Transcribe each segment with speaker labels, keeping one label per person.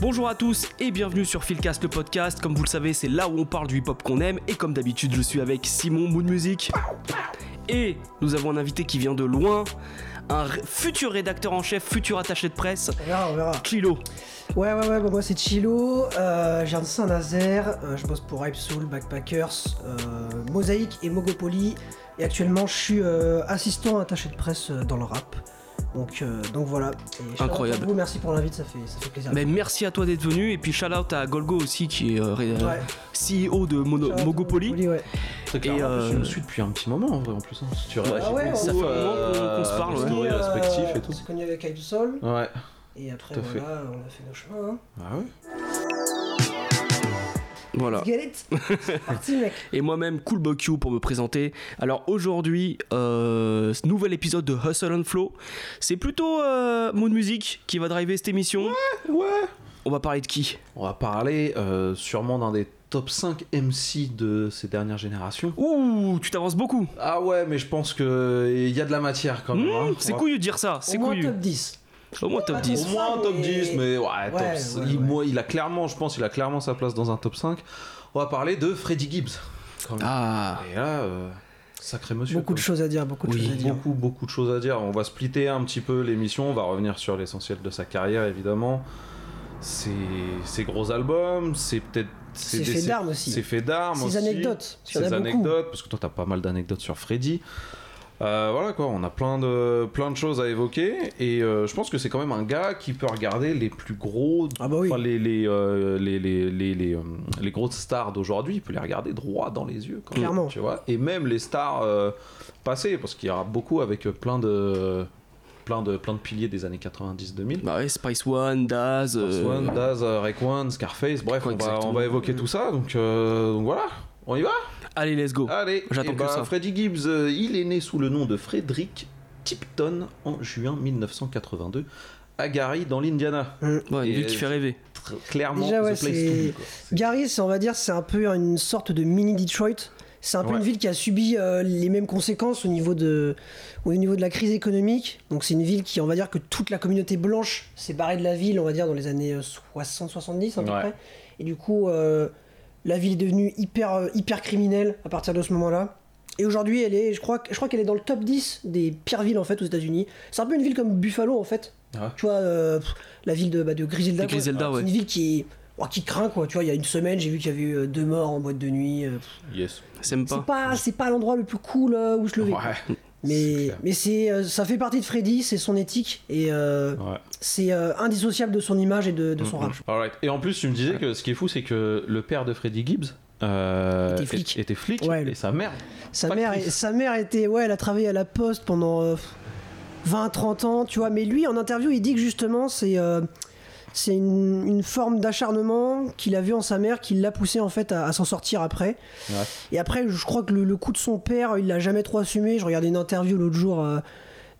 Speaker 1: Bonjour à tous et bienvenue sur Philcast le podcast. Comme vous le savez, c'est là où on parle du hip-hop qu'on aime et comme d'habitude, je suis avec Simon Mood Music. Et nous avons un invité qui vient de loin, un ré- futur rédacteur en chef, futur attaché de presse,
Speaker 2: On verra, on verra.
Speaker 1: Chilo.
Speaker 2: Ouais, ouais, ouais, bah, moi c'est Chilo, euh, j'ai un Saint-Nazaire, euh, je bosse pour Hype Soul, Backpackers, euh, Mosaïque et Mogopoli, et actuellement je suis euh, assistant attaché de presse euh, dans le rap. Donc, euh, donc voilà. Et shout-out
Speaker 1: Incroyable.
Speaker 2: à Vous, merci pour l'invite, ça fait, ça fait plaisir.
Speaker 1: Mais Ben, merci à toi d'être venu et puis shout out à Golgo aussi qui est euh, ré-
Speaker 2: Ouais.
Speaker 1: CEO de Mono-
Speaker 2: Shout-out à
Speaker 1: Mogopoli.
Speaker 2: ouais.
Speaker 3: Très clairement,
Speaker 1: Et,
Speaker 3: en plus,
Speaker 1: euh,
Speaker 3: je me suis depuis un petit moment en vrai en plus. hein, si tu
Speaker 1: Ouais,
Speaker 3: réfléchis
Speaker 2: Ah ouais,
Speaker 3: beaucoup,
Speaker 2: ça
Speaker 1: fait un moment qu'on- qu'on se
Speaker 3: à
Speaker 1: parle,
Speaker 3: nos
Speaker 1: ouais.
Speaker 3: stories
Speaker 2: Nous, euh,
Speaker 3: respectives et
Speaker 2: On
Speaker 3: tout.
Speaker 2: s'est connus avec Hype Soul,
Speaker 3: Ouais.
Speaker 2: et après
Speaker 3: Tout à fait.
Speaker 2: voilà, on a fait nos chemins. Hein.
Speaker 3: Ah ouais.
Speaker 1: Voilà.
Speaker 2: Get it C'est parti, mec
Speaker 1: et moi-même Cool Barbecue pour me présenter. Alors aujourd'hui, euh, ce nouvel épisode de Hustle and Flow. C'est plutôt euh, Mood Music qui va driver cette émission.
Speaker 3: Ouais.
Speaker 1: On va parler de qui
Speaker 3: On va parler euh, sûrement d'un des top 5 MC de ces dernières générations.
Speaker 1: Ouh, tu t'avances beaucoup.
Speaker 3: Ah ouais, mais je pense que il y a de la matière quand même.
Speaker 1: Mmh,
Speaker 3: hein.
Speaker 1: c'est
Speaker 3: Ouais.
Speaker 1: couillu de dire ça, c'est
Speaker 2: Au moins
Speaker 1: couillu.
Speaker 2: top 10.
Speaker 1: Au moins top
Speaker 2: Au
Speaker 1: 10.
Speaker 3: Au moins un top
Speaker 2: Mais-
Speaker 3: 10, mais ouais, top
Speaker 2: ouais,
Speaker 3: c-
Speaker 2: ouais,
Speaker 3: il,
Speaker 2: ouais.
Speaker 3: moi, il a clairement, je pense, il a clairement sa place dans un top 5. On va parler de Freddy Gibbs. quand même.
Speaker 1: Ah,
Speaker 3: Et là, euh, sacré monsieur.
Speaker 2: Beaucoup de
Speaker 3: quoi.
Speaker 2: choses à dire, beaucoup de
Speaker 3: Oui,
Speaker 2: choses à dire.
Speaker 3: beaucoup, beaucoup de choses à dire. On va splitter un petit peu l'émission, on va revenir sur l'essentiel de sa carrière, évidemment. Ses, ses gros albums, c'est peut-être.
Speaker 2: Ses faits d'armes aussi.
Speaker 3: Ses faits d'armes
Speaker 2: Ces
Speaker 3: aussi.
Speaker 2: anecdotes, il y en
Speaker 3: Ses
Speaker 2: a beaucoup.
Speaker 3: anecdotes, parce que toi, t'as pas mal d'anecdotes sur Freddy. Euh, voilà quoi, on a plein de, plein de choses à évoquer et euh, je pense que c'est quand même un gars qui peut regarder les plus gros,
Speaker 2: Ah bah oui.
Speaker 3: enfin, les, les, euh, les, les, les, les, euh, les grosses stars d'aujourd'hui, il peut les regarder droit dans les yeux. Quand même,
Speaker 2: Clairement.
Speaker 3: tu vois, et même les stars euh, passées, parce qu'il y aura beaucoup avec euh, plein de, plein de, plein de piliers des années 90-2000.
Speaker 1: bah ouais, Spice One, Daz. euh,
Speaker 3: Swan, Daz, euh, Raekwon, Scarface, bref, on va,
Speaker 1: Exactement.
Speaker 3: on va évoquer tout ça, donc, euh, donc voilà, on y va
Speaker 1: Allez, let's go.
Speaker 3: Allez,
Speaker 1: J'attends
Speaker 3: eh
Speaker 1: que
Speaker 3: ben,
Speaker 1: ça.
Speaker 3: Freddie Gibbs, euh, il est né sous le nom de Frederick Tipton en juin 1982 à Gary dans l'Indiana.
Speaker 1: ouais, une
Speaker 3: et-
Speaker 1: ville qui fait rêver.
Speaker 3: Tr- Clairement,
Speaker 2: Déjà, ouais,
Speaker 3: the place
Speaker 2: c'est-
Speaker 3: to be, quoi. C'est-
Speaker 2: Gary, c'est on va dire, c'est un peu une sorte de mini Detroit. C'est un peu
Speaker 3: Ouais.
Speaker 2: une ville qui a subi euh, les mêmes conséquences au niveau de, au niveau de la crise économique. Donc c'est une ville qui, on va dire que toute la communauté blanche s'est barrée de la ville, on va dire dans les années euh, 60-70 à peu
Speaker 3: Ouais.
Speaker 2: près. Et du coup, euh, la ville est devenue hyper, euh, hyper criminelle à partir de ce moment-là. Et aujourd'hui, elle est, je crois, que- je crois qu'elle est dans le top 10 des pires villes en fait aux États-Unis. C'est un peu une ville comme Buffalo en fait.
Speaker 3: Ah.
Speaker 2: Tu vois, euh, pff, la ville de, bah, de Griselda.
Speaker 1: De
Speaker 2: quoi.
Speaker 1: Griselda, ouais.
Speaker 2: C'est une ville qui, oh, qui craint quoi. Tu vois, il y a une semaine, j'ai vu qu'il y avait eu euh, deux morts en boîte de nuit. euh, pff.
Speaker 3: Yes.
Speaker 1: S'aime pas.
Speaker 2: C'est pas, c'est pas l'endroit le plus cool euh, où se lever. quoi.
Speaker 3: Ouais. c'est
Speaker 2: mais
Speaker 3: clair.
Speaker 2: mais c'est, euh, ça fait partie de Freddy, c'est son éthique et euh,
Speaker 3: Ouais. Mm,
Speaker 2: c'est euh, indissociable de son image et de, de son rap.
Speaker 3: Alright. Et en plus, tu me disais que ce qui est fou, c'est que le père de Freddie Gibbs euh,
Speaker 2: Était flic.
Speaker 3: est- était flic
Speaker 2: Ouais, le-
Speaker 3: et sa mère.
Speaker 2: Sa
Speaker 3: Pas
Speaker 2: mère,
Speaker 3: triste.
Speaker 2: sa mère était, ouais, elle a travaillé à la poste pendant 20-30 ans, tu vois. Mais lui, en interview, il dit que justement, c'est euh, c'est une, une forme d'acharnement qu'il a vu en sa mère qui l'a poussé en fait à, à s'en sortir après.
Speaker 3: Ouais.
Speaker 2: Et après, je crois que le, le coup de son père, il l'a jamais trop assumé. Je regardais une interview l'autre jour. euh,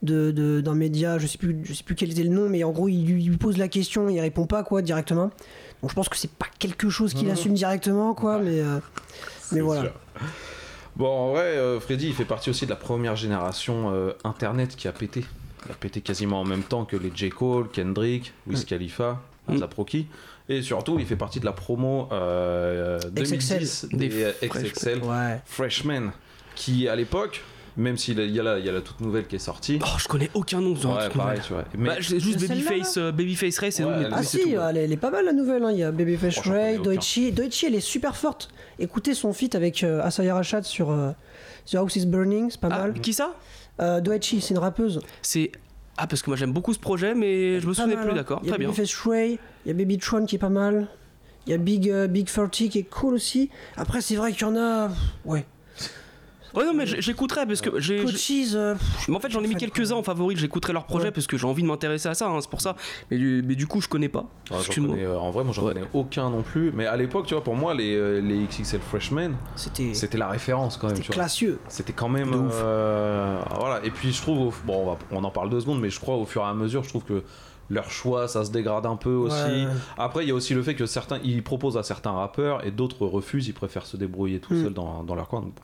Speaker 2: de- de- d'un média, je sais plus, je sais plus quel était le nom, mais en gros il lui il lui pose la question, il répond pas quoi directement. Donc je pense que c'est pas quelque chose qu'il
Speaker 3: Mhm.
Speaker 2: assume directement quoi, mais euh, mais
Speaker 3: C'est
Speaker 2: voilà.
Speaker 3: sûr. Bon, en vrai, euh, Freddy, il fait partie aussi de la première génération euh, Internet qui a pété. Il a pété quasiment en même temps que les J. Cole, Kendrick, Wiz Khalifa,
Speaker 1: Mm.
Speaker 3: Azap Rocky. Et surtout, il fait partie de la promo euh, euh, 2010
Speaker 1: Des
Speaker 3: des, euh,
Speaker 1: Fresh-
Speaker 3: XXL
Speaker 2: Ouais.
Speaker 3: Freshmen, qui à l'époque, même s'il y, a la- il y a la toute nouvelle qui est sortie,
Speaker 1: Oh, je connais aucun nom. genre, un
Speaker 3: ouais,
Speaker 1: truc
Speaker 3: pareil,
Speaker 1: comme
Speaker 3: tu vois.
Speaker 1: ça.
Speaker 3: Mais
Speaker 1: Bah, j'ai juste
Speaker 2: Mais celle-là,
Speaker 1: Babyface, euh, Babyface Ray, c'est
Speaker 3: Ouais,
Speaker 1: nous, mais-
Speaker 3: elle-
Speaker 1: mais
Speaker 2: Ah
Speaker 1: c'est
Speaker 2: si,
Speaker 1: tout.
Speaker 2: elle, elle est pas mal la nouvelle, hein. il y a Babyface
Speaker 3: Franchement, j'en ai
Speaker 2: Ray,
Speaker 3: aucun.
Speaker 2: Doichi, Doichi elle est super forte. Écoutez son feat avec euh, Asaya Rashad sur euh, The House is Burning, c'est pas
Speaker 1: Ah,
Speaker 2: mal.
Speaker 1: qui ça
Speaker 2: Euh, Doichi, c'est une rappeuse.
Speaker 1: C'est. Ah, parce que moi j'aime beaucoup ce projet, mais je me
Speaker 2: Pas
Speaker 1: souvenais
Speaker 2: mal,
Speaker 1: plus,
Speaker 2: hein.
Speaker 1: d'accord.
Speaker 2: Il y a
Speaker 1: Très bien.
Speaker 2: Babyface Ray, il y a Baby Tron qui est pas mal. Il y a Big, euh, Big 30 qui est cool aussi. Après c'est vrai qu'il y en a... pff, Ouais.
Speaker 1: Ouais, non, mais j'- j'écouterai parce que j'ai. j'ai-
Speaker 2: Coaches... euh, pff,
Speaker 1: Mais en fait, j'en ai mis
Speaker 2: Fred,
Speaker 1: quelques-uns en favori, j'écouterai leurs projets
Speaker 2: Ouais.
Speaker 1: parce que j'ai envie de m'intéresser à ça, hein, c'est pour ça. Mais du, mais du coup, je connais pas.
Speaker 3: Ah, j'en
Speaker 1: Excuse-moi.
Speaker 3: connais, euh, en vrai, moi, j'en
Speaker 1: Ouais.
Speaker 3: connais aucun non plus. Mais à l'époque, tu vois, pour moi, les, euh, les XXL Freshmen,
Speaker 2: C'était... C'était
Speaker 3: c'était la référence quand même. Tu vois.
Speaker 2: classieux.
Speaker 3: C'était quand même.
Speaker 1: De ouf.
Speaker 3: euh, voilà. Et puis je trouve, au- bon, on, va- on en parle deux secondes, mais je crois au fur et à mesure, je trouve que leur choix, ça se dégrade un peu aussi.
Speaker 2: Ouais.
Speaker 3: Après, il y a aussi le fait que certains, ils proposent à certains rappeurs et d'autres refusent, ils préfèrent se débrouiller tout
Speaker 2: Mm.
Speaker 3: seuls dans, dans leur coin. Donc, bon,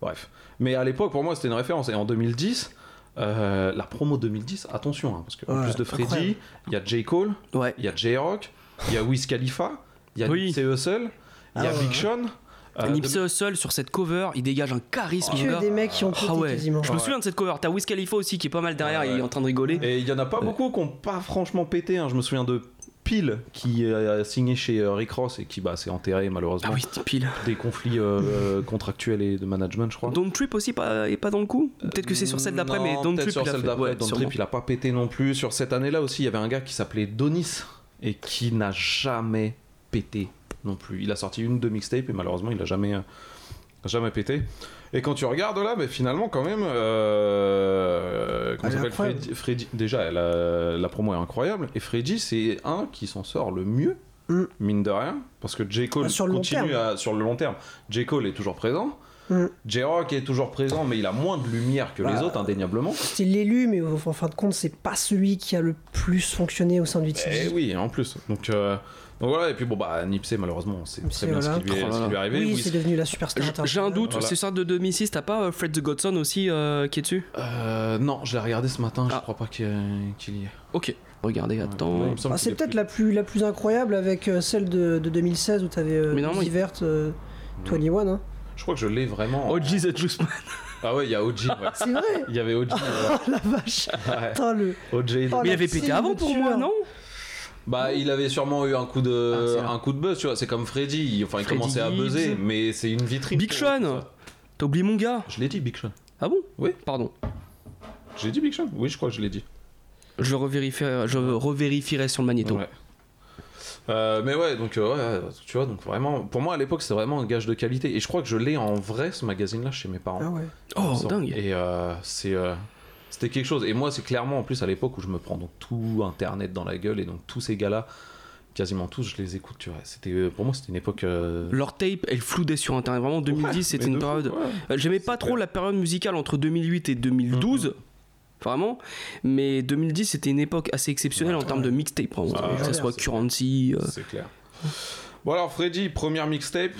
Speaker 3: bref. Mais à l'époque, pour moi, c'était une référence. Et en 2010. euh, la promo 2010, attention, hein, parce qu'en
Speaker 2: Ouais,
Speaker 3: plus de Freddy,
Speaker 2: incroyable.
Speaker 3: il y a J. Cole,
Speaker 1: Ouais.
Speaker 3: il y a J-Rock, il y a Wiz Khalifa, il y a
Speaker 1: Oui.
Speaker 3: Nipsey Hussle, il y a
Speaker 2: Ah ouais.
Speaker 3: Big Sean. euh,
Speaker 1: Nipsey Hussle sur cette cover, il dégage un charisme. mon
Speaker 2: que
Speaker 1: gars.
Speaker 2: des mecs qui ont pété
Speaker 1: Ah ouais,
Speaker 2: quasiment.
Speaker 1: je me souviens de cette cover. T'as Wiz Khalifa aussi qui est pas mal derrière,
Speaker 3: Ah ouais.
Speaker 1: il est en train de rigoler.
Speaker 3: Et il y en a pas
Speaker 1: Euh.
Speaker 3: beaucoup qui ont pas franchement pété. hein. Je me souviens de Peel qui a signé chez euh, Rick Ross et qui bah, s'est enterré malheureusement.
Speaker 1: Ah oui, pile.
Speaker 3: Des conflits euh, euh, contractuels et de management, je crois.
Speaker 1: Don't Trip aussi pas, est pas dans le coup Peut-être que c'est sur celle d'après,
Speaker 3: Non,
Speaker 1: mais Don't
Speaker 3: peut-être
Speaker 1: Trip.
Speaker 3: sur
Speaker 1: il a
Speaker 3: celle
Speaker 1: fait-
Speaker 3: d'après.
Speaker 1: ouais,
Speaker 3: Don't
Speaker 1: sûrement.
Speaker 3: Trip, il a pas pété non plus. Sur cette année-là aussi, il y avait un gars qui s'appelait Donis et qui n'a jamais pété non plus. Il a sorti une de mixtape et malheureusement, il a jamais, euh, jamais pété. Et quand tu regardes là, mais finalement, quand même, euh, comment
Speaker 2: Elle est
Speaker 3: s'appelle
Speaker 2: incroyable.
Speaker 3: Freddy, Freddy- Déjà, elle a- la promo est incroyable. Et Freddy, c'est un qui s'en sort le mieux,
Speaker 2: Mm.
Speaker 3: mine de rien, parce que J. Cole
Speaker 2: Ah, sur le long
Speaker 3: continue
Speaker 2: terme.
Speaker 3: à- sur le long terme. J. Cole est toujours présent.
Speaker 2: Mm.
Speaker 3: J-Rock est toujours présent, mais il a moins de lumière que les
Speaker 2: Bah,
Speaker 3: autres, indéniablement.
Speaker 2: C'est l'élu, mais en fin de compte, c'est pas celui qui a le plus fonctionné au sein du
Speaker 3: Eh
Speaker 2: TJ.
Speaker 3: oui, en plus. Donc, euh, donc voilà, et puis bon, bah, Nipsey, malheureusement, on sait
Speaker 2: Nipsey,
Speaker 3: très bien
Speaker 2: voilà.
Speaker 3: ce qui lui est,
Speaker 1: Oh là
Speaker 3: ce qui
Speaker 1: là.
Speaker 3: lui est arrivé.
Speaker 2: Oui,
Speaker 3: Oui,
Speaker 2: c'est devenu la superstar.
Speaker 1: J- J'ai un
Speaker 2: internationale.
Speaker 1: doute,
Speaker 3: Voilà.
Speaker 1: c'est ça de 2006, t'as pas euh, Fred the Godson aussi euh, qui est dessus
Speaker 3: euh, non, je l'ai regardé ce matin,
Speaker 1: Ah.
Speaker 3: je crois pas qu'il qu'il y ait.
Speaker 1: Ok, regardez, attends.
Speaker 3: Ouais, il me semble
Speaker 2: Ah,
Speaker 3: qu'il
Speaker 2: c'est
Speaker 3: est
Speaker 2: peut-être
Speaker 3: plus-
Speaker 2: la plus, la plus incroyable avec euh, celle de, de 2016 où t'avais
Speaker 1: Mais
Speaker 2: euh,
Speaker 1: normalement, il-
Speaker 2: Divert, euh,
Speaker 3: Mm.
Speaker 2: 21. Hein.
Speaker 3: Je crois que je l'ai vraiment.
Speaker 1: Oh, Jesus Juice Man.
Speaker 3: Ah ouais, il y a OG, ouais.
Speaker 2: C'est vrai
Speaker 3: Il y avait OG.
Speaker 2: Oh la vache
Speaker 3: ouais.
Speaker 2: Putain, le...
Speaker 3: OJ.
Speaker 2: Oh,
Speaker 1: Mais il
Speaker 2: la
Speaker 1: avait pété avant pour moi,
Speaker 2: signature.
Speaker 1: non
Speaker 3: Bah, il avait sûrement eu un coup
Speaker 1: Ah,
Speaker 3: de,
Speaker 1: c'est vrai.
Speaker 3: un coup de buzz, tu vois. C'est comme Freddy. il- Enfin, il
Speaker 1: Freddy
Speaker 3: commençait à
Speaker 1: Gibbs.
Speaker 3: buzzer, mais c'est une vitrine.
Speaker 1: Big
Speaker 3: pour-
Speaker 1: Sean. T'as oublié mon gars
Speaker 3: Je l'ai dit, Big Sean.
Speaker 1: Ah bon
Speaker 3: Oui.
Speaker 1: Pardon.
Speaker 3: J'ai dit Big Sean Oui, je crois que je l'ai dit.
Speaker 1: Je revérifierai, je revérifierai sur le magnéto.
Speaker 3: Ouais. Euh, mais ouais, donc euh, ouais, tu vois, donc vraiment, pour moi à l'époque c'était vraiment un gage de qualité. Et je crois que je l'ai en vrai ce magazine-là chez mes parents.
Speaker 2: Ah ouais.
Speaker 1: Oh,
Speaker 3: Ça.
Speaker 1: dingue.
Speaker 3: Et euh, c'est, euh, c'était quelque chose. Et moi, c'est clairement en plus à l'époque où je me prends donc tout Internet dans la gueule et donc tous ces gars-là, quasiment tous, je les écoute. Tu vois, c'était euh, pour moi c'était une époque. euh,
Speaker 1: Leur tape, elle floudait sur internet. Vraiment, 2010,
Speaker 3: ouais,
Speaker 1: c'était
Speaker 3: mais
Speaker 1: une
Speaker 3: de fou,
Speaker 1: période.
Speaker 3: ouais.
Speaker 1: Euh, J'aimais pas
Speaker 3: C'est
Speaker 1: trop
Speaker 3: clair.
Speaker 1: la période musicale entre 2008 et 2012.
Speaker 3: Mm-hmm.
Speaker 1: Vraiment, mais 2010 c'était une époque assez exceptionnelle en termes de mixtape, hein,
Speaker 3: Ouais,
Speaker 1: que ce
Speaker 2: ouais,
Speaker 1: soit
Speaker 3: c'est-
Speaker 1: Currency. euh,
Speaker 3: C'est clair. Bon alors Freddy, première mixtape,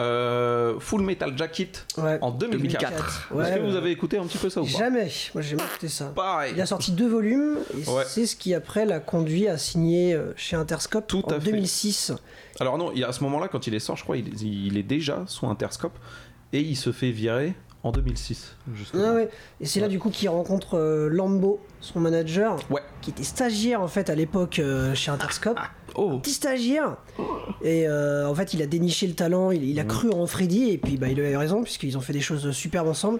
Speaker 3: euh, Full Metal Jacket
Speaker 2: ouais.
Speaker 3: en 2004.
Speaker 1: 2004.
Speaker 2: Ouais,
Speaker 3: Est-ce que
Speaker 2: ouais.
Speaker 3: vous avez écouté un petit peu ça ou pas
Speaker 2: Jamais. Moi, j'ai jamais écouté ça.
Speaker 3: Pareil.
Speaker 2: Il a sorti deux volumes et
Speaker 3: Ouais.
Speaker 2: c'est ce qui après l'a conduit à signer euh, chez Interscope
Speaker 3: Tout
Speaker 2: en
Speaker 3: à fait.
Speaker 2: 2006.
Speaker 3: Alors non, il y a- à ce moment-là, quand il est sort, je crois, il, il est déjà sous Interscope et il se fait virer en 2006. justement.
Speaker 2: Ah ouais. Et c'est là
Speaker 3: Ouais.
Speaker 2: du coup qu'il rencontre euh, Lambo, son manager,
Speaker 3: Ouais.
Speaker 2: qui était stagiaire en fait à l'époque euh, chez Interscope.
Speaker 1: Oh,
Speaker 2: Petit stagiaire Et euh, en fait il a déniché le talent, il,
Speaker 1: Mhm.
Speaker 2: il a cru en Freddy et puis bah, il a eu raison puisqu'ils ont fait des choses superbes ensemble.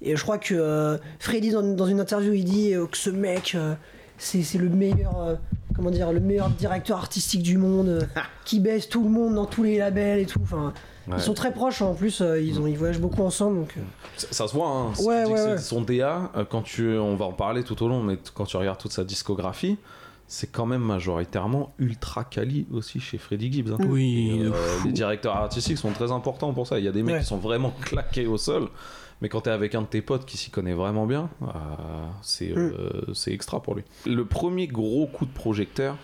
Speaker 2: Et je crois que euh, Freddy dans, dans une interview il dit euh, que ce mec euh, c'est c'est le meilleur... euh, Comment dire, le meilleur directeur artistique du monde, euh, qui baisse tout le monde dans tous les labels et tout. Enfin,
Speaker 3: Ouais.
Speaker 2: Ils sont très proches en plus, euh, ils, ont, ils voyagent beaucoup ensemble. Donc, euh,
Speaker 3: Ça, ça se voit, hein. Si
Speaker 2: Ouais,
Speaker 3: tu dis
Speaker 2: ouais,
Speaker 3: que c'est
Speaker 2: ouais.
Speaker 3: Son DA, euh, quand tu, on va en parler tout au long, mais t- quand tu regardes toute sa discographie, c'est quand même majoritairement ultra quali aussi chez Freddie Gibbs. hein.
Speaker 1: oui,
Speaker 3: Et, euh,
Speaker 1: de fou.
Speaker 3: les directeurs artistiques sont très importants pour ça. Il y a des mecs
Speaker 2: Ouais.
Speaker 3: qui sont vraiment claqués au sol. Mais quand t'es avec un de tes potes qui s'y connaît vraiment bien, euh, c'est euh, c'est extra pour lui. Le premier gros coup de projecteur,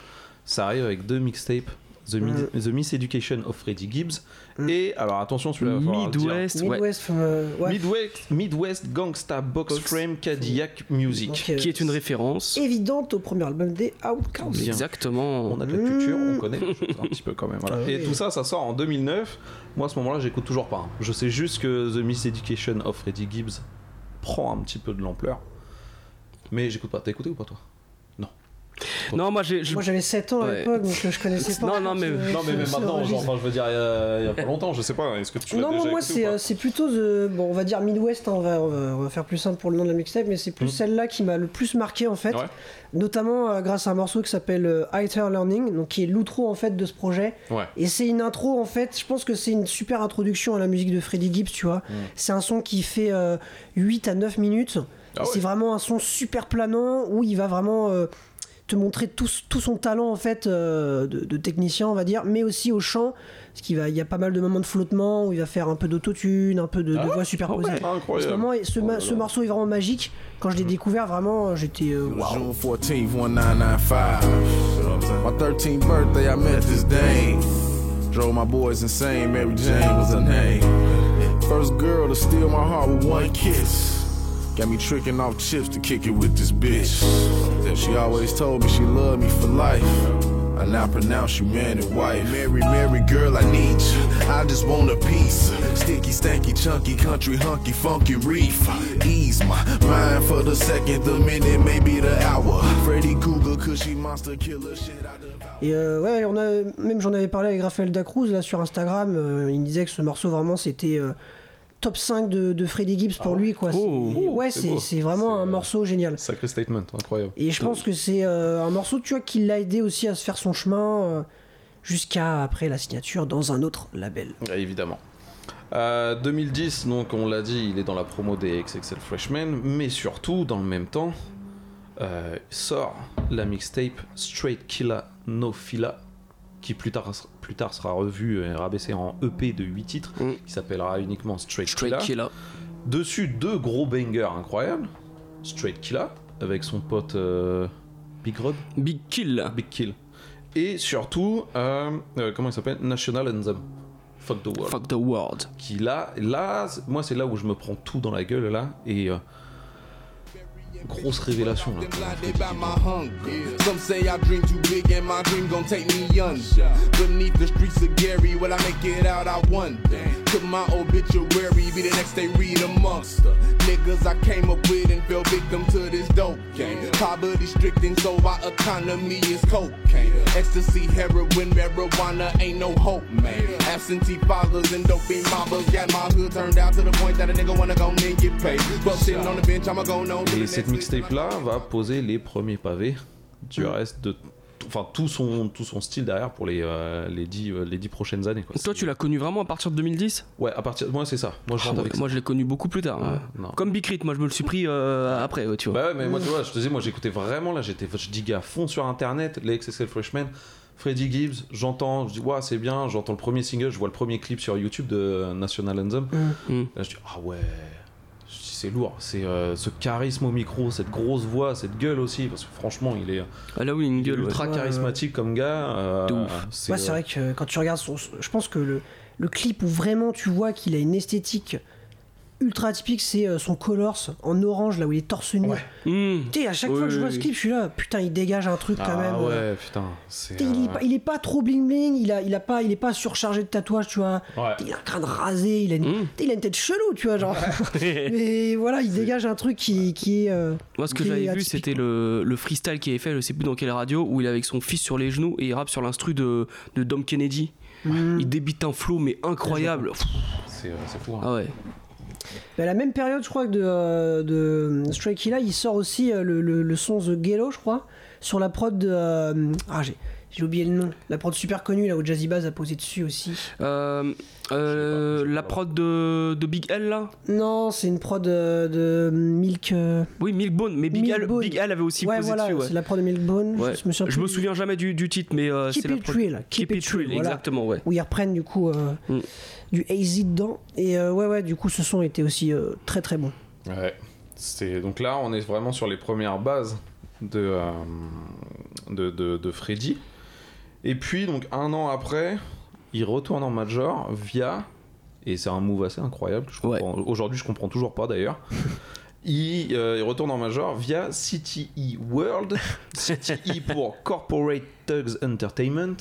Speaker 3: ça arrive avec deux mixtapes. The, Mi- The Miss Education of Freddie Gibbs
Speaker 2: Mm.
Speaker 3: et alors attention celui-là il va falloir le dire.
Speaker 1: Midwest, ouais,
Speaker 2: Midwest, euh, ouais.
Speaker 3: Midwest Midwest Gangsta Box
Speaker 1: Box.
Speaker 3: Frame Cadillac Music
Speaker 2: Donc, euh,
Speaker 1: qui est une référence.
Speaker 2: évidente au premier album des Outcasts.
Speaker 3: Bien.
Speaker 1: Exactement.
Speaker 3: on a de la culture
Speaker 2: Mm.
Speaker 3: on connaît les choses un petit peu quand même voilà.
Speaker 2: Ah oui.
Speaker 3: et tout ça ça sort en 2009 moi à ce moment là j'écoute toujours pas hein. je sais juste que The Miss Education of Freddie Gibbs prend un petit peu de l'ampleur mais j'écoute pas t'as écouté ou pas toi
Speaker 1: Non, moi j'ai. je-
Speaker 2: Moi j'avais 7 ans à
Speaker 1: Ouais.
Speaker 2: l'époque, donc euh, je connaissais pas.
Speaker 1: Non,
Speaker 2: encore
Speaker 1: non, mais-
Speaker 2: ce-
Speaker 3: non mais
Speaker 2: ce-
Speaker 3: même
Speaker 2: ce
Speaker 3: maintenant genre,
Speaker 2: registre.
Speaker 3: enfin, je veux dire il y, a- il y a pas longtemps je sais pas hein, est-ce que tu l'as
Speaker 2: Non,
Speaker 3: déjà
Speaker 2: non, moi
Speaker 3: écouté
Speaker 2: c'est
Speaker 3: ou pas
Speaker 2: euh, c'est plutôt. The... Bon, on va dire Midwest, hein, on, va, on, va, on va faire plus simple pour le nom de la mixtape, mais c'est plus
Speaker 3: Mm.
Speaker 2: celle-là qui m'a le plus marqué en fait.
Speaker 3: Ouais.
Speaker 2: Notamment euh, grâce à un morceau qui s'appelle euh, Higher Learning, donc qui est l'outro en fait de ce projet.
Speaker 3: Ouais.
Speaker 2: Et c'est une intro en fait, je pense que c'est une super introduction à la musique de Freddie Gibbs, tu
Speaker 3: Mm.
Speaker 2: vois. C'est un son qui fait euh, 8 à 9 minutes.
Speaker 3: Ah ouais.
Speaker 2: C'est vraiment un son super planant où il va vraiment euh, te montrer tout, tout son talent en fait euh, de, de technicien, on va dire, mais aussi au chant. Parce qu'il va, il y a pas mal de moments de flottement où il va faire un peu d'autotune, un peu de, de
Speaker 3: Ah ouais
Speaker 2: voix superposée.
Speaker 3: Ah,
Speaker 2: En ce
Speaker 3: incroyable
Speaker 2: moment, et ce, ma-
Speaker 3: là Mm.
Speaker 2: ce
Speaker 3: là.
Speaker 2: morceau est vraiment magique. Quand je l'ai découvert, vraiment, j'étais euh,
Speaker 4: It was
Speaker 2: waouh.
Speaker 4: June 14th, 1995. My 13th birthday, I met this dame. Drove my boys insane, Mary Jane was her name. First girl to steal my heart with one kiss. Got me tricking off chips to kick it with this bitch. She always told me she loved me for life. I now pronounce you man and wife. Mary, Mary, girl, I need you. I just want a piece. Sticky, stanky, chunky, country, hunky, funky reef. Ease my mind for the second, the minute, maybe the hour. Freddy Cougar, cushy monster killer, shit I devour.
Speaker 2: Et euh, ouais, on a, même j'en avais parlé avec Raphaël Dacruz là sur Instagram. euh, il me disait que ce morceau vraiment c'était euh, top 5 de, de Freddie Gibbs pour lui quoi.
Speaker 1: Oh,
Speaker 2: C'est- ouais,
Speaker 3: c'est
Speaker 2: c'est
Speaker 3: beau.
Speaker 2: c'est vraiment
Speaker 3: C'est,
Speaker 2: un
Speaker 3: euh,
Speaker 2: morceau génial.
Speaker 3: Sacré statement, incroyable.
Speaker 2: Et je pense que c'est euh, un morceau tu vois qui l'a aidé aussi à se faire son chemin euh, jusqu'à après la signature dans un autre label.
Speaker 3: Ouais, Évidemment. Euh, 2010, donc on l'a dit, il est dans la promo des XXL Freshman, mais surtout, dans le même temps, euh, sort la mixtape Straight Killa No Fila, qui plus tard, plus tard sera revue et rabaissée en EP de 8 titres,
Speaker 1: Mm.
Speaker 3: qui s'appellera uniquement Straight,
Speaker 1: Straight
Speaker 3: Killa.
Speaker 1: Killa.
Speaker 3: Dessus, deux gros bangers incroyables. Straight Killa, avec son pote euh, Big Rob,
Speaker 1: Big Kill.
Speaker 3: Big Kill. Et surtout, euh, euh, comment il s'appelle National Anthem. Fuck the World
Speaker 1: Fuck the world.
Speaker 3: qui là, là, c- moi c'est là où je me prends tout dans la gueule là et euh, grosse révélation. là.
Speaker 5: Them blinded by my hunger. Some say I dream too big and my dream gon' take me under. Beneath the streets of Gary, will I make it out? I wonder. Could my obituary be the next they read amongst the niggas I came up with and fell victim to this dope game? Poverty stricken, so our economy is cocaine. Ecstasy, heroin, marijuana, ain't no hope, man. Absentee fathers and dopey mamas got my hood turned out to the point that a nigga wanna go and get paid. But sitting on the bench, I'ma go no. to the
Speaker 3: Et
Speaker 5: next
Speaker 3: cette mixtape là va poser les premiers pavés
Speaker 1: Mm.
Speaker 3: du reste de, enfin tout son tout son style derrière pour les euh, les dix euh, les dix prochaines années quoi.
Speaker 1: Toi, tu l'as connu vraiment à partir de 2010
Speaker 3: Ouais à partir, moi c'est ça, moi je rentre
Speaker 1: Ah ouais,
Speaker 3: avec ça.
Speaker 1: Moi, je l'ai connu beaucoup plus tard. hein.
Speaker 3: bah, Ah, non.
Speaker 1: Comme Big Crit, moi, je me le suis pris euh, après, ouais, tu vois.
Speaker 3: Bah ouais mais moi tu vois je te disais moi j'écoutais vraiment là j'étais je diguais à fond sur internet les XXL Freshmen. Freddie Gibbs, j'entends, je dis, ouais, c'est bien, j'entends le premier single, je vois le premier clip sur YouTube de National Anthem.
Speaker 1: Mm.
Speaker 3: Là, je dis, ah ouais, Je dis, c'est lourd. C'est euh, ce charisme au micro, cette grosse voix, cette gueule aussi, parce que franchement, il est
Speaker 1: Ah, là, oui, une gueule. ouais.
Speaker 3: ultra
Speaker 2: ouais.
Speaker 3: charismatique comme gars. euh,
Speaker 1: De ouf.
Speaker 2: Ouais, c'est vrai que quand tu regardes son. Je pense que le, le clip où vraiment tu vois qu'il a une esthétique ultra typique, c'est euh, son Colors en orange, là où il est torse nu.
Speaker 1: Mm.
Speaker 2: Tu sais, à chaque
Speaker 1: Oui,
Speaker 2: fois que je
Speaker 1: oui,
Speaker 2: vois
Speaker 1: oui.
Speaker 2: ce clip, je suis là, putain, il dégage un truc
Speaker 3: Ah
Speaker 2: quand même. euh.
Speaker 3: ouais, putain, c'est.
Speaker 2: Tu sais, Il, est
Speaker 3: euh,
Speaker 2: pas, il est pas trop bling bling, il a, il a pas, il est pas surchargé de tatouages, tu vois.
Speaker 3: Ouais.
Speaker 2: Il a un crâne rasé, il a une,
Speaker 1: Mm.
Speaker 2: tu sais, il a une tête chelou, tu vois, genre. Mais voilà, il dégage un truc qui, qui est. euh,
Speaker 1: Moi, ce que
Speaker 2: qui est
Speaker 1: j'avais vu,
Speaker 2: atypique.
Speaker 1: c'était le, le freestyle qui avait fait, je sais plus dans quelle radio, où il est avec son fils sur les genoux et il rappe sur l'instru de, de Dom Kennedy.
Speaker 2: Mm.
Speaker 1: Il débite un flow, mais incroyable. Pff,
Speaker 3: C'est euh, c'est fou. hein.
Speaker 1: Ah ouais.
Speaker 2: Mais à la même période, je crois, que de, euh, de Stray Killa, il sort aussi euh, le, le- le son The Ghetto, je crois, sur la prod de. euh, ah, j'ai, j'ai oublié le nom. La prod super connue, là, où Jazzy Bass a posé dessus aussi.
Speaker 1: Euh, euh, la prod de, de Big L là
Speaker 2: Non, c'est une prod euh, de, Milk. euh,
Speaker 1: Oui, Milkbone, mais Big, L,
Speaker 2: Milkbone.
Speaker 1: Big L avait aussi
Speaker 2: ouais,
Speaker 1: posé
Speaker 2: voilà,
Speaker 1: dessus.
Speaker 2: c'est
Speaker 1: Ouais.
Speaker 2: la prod de Milkbone.
Speaker 1: Ouais.
Speaker 2: Je me souviens plus.
Speaker 1: jamais du, du titre, mais euh,
Speaker 2: Keep
Speaker 1: c'est la
Speaker 2: it
Speaker 1: prod.
Speaker 2: real.
Speaker 1: Keep, it real,
Speaker 2: voilà.
Speaker 1: exactement, ouais.
Speaker 2: Où ils reprennent, du coup, euh,
Speaker 1: Mm.
Speaker 2: du AZ dedans. Et euh, ouais, ouais, du coup, ce son était aussi euh, très très bon.
Speaker 3: Ouais. C'est- Donc là, on est vraiment sur les premières bases de, euh, de, de- de Freddy. Et puis, donc un an après, il retourne en Major via. Et c'est un move assez incroyable. que je
Speaker 1: Ouais.
Speaker 3: comprends- Aujourd'hui, je comprends toujours pas d'ailleurs. il, euh, il retourne en Major via CTE World. CTE pour Corporate Thugs Entertainment.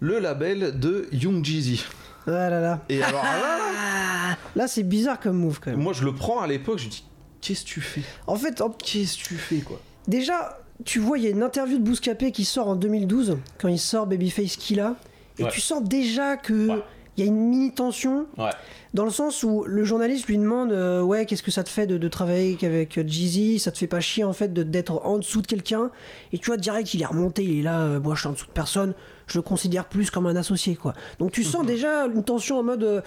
Speaker 3: Le label de Young Jeezy.
Speaker 2: Ah là là.
Speaker 3: Et alors là,
Speaker 2: Là, c'est bizarre comme move quand même.
Speaker 3: moi je le prends à l'époque, je dis Qu'est-ce que tu fais
Speaker 2: En fait, en-
Speaker 3: Qu'est-ce que tu fais quoi
Speaker 2: Déjà, tu vois, il y a une interview de Bouscapé qui sort en 2012, quand il sort Babyface Killa, et
Speaker 3: Ouais.
Speaker 2: tu sens déjà que
Speaker 3: Ouais.
Speaker 2: il y a une mini tension,
Speaker 3: Ouais.
Speaker 2: dans le sens où le journaliste lui demande euh, Ouais, qu'est-ce que ça te fait de, de travailler avec avec Jeezy Ça te fait pas chier en fait de- d'être en dessous de quelqu'un Et tu vois, direct, il est remonté, il est là, euh, moi je suis en dessous de personne, je le considère plus comme un associé quoi. Donc tu sens déjà une tension en mode euh,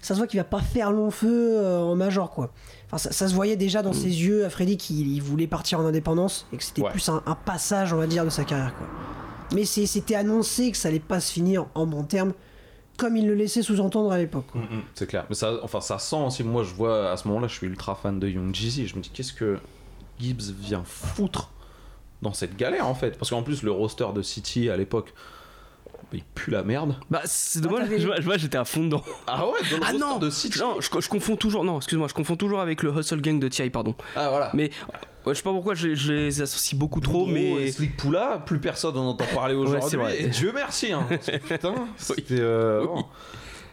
Speaker 2: Ça se voit qu'il va pas faire long feu euh, en major quoi. Enfin, ça, ça se voyait déjà dans ses yeux à Freddy qu'il il voulait partir en indépendance et que c'était
Speaker 3: Ouais.
Speaker 2: plus un, un passage, on va dire, de sa carrière quoi. Mais c'est- c'était annoncé que ça allait pas se finir en bon terme, comme il le laissait sous-entendre à l'époque. quoi.
Speaker 3: Mm, C'est clair. Mais ça, enfin, ça sent aussi. Moi, je vois à ce moment-là, je suis ultra fan de Young Jeezy. Je me dis, qu'est-ce que Gibbs vient foutre dans cette galère en fait Parce qu'en plus, le roster de City à l'époque, il pue la merde.
Speaker 1: Bah, c'est dommage,
Speaker 2: t'avais-
Speaker 1: je vois- je vois, j'étais à fond dedans.
Speaker 3: Ah ouais, dans le
Speaker 1: Ah
Speaker 3: roster
Speaker 1: non,
Speaker 3: de City.
Speaker 1: non je, je confonds toujours, non, excuse-moi, je confonds toujours avec le Hustle Gang de T.I., pardon.
Speaker 3: Ah voilà.
Speaker 1: Mais Ouais, je sais pas pourquoi je, je les associe beaucoup trop, mais.
Speaker 3: et Slick Poula, plus personne en entend parler
Speaker 1: c'est
Speaker 3: aujourd'hui.
Speaker 1: vrai.
Speaker 3: et Dieu merci, hein. Putain, c'était. euh, bon.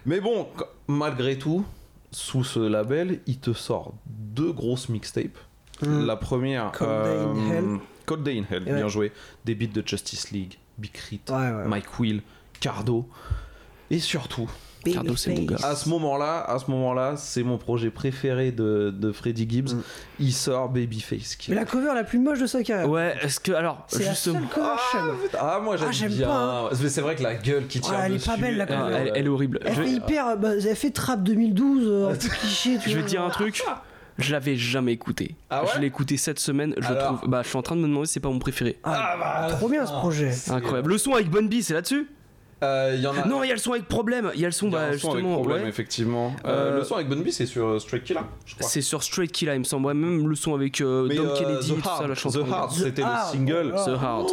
Speaker 3: Mais bon, qu- malgré tout, sous ce label, il te sort deux grosses mixtapes.
Speaker 2: Mm.
Speaker 3: La première, euh,
Speaker 2: Cold Day in Hell.
Speaker 3: Cold Day in Hell,
Speaker 2: Et
Speaker 3: bien
Speaker 2: ouais.
Speaker 3: joué. Des beats de Justice League, Big Crit,
Speaker 2: Ouais, ouais.
Speaker 3: Mike Will, Cardo. Et surtout,
Speaker 1: Cardo, c'est mon gars.
Speaker 3: à ce moment-là, à ce moment-là, c'est mon projet préféré de, de Freddie Gibbs.
Speaker 2: Hum.
Speaker 3: Il sort Babyface. qui
Speaker 2: Mais
Speaker 3: est-
Speaker 2: la cover la plus moche de sa carrière.
Speaker 1: Ouais, est-ce que. Alors,
Speaker 2: C'est la
Speaker 1: justement.
Speaker 2: seule cover chaîne.
Speaker 3: Ah, moi j'aime
Speaker 2: Ah, j'aime
Speaker 3: bien.
Speaker 2: pas,
Speaker 3: Mais c'est vrai que la gueule qui tire
Speaker 2: Ouais, elle est pas
Speaker 3: dessus, euh,
Speaker 2: belle, la
Speaker 1: Ah,
Speaker 2: couleur.
Speaker 1: elle, elle est horrible.
Speaker 2: Elle
Speaker 1: Je
Speaker 2: fait
Speaker 1: vais,
Speaker 2: hyper. euh, bah, elle fait Trap 2012, euh, un peu cliché. Tu
Speaker 1: je vais te
Speaker 2: vois,
Speaker 1: dire un
Speaker 2: genre.
Speaker 1: truc. Je l'avais jamais écouté.
Speaker 3: Ah ouais
Speaker 1: je l'ai écouté cette semaine. Je le
Speaker 3: Alors
Speaker 1: trouve. Bah, je suis en train de me demander si c'est pas mon préféré.
Speaker 2: Ah, trop bien ce projet.
Speaker 1: Incroyable. Le son avec Bun B, c'est là-dessus
Speaker 3: Euh, Il y en a.
Speaker 1: Non, il y a le son avec problème. Il y a le son,
Speaker 3: il y a
Speaker 1: bah,
Speaker 3: un son avec
Speaker 1: justement.
Speaker 3: problème,
Speaker 1: ouais.
Speaker 3: effectivement.
Speaker 1: Euh,
Speaker 3: Euh, le son avec Bunby, c'est sur euh, Straight Killer, je crois.
Speaker 1: C'est sur Straight Killa, il me semble. Ouais, même le son avec euh,
Speaker 3: Mais,
Speaker 1: Dom
Speaker 3: euh,
Speaker 1: Kennedy,
Speaker 3: The
Speaker 1: tout ça,
Speaker 3: Hard,
Speaker 1: la chanson.
Speaker 3: The Hard, c'était le
Speaker 2: Hard, oh
Speaker 3: single.
Speaker 2: là.
Speaker 1: The Hard.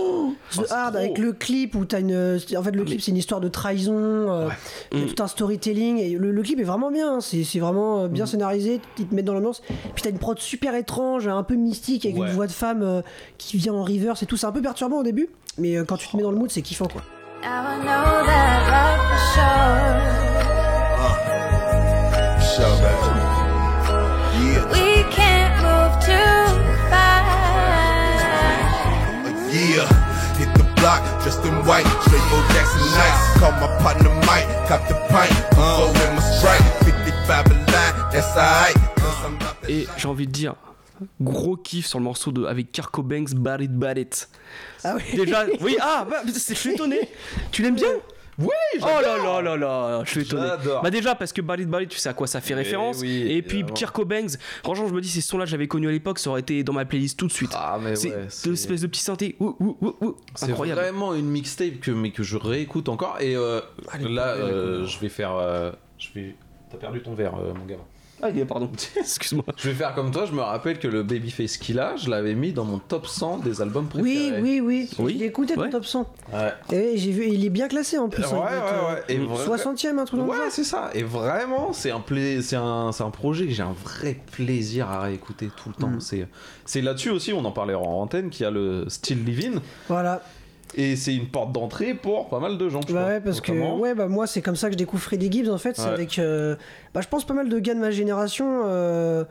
Speaker 2: The Hard avec le clip où t'as une. euh, En fait, le clip, c'est une histoire de trahison. euh, il y a
Speaker 1: Ah, Mm.
Speaker 2: Tout un storytelling. Et le, le clip est vraiment bien. hein, C'est c'est vraiment euh, bien
Speaker 1: Mm.
Speaker 2: scénarisé. Ils te mettent dans l'ambiance. Puis t'as une prod super étrange, un peu mystique, avec
Speaker 3: Ouais.
Speaker 2: une voix de femme euh, qui vient en reverse et tout. C'est un peu perturbant au début. Mais euh, quand tu te mets dans le mood, c'est kiffant quoi.
Speaker 6: Now I know that love for sure.
Speaker 5: Shout out. Yeah,
Speaker 6: We can't move too fast.
Speaker 5: yeah. Hit the block, dressed in white, straight for Jackson Nights. Call my partner Mike, cop the pint, uh, with my strike. 55 a line, that's alright. Cause I'm about to
Speaker 1: Et j'ai envie de dire, gros kiff sur le morceau de, avec Kirko Banks, Bad It Bad It.
Speaker 2: Ah oui.
Speaker 1: Déjà, oui, ah, bah, c'est- je suis étonné. Tu l'aimes bien
Speaker 3: Oui,
Speaker 1: Oh là là là là, je suis étonné.
Speaker 3: J'adore. Eh
Speaker 1: Bah déjà parce que Bad It Bad It, tu sais à quoi ça fait référence.
Speaker 3: oui,
Speaker 1: et puis
Speaker 3: évidemment.
Speaker 1: Kirko Banks, franchement, je me dis, ces sons-là, j'avais connu à l'époque, ça aurait été dans ma playlist tout de suite.
Speaker 3: Ah, mais
Speaker 1: c'est
Speaker 3: ouais,
Speaker 1: deux espèces de petits synthés. Ouh, ouh, ouh, ouh.
Speaker 3: C'est
Speaker 1: Incroyable.
Speaker 3: vraiment une mixtape que, mais que je réécoute encore. Et euh, là, euh, je vais faire. euh, je vais. T'as perdu ton verre, euh, mon gars.
Speaker 1: Ah, il est- pardon. Excuse-moi.
Speaker 3: Je vais faire comme toi. Je me rappelle que le Babyface qu'il a, je l'avais mis dans mon top 100 des albums
Speaker 2: Oui,
Speaker 3: préférés.
Speaker 2: oui, oui.
Speaker 1: Oui.
Speaker 2: Je l'ai écouté ton
Speaker 1: Ouais.
Speaker 2: top 100.
Speaker 3: Ouais.
Speaker 2: Et j'ai vu, il est bien classé en plus.
Speaker 3: Ouais,
Speaker 2: hein, il doit être,
Speaker 3: ouais, ouais.
Speaker 1: Mm.
Speaker 3: Et
Speaker 2: euh,
Speaker 3: vraiment-
Speaker 2: 60e, un truc dans le genre.
Speaker 3: Ouais, c'est ça. Et vraiment, c'est un, pla- c'est un, c'est un projet que j'ai un vrai plaisir à réécouter tout le temps.
Speaker 2: Mm.
Speaker 3: C'est, c'est là-dessus aussi, on en parlait en antenne, qu'il y a le style living.
Speaker 2: Voilà.
Speaker 3: Et c'est une porte d'entrée pour pas mal de gens. je
Speaker 2: Bah
Speaker 3: crois,
Speaker 2: ouais, parce que
Speaker 3: notamment.
Speaker 2: ouais, bah moi c'est comme ça que je découvre Freddie Gibbs en fait. C'est
Speaker 3: Hein. Ouais.
Speaker 2: avec, euh, bah, je pense pas mal de gars de ma génération, euh,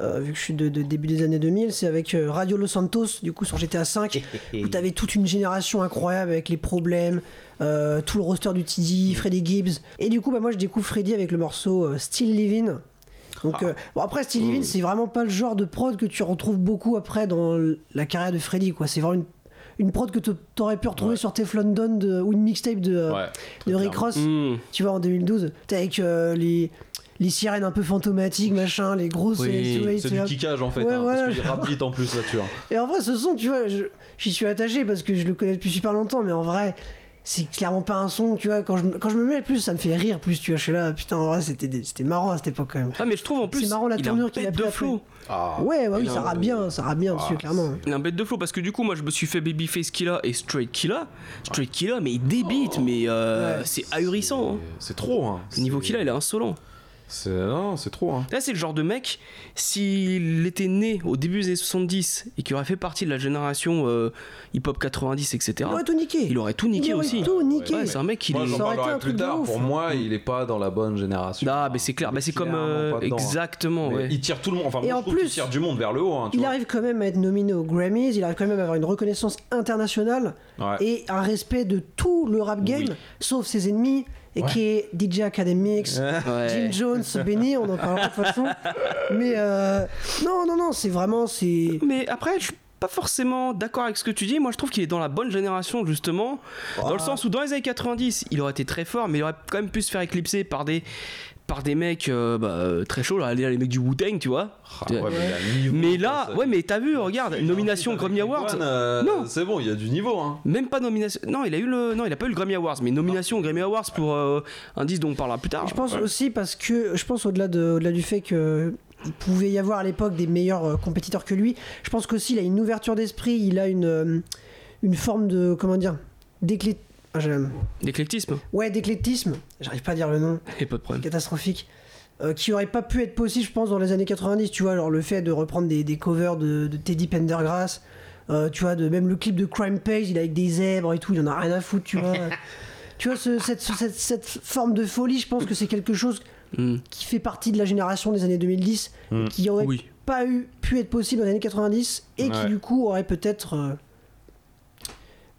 Speaker 2: euh, vu que je suis de, de début des années 2000, c'est avec euh, Radio Los Santos du coup sur GTA 5 où t'avais toute une génération incroyable avec les problèmes, euh, tout le roster du TD, Freddie Gibbs. Et du coup, bah moi je découvre Freddie avec le morceau euh, Still Living. Donc
Speaker 3: Ah.
Speaker 2: euh, bon après Still
Speaker 3: Mmh.
Speaker 2: Living c'est vraiment pas le genre de prod que tu retrouves beaucoup après dans l- la carrière de Freddy quoi. C'est vraiment une une prod que t- t'aurais pu retrouver
Speaker 3: Ouais.
Speaker 2: sur Teflon Don de- ou une mixtape de, euh,
Speaker 3: Ouais,
Speaker 2: de
Speaker 3: très
Speaker 2: Rick
Speaker 3: clairement.
Speaker 2: Ross,
Speaker 1: Hmm.
Speaker 2: tu vois, en 2012. T'es avec euh, les, les sirènes un peu fantomatiques, machin, les grosses.
Speaker 1: Oui,
Speaker 2: tu vois,
Speaker 3: C'est
Speaker 2: tu
Speaker 3: du
Speaker 2: vois.
Speaker 3: kickage en fait,
Speaker 2: Ouais,
Speaker 3: hein,
Speaker 2: voilà.
Speaker 3: parce qu'il rappe vite en plus là-dessus. hein.
Speaker 2: Et en vrai, ce son, tu vois, je- j'y suis attaché parce que je le connais depuis super longtemps, mais en vrai. C'est clairement pas un son, tu vois. Quand je, me- quand je me mets plus, ça me fait rire plus, tu vois. Je suis là, putain, en vrai, c'était des- c'était marrant à cette époque quand même.
Speaker 1: Ah mais je trouve en plus
Speaker 2: C'est marrant la
Speaker 1: il a
Speaker 2: tournure
Speaker 1: un
Speaker 2: qu'il a
Speaker 1: bête
Speaker 2: pris
Speaker 1: de
Speaker 2: après.
Speaker 1: flow.
Speaker 2: ouais, ouais, oui, ça
Speaker 3: énorme,
Speaker 2: rappe
Speaker 3: euh,
Speaker 2: bien, ça rappe bien
Speaker 3: ah,
Speaker 2: dessus, clairement.
Speaker 1: Il a un bête de flow parce que du coup moi je me suis fait Babyface Killa et Straight Killa. Straight Killa mais il débite mais euh,
Speaker 2: Ouais.
Speaker 1: c'est ahurissant. hein.
Speaker 3: C'est trop. Hein.
Speaker 1: Le niveau
Speaker 3: C'est-
Speaker 1: qu'il a il est insolent.
Speaker 3: C'est... Non, c'est trop. Hein.
Speaker 1: Là c'est le genre de mec s'il était né au début des années 70 et qu'il aurait fait partie de la génération euh, hip hop 90 etc.
Speaker 2: Il aurait tout niqué.
Speaker 1: Il aurait tout niqué
Speaker 2: Il aurait
Speaker 1: aussi.
Speaker 2: tout niqué.
Speaker 1: Ouais, c'est un mec qui
Speaker 3: Moi,
Speaker 1: est...
Speaker 3: j'en
Speaker 2: Ça aurait été un
Speaker 3: parlerai
Speaker 2: truc
Speaker 3: plus
Speaker 2: de
Speaker 3: tard.
Speaker 2: ouf,
Speaker 3: Pour
Speaker 2: hein.
Speaker 3: moi, il est pas dans la bonne génération.
Speaker 1: Ah mais c'est clair, bah, c'est comme...
Speaker 3: Clairement
Speaker 1: euh,
Speaker 3: pas dedans, hein.
Speaker 1: exactement
Speaker 3: Mais
Speaker 1: ouais.
Speaker 3: Il tire tout le monde. Enfin,
Speaker 2: Et
Speaker 3: moi,
Speaker 2: en
Speaker 3: je trouve qu'il
Speaker 2: plus,
Speaker 3: tire du monde vers le haut. hein, tu
Speaker 2: Il
Speaker 3: vois.
Speaker 2: arrive quand même à être nominé aux Grammys, il arrive quand même à avoir une reconnaissance internationale
Speaker 3: Ouais.
Speaker 2: et un respect de tout le rap game,
Speaker 3: Oui.
Speaker 2: sauf ses ennemis, et qui est DJ Academics,
Speaker 1: Ouais.
Speaker 2: Jim Jones, Benny, on en parlera de toute façon. Mais euh, non, non, non, c'est vraiment. c'est
Speaker 1: Mais après, je suis pas forcément d'accord avec ce que tu dis. Moi, je trouve qu'il est dans la bonne génération, justement. Dans le sens où, dans les années 90, il aurait été très fort, mais il aurait quand même pu se faire éclipser par des, par des mecs euh, bah, euh, très chauds, là, les les mecs du Wu-Tang, tu vois.
Speaker 3: Ah, ouais, mais il a un niveau,
Speaker 1: Mais
Speaker 3: ça,
Speaker 1: là,
Speaker 3: ça-
Speaker 1: ouais, mais t'as vu, regarde, nomination
Speaker 3: Avec
Speaker 1: Grammy
Speaker 3: les
Speaker 1: Awards.
Speaker 3: douanes, euh,
Speaker 1: Non.
Speaker 3: C'est bon, il y a du niveau. Hein.
Speaker 1: Même pas nomination. Non, il a eu le. Non, il a pas eu le Grammy Awards, mais nomination au Grammy Awards pour euh, un disque dont on parlera plus tard.
Speaker 2: Je pense aussi parce que je pense au-delà de, au-delà du fait que il pouvait y avoir à l'époque des meilleurs euh, compétiteurs que lui. Je pense qu'aussi il a une ouverture d'esprit, il a une euh, une forme de comment dire d'éclé- ah, j'ai-
Speaker 1: L'éclectisme.
Speaker 2: Ouais, d'éclectisme. J'arrive pas à dire le nom.
Speaker 1: Et pas de problème.
Speaker 2: catastrophique. euh, qui aurait pas pu être possible, je pense, dans les années 90. Tu vois, genre le fait de reprendre des, des covers de, de Teddy Pendergrass, euh, tu vois, de même le clip de Crime Page, il est avec des zèbres et tout, il en a rien à foutre, tu vois. tu vois, ce- cette, ce- cette- cette forme de folie, je pense que c'est quelque chose
Speaker 1: Hmm.
Speaker 2: qui fait partie de la génération des années 2010, qui aurait
Speaker 1: Oui.
Speaker 2: pas eu, pu être possible dans les années 90 et qui
Speaker 3: Ouais.
Speaker 2: du coup aurait peut-être euh,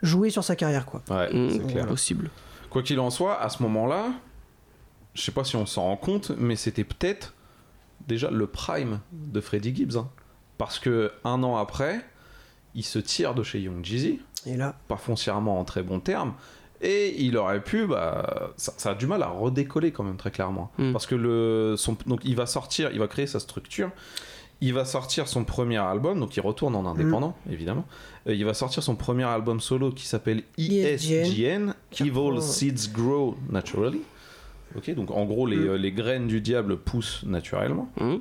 Speaker 2: joué sur sa carrière, quoi.
Speaker 3: Ouais,
Speaker 1: Mm.
Speaker 3: c'est clair.
Speaker 1: Possible.
Speaker 3: Quoi qu'il en soit, à ce moment-là, je sais pas si on s'en rend compte, mais c'était peut-être déjà le prime de Freddie Gibbs. hein. Parce que un an après, il se tire de chez Young Jeezy,
Speaker 2: Et là,
Speaker 3: pas foncièrement en très bons termes, et il aurait pu, bah, ça, ça a du mal à redécoller quand même très clairement.
Speaker 1: Mm.
Speaker 3: Parce que le, son, donc il va sortir, il va créer sa structure. Il va sortir son premier album, donc il retourne
Speaker 2: Hmm.
Speaker 3: en indépendant, évidemment. Euh, il va sortir son premier album solo qui s'appelle E
Speaker 2: ESGN.
Speaker 3: ESGN,
Speaker 2: Qui reprend, euh,
Speaker 3: Evil Seeds Grow Naturally. Ok, donc en gros, les,
Speaker 2: Mm.
Speaker 3: euh, les graines du diable poussent naturellement.
Speaker 1: Hmm.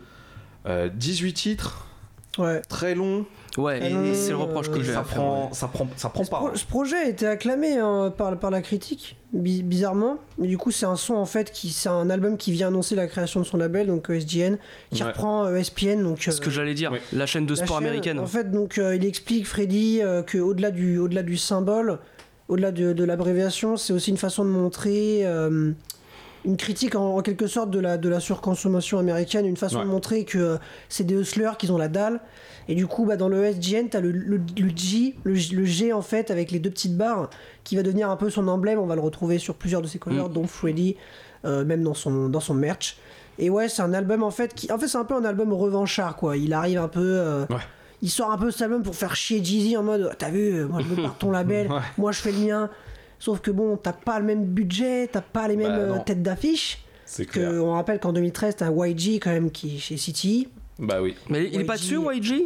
Speaker 3: Euh, 18 titres,
Speaker 2: ouais.
Speaker 3: très long,
Speaker 1: Ouais,
Speaker 2: Euh,
Speaker 1: et c'est le reproche que
Speaker 2: euh,
Speaker 1: j'ai
Speaker 3: ça
Speaker 1: à faire.
Speaker 3: prend, ça prend, ça prend
Speaker 2: Ce,
Speaker 3: pas.
Speaker 2: pro- ce projet a été acclamé hein, par, par la critique, bi- bizarrement. Mais du coup, c'est un son en fait qui, c'est un album qui vient annoncer la création de son label, donc euh, SGN, qui
Speaker 3: Ouais.
Speaker 2: reprend euh, SPN, donc. euh,
Speaker 1: Ce que j'allais dire,
Speaker 3: Ouais.
Speaker 1: la chaîne de
Speaker 2: la
Speaker 1: sport
Speaker 2: chaîne.
Speaker 1: américaine.
Speaker 2: En fait, donc euh, il explique Freddy euh, que au-delà du, au-delà du symbole, au-delà de, de l'abréviation, c'est aussi une façon de montrer. euh, une critique en, en quelque sorte de la, de la surconsommation américaine, une façon
Speaker 3: Ouais.
Speaker 2: de montrer que euh, c'est des hustlers qui ont la dalle. Et du coup, bah, dans le SGN, t'as le, le, le G, le, G- le G en fait, avec les deux petites barres, qui va devenir un peu son emblème. On va le retrouver sur plusieurs de ses covers, dont Freddy, euh, même dans son, dans son merch. Et ouais, c'est un album en fait qui. En fait, c'est un peu un album revanchard, quoi. Il arrive un peu. euh,
Speaker 3: Ouais.
Speaker 2: Il sort un peu cet album pour faire chier Jeezy en mode T'as vu, euh, moi je veux par ton label,
Speaker 3: Ouais.
Speaker 2: moi je fais le mien. Sauf que bon, t'as pas le même budget, t'as pas les mêmes
Speaker 3: Bah,
Speaker 2: euh,
Speaker 3: non.
Speaker 2: têtes d'affiche.
Speaker 3: C'est
Speaker 2: Que on rappelle qu'en 2013, t'as YG quand même qui est chez City.
Speaker 3: Bah oui.
Speaker 1: Mais il est pas
Speaker 2: YG.
Speaker 1: dessus, YG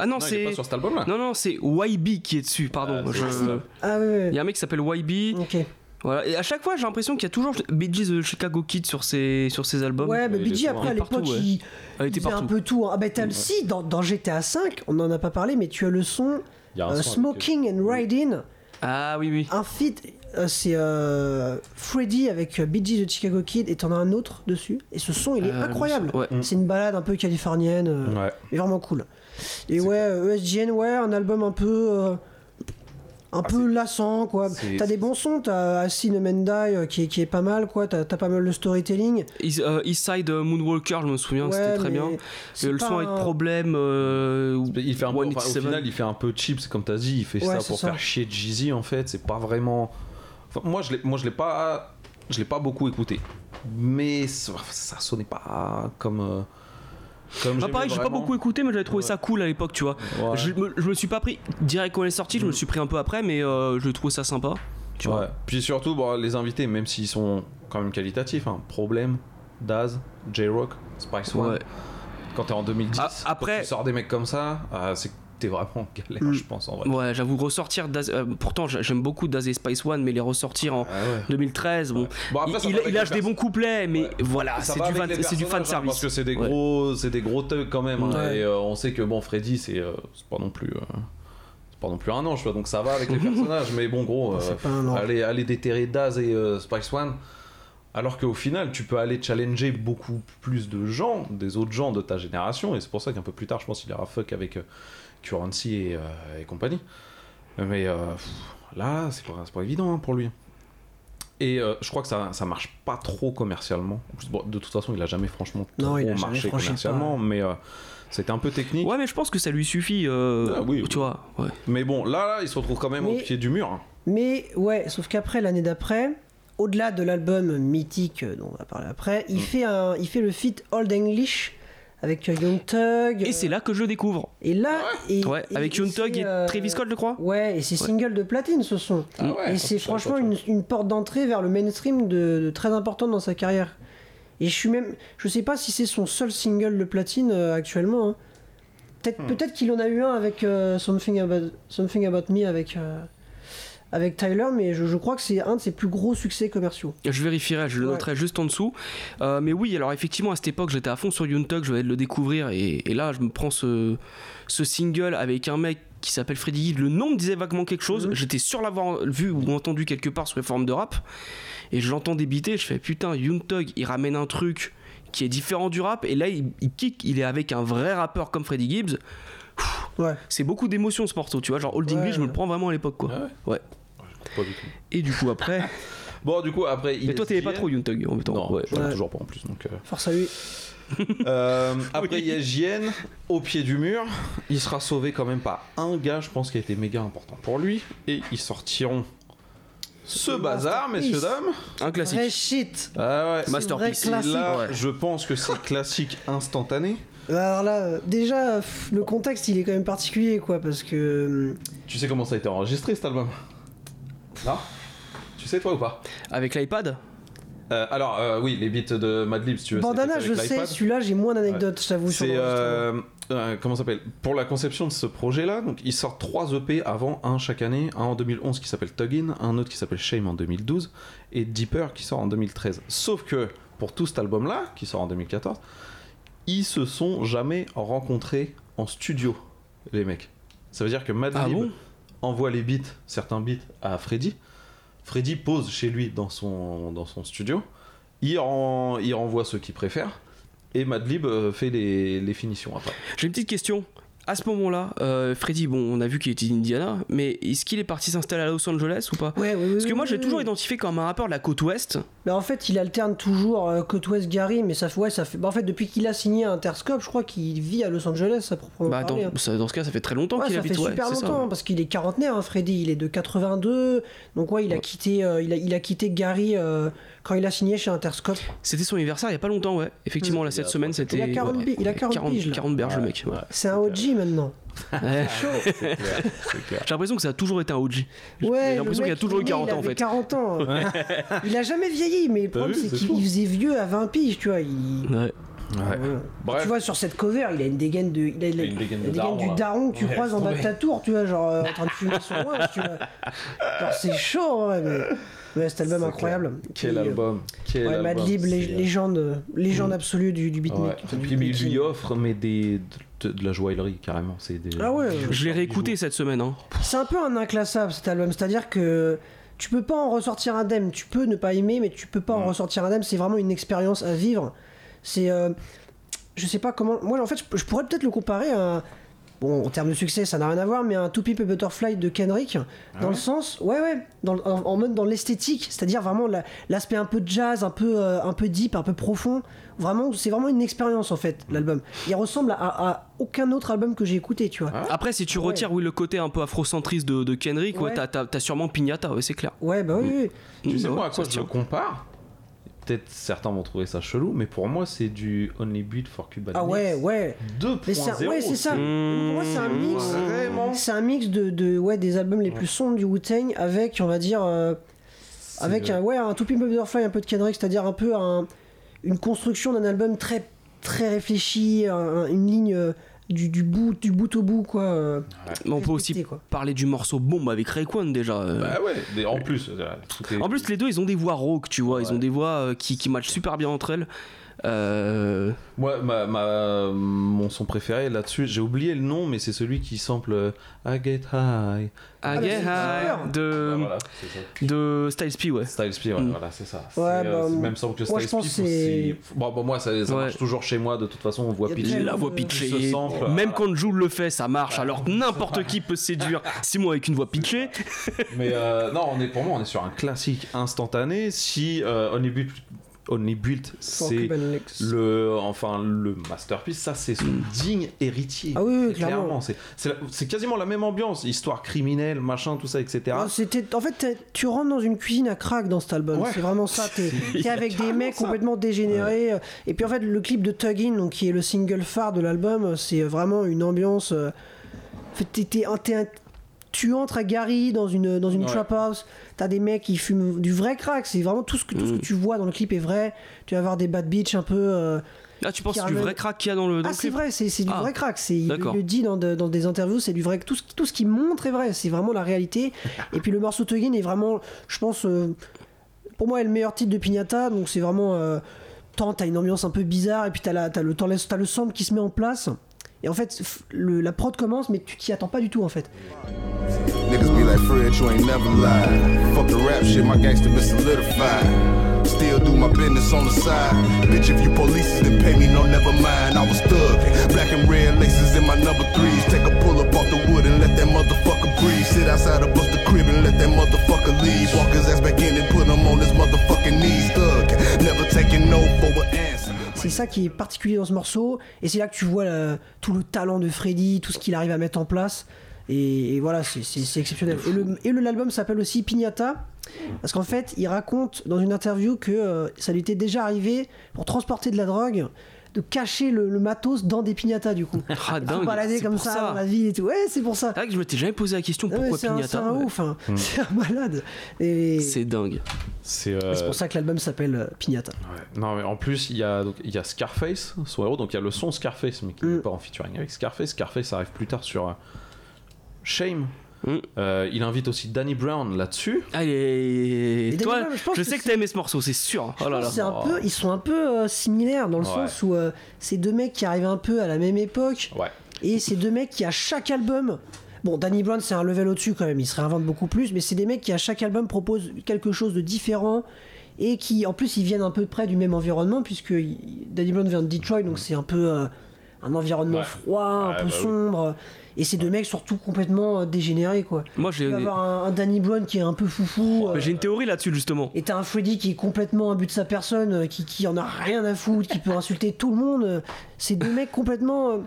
Speaker 1: Ah non,
Speaker 3: Non, il est
Speaker 1: c'est.
Speaker 3: pas sur cet album-là.
Speaker 1: Non, non, c'est YB qui est dessus, pardon.
Speaker 3: Ah, c'est
Speaker 1: Je-
Speaker 3: ça.
Speaker 2: Ah ouais,
Speaker 1: Il y
Speaker 2: ouais.
Speaker 1: a un mec qui s'appelle YB.
Speaker 2: Ok.
Speaker 1: Voilà. Et à chaque fois, j'ai l'impression qu'il y a toujours Bee Gees euh, Chicago Kid sur ses, sur ses albums.
Speaker 2: Ouais, mais
Speaker 3: il est
Speaker 2: BG
Speaker 3: souvent-
Speaker 2: après à
Speaker 1: Bah, il est
Speaker 2: l'époque,
Speaker 1: partout, ouais.
Speaker 2: il,
Speaker 1: Elle
Speaker 2: il
Speaker 1: était
Speaker 2: faisait un
Speaker 1: partout.
Speaker 2: peu tout. hein. Ah bah t'as le si, dans, dans GTA V, on en a pas parlé, mais tu as le son
Speaker 3: Il y a Ah, un
Speaker 2: euh,
Speaker 3: son avec-
Speaker 2: Smoking and Riding.
Speaker 1: Ah oui, oui.
Speaker 2: un feat, euh, c'est euh, Freddy avec euh, Bee Gees de Chicago Kid et t'en as un autre dessus. Et ce son, il est
Speaker 1: Euh,
Speaker 2: incroyable.
Speaker 1: ouais.
Speaker 2: C'est une balade un peu californienne, euh,
Speaker 3: Ouais.
Speaker 2: mais vraiment cool. Et ouais, euh, ESGN, ouais, un album un peu. euh, un peu lassant, quoi.
Speaker 3: c'est-
Speaker 2: T'as des bons sons, t'as Asin Mendai euh, qui, est- qui est pas mal, quoi. T'as t'as pas mal le storytelling.
Speaker 1: Is- euh, Eastside euh, Moonwalker, je me souviens,
Speaker 2: Ouais,
Speaker 1: c'était très
Speaker 2: mais
Speaker 1: bien.
Speaker 2: c'est
Speaker 1: Euh, le
Speaker 2: pas
Speaker 1: son avec
Speaker 2: un-
Speaker 1: problème. euh,
Speaker 3: Il fait un peu, enfin, au
Speaker 1: 187.
Speaker 3: final, il fait un peu cheap, c'est comme t'as dit, il fait
Speaker 2: Ouais,
Speaker 3: ça
Speaker 2: c'est
Speaker 3: pour
Speaker 2: ça.
Speaker 3: faire chier Jeezy en fait, c'est pas vraiment. Enfin, moi je l'ai, moi je l'ai pas, je l'ai pas beaucoup écouté, mais ça, ça sonnait pas comme. euh, comme
Speaker 1: Ah, pareil, j'ai pas beaucoup écouté, mais j'avais trouvé ça cool à l'époque, tu vois.
Speaker 3: Ouais. Mm.
Speaker 1: Je, me, je me suis pas pris direct quand elle est sortie, je me suis pris un peu après, mais euh, je trouvais ça sympa. Tu vois.
Speaker 3: Puis surtout, bon, les invités, même s'ils sont quand même qualitatifs, hein, problème, Daz, J-Rock, Spice One.
Speaker 1: Ouais.
Speaker 3: Quand t'es en 2010,
Speaker 1: Ah, après- Mm.
Speaker 3: quand tu sors des mecs comme ça, euh, c'est que t'es vraiment en galère, je pense en vrai.
Speaker 1: Ouais, j'avoue, ressortir. Daz- euh, pourtant, j'a- j'aime beaucoup Daz et Spice One, mais les ressortir en
Speaker 3: Ah ouais.
Speaker 1: 2013, bon.
Speaker 3: Bon, après, ça
Speaker 1: il,
Speaker 3: va avec
Speaker 1: il
Speaker 3: les
Speaker 1: lâche des
Speaker 3: perso-
Speaker 1: bons couplets, mais
Speaker 3: Ouais.
Speaker 1: voilà,
Speaker 3: Ça
Speaker 1: c'est
Speaker 3: va
Speaker 1: du,
Speaker 3: avec
Speaker 1: fan,
Speaker 3: les
Speaker 1: c'est du
Speaker 3: personnages, hein,
Speaker 1: fan service.
Speaker 3: Parce que c'est des
Speaker 1: Ouais.
Speaker 3: gros, c'est des gros thugs quand même. hein,
Speaker 2: Ouais.
Speaker 3: Et euh, on sait que bon, Freddy, c'est euh, c'est pas non plus, euh, c'est pas non plus un ange, quoi, donc ça va avec les personnages. Mais bon, gros, euh,
Speaker 2: C'est pas un ange.
Speaker 3: aller, aller déterrer Daz et euh, Spice One. Alors qu'au final, tu peux aller challenger beaucoup plus de gens, des autres gens de ta génération, et c'est pour ça qu'un peu plus tard, je pense, il ira fuck avec euh, Currency et, euh, et compagnie. Mais euh, pff, là, c'est pas, c'est pas évident hein, pour lui. Et euh, je crois que ça, ça marche pas trop commercialement. En plus, bon, de toute façon, il a jamais franchement
Speaker 2: Non,
Speaker 3: trop
Speaker 2: il a jamais
Speaker 3: marché
Speaker 2: franchi le pas.
Speaker 3: commercialement, mais euh, c'était un peu technique.
Speaker 1: Ouais, mais je pense que ça lui suffit. euh,
Speaker 3: Ah oui, oui.
Speaker 1: Tu vois, ouais.
Speaker 3: Mais bon, là, là, il se retrouve quand même au
Speaker 2: Mais-
Speaker 3: pied du mur. hein.
Speaker 2: Mais ouais, sauf qu'après, l'année d'après, au-delà de l'album mythique euh, dont on va parler après,
Speaker 1: Mm.
Speaker 2: il, fait, un, il fait le feat Old English avec euh, Young Thug. euh,
Speaker 1: Et c'est là que je le découvre.
Speaker 2: Et là, et-
Speaker 1: Ouais,
Speaker 2: et-
Speaker 1: avec
Speaker 2: et
Speaker 1: Young
Speaker 2: c'est,
Speaker 1: Thug et
Speaker 2: euh,
Speaker 1: Travis Scott, je crois.
Speaker 2: Ouais, et c'est
Speaker 1: Ouais.
Speaker 2: single de platine ce son.
Speaker 3: Ah ouais,
Speaker 2: et
Speaker 3: je
Speaker 2: c'est
Speaker 3: savais pas,
Speaker 2: franchement
Speaker 3: tu vois.
Speaker 2: une, une porte d'entrée vers le mainstream de, de très importante dans sa carrière. Et je suis même, je sais pas si c'est son seul single de platine euh, actuellement. hein. Peut-être,
Speaker 3: Hmm.
Speaker 2: peut-être qu'il en a eu un avec euh, Something About Something About Me avec euh, avec Tyler, mais je, je crois que c'est un de ses plus gros succès commerciaux.
Speaker 1: Je vérifierai, je le
Speaker 2: Ouais.
Speaker 1: noterai juste en dessous. Euh, mais oui, alors effectivement, à cette époque, j'étais à fond sur Young Thug, je vais le découvrir. Et, et là, je me prends ce, ce single avec un mec qui s'appelle Freddy Gibbs. Le nom me disait vaguement quelque chose. J'étais sûr l'avoir vu ou entendu quelque part sous les formes de rap. Et je l'entends débiter. Je fais putain, Young Thug, il ramène un truc qui est différent du rap. Et là, il, il kick, il est avec un vrai rappeur comme Freddie Gibbs.
Speaker 2: Ouais.
Speaker 1: C'est beaucoup d'émotions ce morceau, tu vois. Genre Old
Speaker 2: Ouais,
Speaker 1: English, je me
Speaker 2: ouais.
Speaker 1: le prends vraiment à l'époque, quoi.
Speaker 3: Ah
Speaker 1: ouais.
Speaker 3: Pas du tout.
Speaker 1: Et du coup, après.
Speaker 3: Bon, du coup, après.
Speaker 1: Mais toi, t'aimais pas trop
Speaker 3: du
Speaker 1: Young Thug en même temps.
Speaker 3: Non,
Speaker 1: ouais.
Speaker 3: je l'aime
Speaker 2: Ouais.
Speaker 3: toujours pas en plus. Donc, euh,
Speaker 2: Force à lui.
Speaker 3: Euh, après ISJN, au pied du mur, il sera sauvé quand même par un gars, je pense, qui a été méga important pour lui. Et ils sortiront ce
Speaker 2: Le
Speaker 3: bazar,
Speaker 2: masterpiece.
Speaker 3: messieurs, dames.
Speaker 1: Un classique.
Speaker 2: Vrai shit.
Speaker 3: Ah ouais,
Speaker 2: C'est
Speaker 1: Masterpiece.
Speaker 2: Vrai classique.
Speaker 3: Là,
Speaker 1: Ouais.
Speaker 3: je pense que c'est classique instantané.
Speaker 2: Alors là, euh, déjà, pff, le contexte, il est quand même particulier, quoi, parce que. hum,
Speaker 3: Tu sais comment ça a été enregistré cet album Non Tu sais toi ou pas
Speaker 1: Avec l'iPad
Speaker 3: Euh, Alors euh, oui, les beats de Madlib, si tu veux. c'était
Speaker 2: Bandana,
Speaker 3: fait
Speaker 2: je
Speaker 3: avec
Speaker 2: sais,
Speaker 3: l'iPad.
Speaker 2: celui-là, j'ai moins d'anecdotes, je t'avoue. sur
Speaker 3: C'est
Speaker 2: l'enregistrement.
Speaker 3: euh, euh, comment ça s'appelle pour la conception de ce projet-là. Donc ils sortent trois EP avant un chaque année, un en 2011 qui s'appelle Tuggin, un autre qui s'appelle Shame en 2012 et Deeper qui sort en 2013. Sauf que pour tout cet album-là qui sort en 2014, ils se sont jamais rencontrés en studio les mecs. Ça veut dire que Madlib
Speaker 1: Ah bon
Speaker 3: envoie les beats, certains beats à Freddy. Freddy pose chez lui dans son dans son studio. Il, ren- il renvoie ceux qu'il préfère. Et Madlib euh, fait les, les finitions après.
Speaker 1: J'ai une petite question. À ce moment-là, euh, Freddy, bon, on a vu qu'il était d'Indiana, mais est-ce qu'il est parti s'installer à Los Angeles ou pas
Speaker 2: Ouais, oui, oui,
Speaker 1: Parce que moi,
Speaker 2: oui,
Speaker 1: j'ai
Speaker 2: oui,
Speaker 1: toujours
Speaker 2: oui.
Speaker 1: identifié comme un rappeur de la côte ouest.
Speaker 2: Bah, en fait, il alterne toujours euh, côte ouest Gary, mais ça fait, ouais, ça fait. bah, en fait, depuis qu'il a signé à Interscope, je crois qu'il vit à Los Angeles, à proprement
Speaker 1: Bah, dans,
Speaker 2: parler. hein.
Speaker 1: ça- dans ce cas, ça fait très longtemps
Speaker 2: Ouais,
Speaker 1: qu'il
Speaker 2: ça
Speaker 1: habite
Speaker 2: fait
Speaker 1: ouais,
Speaker 2: super
Speaker 1: c'est ça.
Speaker 2: longtemps parce qu'il est quarantenaire, hein, Freddy. Il est de 82, donc ouais, il a
Speaker 1: Ouais.
Speaker 2: quitté, euh, il, a, il a quitté Gary euh, quand il a signé chez Interscope.
Speaker 1: C'était son anniversaire il y a pas longtemps, ouais. Effectivement, là, cette semaine, c'était.
Speaker 2: Il a 40 bi- il a 40 piges, là.
Speaker 1: 40 berges, le mec. ouais.
Speaker 2: C'est un OG maintenant.
Speaker 1: Ouais.
Speaker 3: C'est clair, c'est clair.
Speaker 1: J'ai l'impression que ça a toujours été un OG.
Speaker 2: Ouais,
Speaker 1: J'ai
Speaker 2: le
Speaker 1: l'impression qu'il
Speaker 2: mec,
Speaker 1: a toujours eu
Speaker 2: il
Speaker 1: 40
Speaker 2: avait
Speaker 1: ans en fait.
Speaker 2: 40 ans. Il a jamais vieilli, mais le
Speaker 3: T'as
Speaker 2: problème
Speaker 3: vu,
Speaker 2: c'est
Speaker 3: Bah c'est
Speaker 2: qu'il
Speaker 3: fou.
Speaker 2: il faisait vieux à 20 piges, tu vois. il-
Speaker 1: Ouais.
Speaker 3: Ouais.
Speaker 2: Voilà.
Speaker 3: Bref.
Speaker 2: Tu vois, sur cette cover, il a une dégaine de. Il a, il a-
Speaker 3: Une dégaine de
Speaker 2: la
Speaker 3: daron, là.
Speaker 2: du daron que tu
Speaker 3: Ouais,
Speaker 2: croises en bas de
Speaker 3: ouais.
Speaker 2: ta tour, tu vois, genre euh, en train de fumer son orange, tu vois. Genre, c'est chaud, ouais, mais. mais cet album
Speaker 3: C'est
Speaker 2: incroyable.
Speaker 3: Quel
Speaker 2: Puis, euh,
Speaker 3: album Quel
Speaker 2: Ouais,
Speaker 3: album
Speaker 2: Madlib,
Speaker 3: c'est- Mm.
Speaker 2: lég- légende, euh, légende absolue du, du
Speaker 3: Ouais.
Speaker 2: beatmaking.
Speaker 3: Et
Speaker 2: du
Speaker 3: puis, mais il lui
Speaker 2: beatmaking.
Speaker 3: offre mais des, de, de la joaillerie carrément. C'est des...
Speaker 2: Ah ouais,
Speaker 1: Je l'ai réécouté cette semaine. Hein.
Speaker 2: c'est un peu un inclassable cet album, c'est-à-dire que tu peux pas en ressortir indemne, tu peux ne pas aimer, mais tu peux pas en ressortir indemne, c'est vraiment une expérience à vivre. C'est. euh, je sais pas comment. Moi en fait, je, je pourrais peut-être le comparer à. Bon, en termes de succès, ça n'a rien à voir, mais un To Pimp a Butterfly de Kendrick, dans le sens, ouais, ouais, dans, le- en, en mode dans l'esthétique, c'est-à-dire vraiment la- l'aspect un peu jazz, un peu, euh, un peu deep, un peu profond. Vraiment, c'est vraiment une expérience en fait, l'album. Il ressemble à, à aucun autre album que j'ai écouté, tu vois.
Speaker 1: Après, si tu retires oui, le côté un peu afrocentriste de, de Kendrick, ouais,
Speaker 2: Ouais.
Speaker 1: t'as- t'as t'as sûrement Pignata, ouais, c'est clair.
Speaker 2: Ouais, bah oui, oui.
Speaker 3: Tu sais
Speaker 1: Ouais,
Speaker 3: moi à quoi
Speaker 1: ça se
Speaker 3: je le
Speaker 1: tient.
Speaker 3: compare Peut-être certains vont trouver ça chelou, mais pour moi c'est du Only Beat for Cuban
Speaker 2: Ah ouais,
Speaker 3: Links
Speaker 2: ouais. Mais c'est
Speaker 3: 2.0.
Speaker 2: un- ouais, c'est ça. Pour moi, c'est un mix.
Speaker 3: Vraiment.
Speaker 2: C'est un mix de, de- ouais, des albums les plus sombres du Wu-Tang avec, on va dire, euh, avec
Speaker 3: le-
Speaker 2: un, ouais, un To Pimp a Butterfly un peu de Kendrick, c'est-à-dire un peu un- une construction d'un album très, très réfléchi, un- un- une ligne euh, du, du, bout, du bout au bout, quoi. euh.
Speaker 1: Mais on peut aussi
Speaker 2: Respecté, quoi.
Speaker 1: parler du morceau bombe avec Rayquan déjà. euh.
Speaker 3: Bah ouais, des- en plus. euh, tout est-
Speaker 1: en plus, les deux, ils ont des voix rauques, tu vois. Ils ont des voix euh, qui, qui matchent super bien entre elles. Euh,
Speaker 3: Moi, ma, ma- mon son préféré là-dessus, j'ai oublié le nom, mais c'est celui qui sample euh, I Get High.
Speaker 1: I
Speaker 2: Ah, mais
Speaker 1: get high
Speaker 2: c'est super.
Speaker 1: euh, de,
Speaker 3: Ah, voilà, c'est ça.
Speaker 1: de Styles P, ouais.
Speaker 3: Style Spy, ouais,
Speaker 1: Mm.
Speaker 3: voilà, c'est ça. c'est
Speaker 2: Ouais,
Speaker 3: euh,
Speaker 2: bah,
Speaker 3: c'est le même sample que
Speaker 2: moi,
Speaker 3: Style
Speaker 2: je pense
Speaker 3: Spy,
Speaker 2: que
Speaker 3: c'est- Bon, bon, moi, ça, ça
Speaker 1: Ouais.
Speaker 3: marche toujours chez moi, de toute façon, on voit
Speaker 2: Y a
Speaker 3: Pidgey.
Speaker 2: tellement
Speaker 1: La voix
Speaker 2: Ce
Speaker 1: pitchée.
Speaker 3: sample,
Speaker 1: Même
Speaker 3: voilà.
Speaker 1: quand Jules le fait, ça marche. Alors que n'importe qui peut séduire Simon avec une voix pitchée.
Speaker 3: Mais euh, non, on est, pour moi, on est sur un classique instantané. Si euh, Only Built, Only Built
Speaker 2: Pour
Speaker 3: c'est
Speaker 2: Cuban Links.
Speaker 3: le, enfin, le masterpiece, ça, c'est son digne héritier.
Speaker 2: Mm. Ah oui, oui,
Speaker 3: C'est
Speaker 2: clairement.
Speaker 3: c'est- C'est la- c'est quasiment la même ambiance, histoire criminelle, machin, tout ça, etc.
Speaker 2: Ah, c'était- en fait, t'es- tu rentres dans une cuisine à crack dans cet album.
Speaker 3: Ouais.
Speaker 2: C'est vraiment ça. T'es
Speaker 3: Il y
Speaker 2: t'es
Speaker 3: a
Speaker 2: avec des
Speaker 3: carrément
Speaker 2: mecs
Speaker 3: ça.
Speaker 2: complètement dégénérés. euh, Et puis en fait, le clip de Tuggin, donc qui est le single phare de l'album, euh, c'est vraiment une ambiance. euh, en fait, t'es- t'es- t'es un- tu entres à Gary dans une dans une
Speaker 3: Ouais.
Speaker 2: trap house. T'as des mecs qui fument du vrai crack. C'est vraiment tout ce que tout ce
Speaker 3: Mm.
Speaker 2: que tu vois dans le clip est vrai. Tu vas avoir des bad bitch un peu. euh,
Speaker 1: Là, Ah, tu penses
Speaker 2: Qui
Speaker 1: du vrai
Speaker 2: ramène-
Speaker 1: crack qu'il y a dans le. Dans
Speaker 2: ah,
Speaker 1: le
Speaker 2: c'est
Speaker 1: clip
Speaker 2: vrai, c'est c'est du
Speaker 1: euh, Ah.
Speaker 2: vrai crack. c'est- Il
Speaker 1: D'accord.
Speaker 2: le dit dans, de- dans des interviews, c'est du vrai. Tout ce, qui- tout ce qu'il montre est vrai, c'est vraiment la réalité. Et puis le morceau Tuggin est vraiment, je pense, euh, pour moi, est le meilleur titre de Pignata. Donc c'est vraiment. euh, tant, t'as une ambiance un peu bizarre, et puis t'as la- t'as le, t'as le, t'as le sample qui se met en place. Et en fait, f- le- la prod commence, mais tu t'y attends pas du tout en fait.
Speaker 4: Niggas be like, Fred, you ain't never lied. Fuck the rap shit, my gangster been solidified.
Speaker 5: still do my business on the side. Bitch, if you police, then pay me, no, never mind. I was thugging. Black and red laces in my number threes. Take a pull up off the wood and let that motherfucker breathe. Sit outside the bus, the crib, and let that motherfucker leave. Walk his ass back in and put him on his motherfucking knees. Thugging. Never taking no for an answer.
Speaker 2: C'est ça qui est particulier dans ce morceau, et c'est là que tu vois euh, tout le talent de Freddy, tout ce qu'il arrive à mettre en place, et, et voilà, c'est- c'est c'est exceptionnel. Et le- Et le- l'album s'appelle aussi Pignata, parce qu'en fait, il raconte dans une interview que euh, ça lui était déjà arrivé pour transporter de la drogue de cacher le, le matos dans des pignatas du coup.
Speaker 1: Ah,
Speaker 2: Pour
Speaker 1: dingue,
Speaker 2: balader
Speaker 1: c'est
Speaker 2: comme
Speaker 1: pour
Speaker 2: ça,
Speaker 1: ça.
Speaker 2: dans la ville et tout. Ouais, c'est pour ça.
Speaker 1: C'est vrai que je m'étais jamais posé la question
Speaker 2: Ah ouais,
Speaker 1: pourquoi
Speaker 2: c'est un, c'est
Speaker 1: Pignata.
Speaker 2: un
Speaker 1: ouais. Mm.
Speaker 2: ouf, hein. c'est un malade. Et
Speaker 1: C'est dingue.
Speaker 3: C'est euh,
Speaker 2: c'est pour ça que l'album s'appelle euh, Pignata.
Speaker 3: ouais. Non, mais en plus, il y, a, donc, il y a Scarface, son héros, donc il y a le son Scarface, mais qui n'est
Speaker 2: Mm.
Speaker 3: pas en featuring avec Scarface. Scarface arrive plus tard sur euh, Shame.
Speaker 1: Mm.
Speaker 3: Euh, il invite aussi Danny Brown là-dessus.
Speaker 1: Allez,
Speaker 2: Mais
Speaker 1: toi,
Speaker 2: Daniel, je
Speaker 1: je,
Speaker 2: pense que
Speaker 1: sais que
Speaker 2: c'est-
Speaker 1: t'as aimé ce morceau, c'est sûr. Oh
Speaker 2: Je
Speaker 1: là
Speaker 2: pense
Speaker 1: là.
Speaker 2: que c'est un peu, ils sont un peu euh, similaires dans le
Speaker 3: Ouais.
Speaker 2: sens où euh, c'est deux mecs qui arrivent un peu à la même époque
Speaker 3: Ouais.
Speaker 2: et c'est deux mecs qui à chaque album. Bon, Danny Brown c'est un level au-dessus quand même, il se réinvente beaucoup plus, mais c'est des mecs qui à chaque album proposent quelque chose de différent et qui en plus ils viennent un peu près du même environnement puisque il- Danny Brown vient de Detroit donc c'est un peu euh, un environnement
Speaker 3: Ouais.
Speaker 2: froid, un
Speaker 3: Ouais,
Speaker 2: peu
Speaker 3: bah oui.
Speaker 2: sombre. Et c'est deux mecs surtout complètement euh, dégénérés quoi.
Speaker 1: Moi,
Speaker 2: Tu
Speaker 1: j'ai
Speaker 2: vas avoir un, un Danny Brown qui est un peu foufou. euh,
Speaker 1: mais j'ai une théorie là-dessus, justement.
Speaker 2: et t'as un Freddy qui est complètement imbu de sa personne, euh, qui, qui en a rien à foutre, qui peut insulter tout le monde. euh, C'est deux mecs complètement. euh,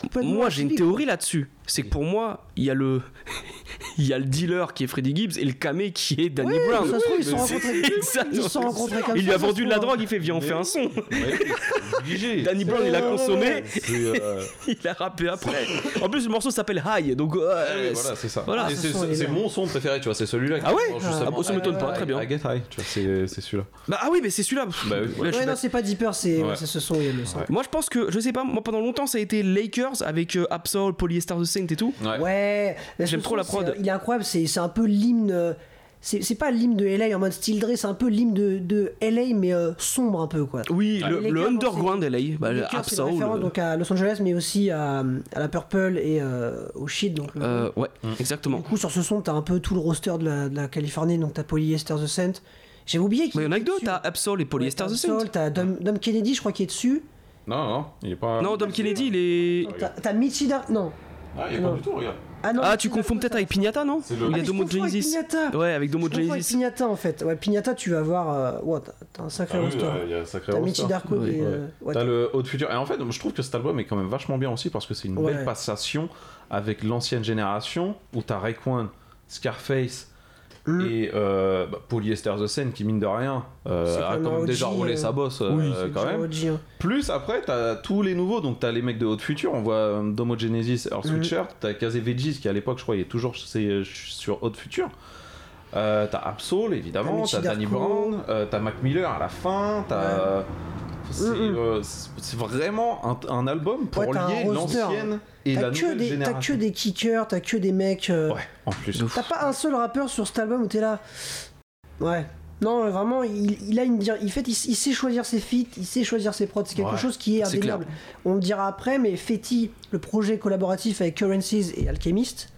Speaker 2: complètement
Speaker 1: Moi, j'ai une
Speaker 2: atypiques.
Speaker 1: théorie là-dessus. C'est que pour moi, il y a le. Il y a le dealer qui est Freddy Gibbs et le camé qui est Danny
Speaker 2: Ouais,
Speaker 1: Brown.
Speaker 2: ça se trouve, ils se sont
Speaker 1: C'est-
Speaker 2: rencontrés-
Speaker 1: Exactement.
Speaker 2: ils se sont rencontrés comme
Speaker 1: Il lui
Speaker 2: ça,
Speaker 1: a
Speaker 2: ça
Speaker 1: vendu
Speaker 2: se
Speaker 1: de la
Speaker 2: trouve, hein.
Speaker 1: drogue, il fait viens, on fait un son.
Speaker 3: Ouais, c'est obligé. euh,
Speaker 1: Danny Brown, il a consommé,
Speaker 3: C'est, euh,
Speaker 1: il a rappé après. En plus, le morceau s'appelle High, donc. euh,
Speaker 3: Ouais, Ah, voilà, c'est ça.
Speaker 1: Voilà.
Speaker 3: Et
Speaker 2: Ce
Speaker 3: c'est-
Speaker 2: sont
Speaker 3: c'est
Speaker 2: les
Speaker 3: c'est
Speaker 2: mêmes.
Speaker 3: mon son préféré, tu vois, c'est celui-là.
Speaker 1: Ah ouais
Speaker 3: qui- justement,
Speaker 1: Ah bon, ça m'étonne pas,
Speaker 3: I-
Speaker 1: très bien.
Speaker 3: I get high, tu vois, c'est c'est celui-là.
Speaker 1: Bah, ah oui, mais c'est celui-là. Pff,
Speaker 3: Bah oui,
Speaker 1: là, je
Speaker 3: ouais.
Speaker 1: suis
Speaker 2: Ouais, non,
Speaker 1: d'accord.
Speaker 2: c'est pas Deeper, c'est
Speaker 3: Ouais.
Speaker 2: ouais, c'est ce son, il y a le son.
Speaker 1: Moi, je pense que, je sais pas, moi pendant longtemps, ça a été Lakers avec euh, Absol, Polyester the Saint et tout.
Speaker 2: Ouais, mais ce
Speaker 1: J'aime trop
Speaker 2: son,
Speaker 1: la
Speaker 2: c'est-
Speaker 1: prod.
Speaker 2: Il est incroyable, c'est c'est un peu l'hymne. euh, C'est c'est pas l'hymne de LA en mode style Dre, c'est un peu l'hymne de, de LA, mais euh, sombre un peu quoi.
Speaker 1: Oui, le,
Speaker 2: Ah, Les
Speaker 1: le
Speaker 2: Lakers,
Speaker 1: underground LA, bah,
Speaker 2: Lakers, c'est une
Speaker 1: Absol.
Speaker 2: référence
Speaker 1: euh,
Speaker 2: donc à Los Angeles, mais aussi à, à la Purple et euh, au Shit. Donc, le-
Speaker 1: euh, ouais,
Speaker 3: Hum.
Speaker 1: exactement.
Speaker 2: Du coup, sur ce son, t'as un peu tout le roster de la, de la Californie, donc t'as Polyester the Saint. J'ai oublié qu'il
Speaker 1: Mais Bah, il y en a
Speaker 2: était
Speaker 1: que deux,
Speaker 2: dessus.
Speaker 1: t'as Absol et Polyester
Speaker 2: Ouais,
Speaker 1: the
Speaker 2: t'as
Speaker 1: Saint.
Speaker 2: Sol, T'as Dom, Dom Kennedy, je crois, qui est dessus.
Speaker 3: Non, non, il est pas.
Speaker 1: Non, Dom Kennedy, il est.
Speaker 2: T'as t'as Mitchie Dar- Non.
Speaker 3: Ah, il est
Speaker 2: Non.
Speaker 3: pas du tout, regarde.
Speaker 2: Ah, non,
Speaker 1: Ah,
Speaker 2: Mitchie
Speaker 1: tu
Speaker 2: Dar-
Speaker 1: confonds peut-être avec Pignata, non
Speaker 3: C'est le-
Speaker 1: Ou Il y
Speaker 2: Ah,
Speaker 1: a
Speaker 2: mais
Speaker 1: Domo
Speaker 2: je confonds avec
Speaker 1: Genesis.
Speaker 2: Pignata.
Speaker 1: Ouais, avec Domo
Speaker 2: Je confonds avec
Speaker 1: Genesis.
Speaker 2: Pignata, en fait. Ouais, Pignata, tu vas voir. euh, ouah, t'as- t'as un sacré
Speaker 3: Ah oui,
Speaker 2: roster.
Speaker 3: ouais, il y a un sacré
Speaker 2: T'as
Speaker 3: roster.
Speaker 2: Mitchie Darko
Speaker 1: Ouais,
Speaker 2: et,
Speaker 3: ouais.
Speaker 2: euh, ouais,
Speaker 3: T'as le Haut de Futur. Et en fait, je trouve que cet album est quand même vachement bien aussi parce que c'est une
Speaker 2: Ouais.
Speaker 3: belle passation avec l'ancienne génération où t'as Raekwon, Scarface
Speaker 2: Mm.
Speaker 3: et euh, bah, Polyester The Sen qui, mine de rien,
Speaker 2: C'est
Speaker 3: euh,
Speaker 2: quand
Speaker 3: a
Speaker 2: même
Speaker 3: quand
Speaker 2: un
Speaker 3: même
Speaker 2: OG,
Speaker 3: déjà roulé
Speaker 2: euh,
Speaker 3: sa bosse euh,
Speaker 2: oui,
Speaker 3: quand
Speaker 2: c'est
Speaker 3: même.
Speaker 2: OG, hein.
Speaker 3: Plus après, t'as tous les nouveaux, donc t'as les mecs de Haute Future, on voit euh, Domo Genesis, Earth
Speaker 2: Mhm.
Speaker 3: Sweatshirt, t'as Kazevegis qui à l'époque, je crois, il est toujours chez- sur Haute Future. Euh, t'as Absol
Speaker 2: T'as
Speaker 3: évidemment,
Speaker 2: Michi
Speaker 3: t'as Danny
Speaker 2: Darko.
Speaker 3: Brown, euh, t'as Mac Miller à la fin, t'as. euh, C'est
Speaker 2: Mhm.
Speaker 3: euh, c'est- c'est vraiment un, un album pour
Speaker 2: Ouais, t'as un
Speaker 3: lier
Speaker 2: roster. hein.
Speaker 3: l'ancienne et
Speaker 2: T'as
Speaker 3: la
Speaker 2: que,
Speaker 3: nouvelle
Speaker 2: des- t'as que
Speaker 3: génération.
Speaker 2: des kickers, t'as que des mecs. euh,
Speaker 3: Ouais, en plus.
Speaker 2: T'as pas un seul rappeur sur cet album où t'es là. Ouais. Non, euh, vraiment, il, il a une. dire- Il, fait, il, il sait choisir ses feats, il sait choisir ses prods. C'est quelque
Speaker 3: Ouais,
Speaker 2: chose qui est
Speaker 1: c'est clair.
Speaker 2: indéniable. On le dira après, mais Fetty, le projet collaboratif avec Currencies et Alchemist,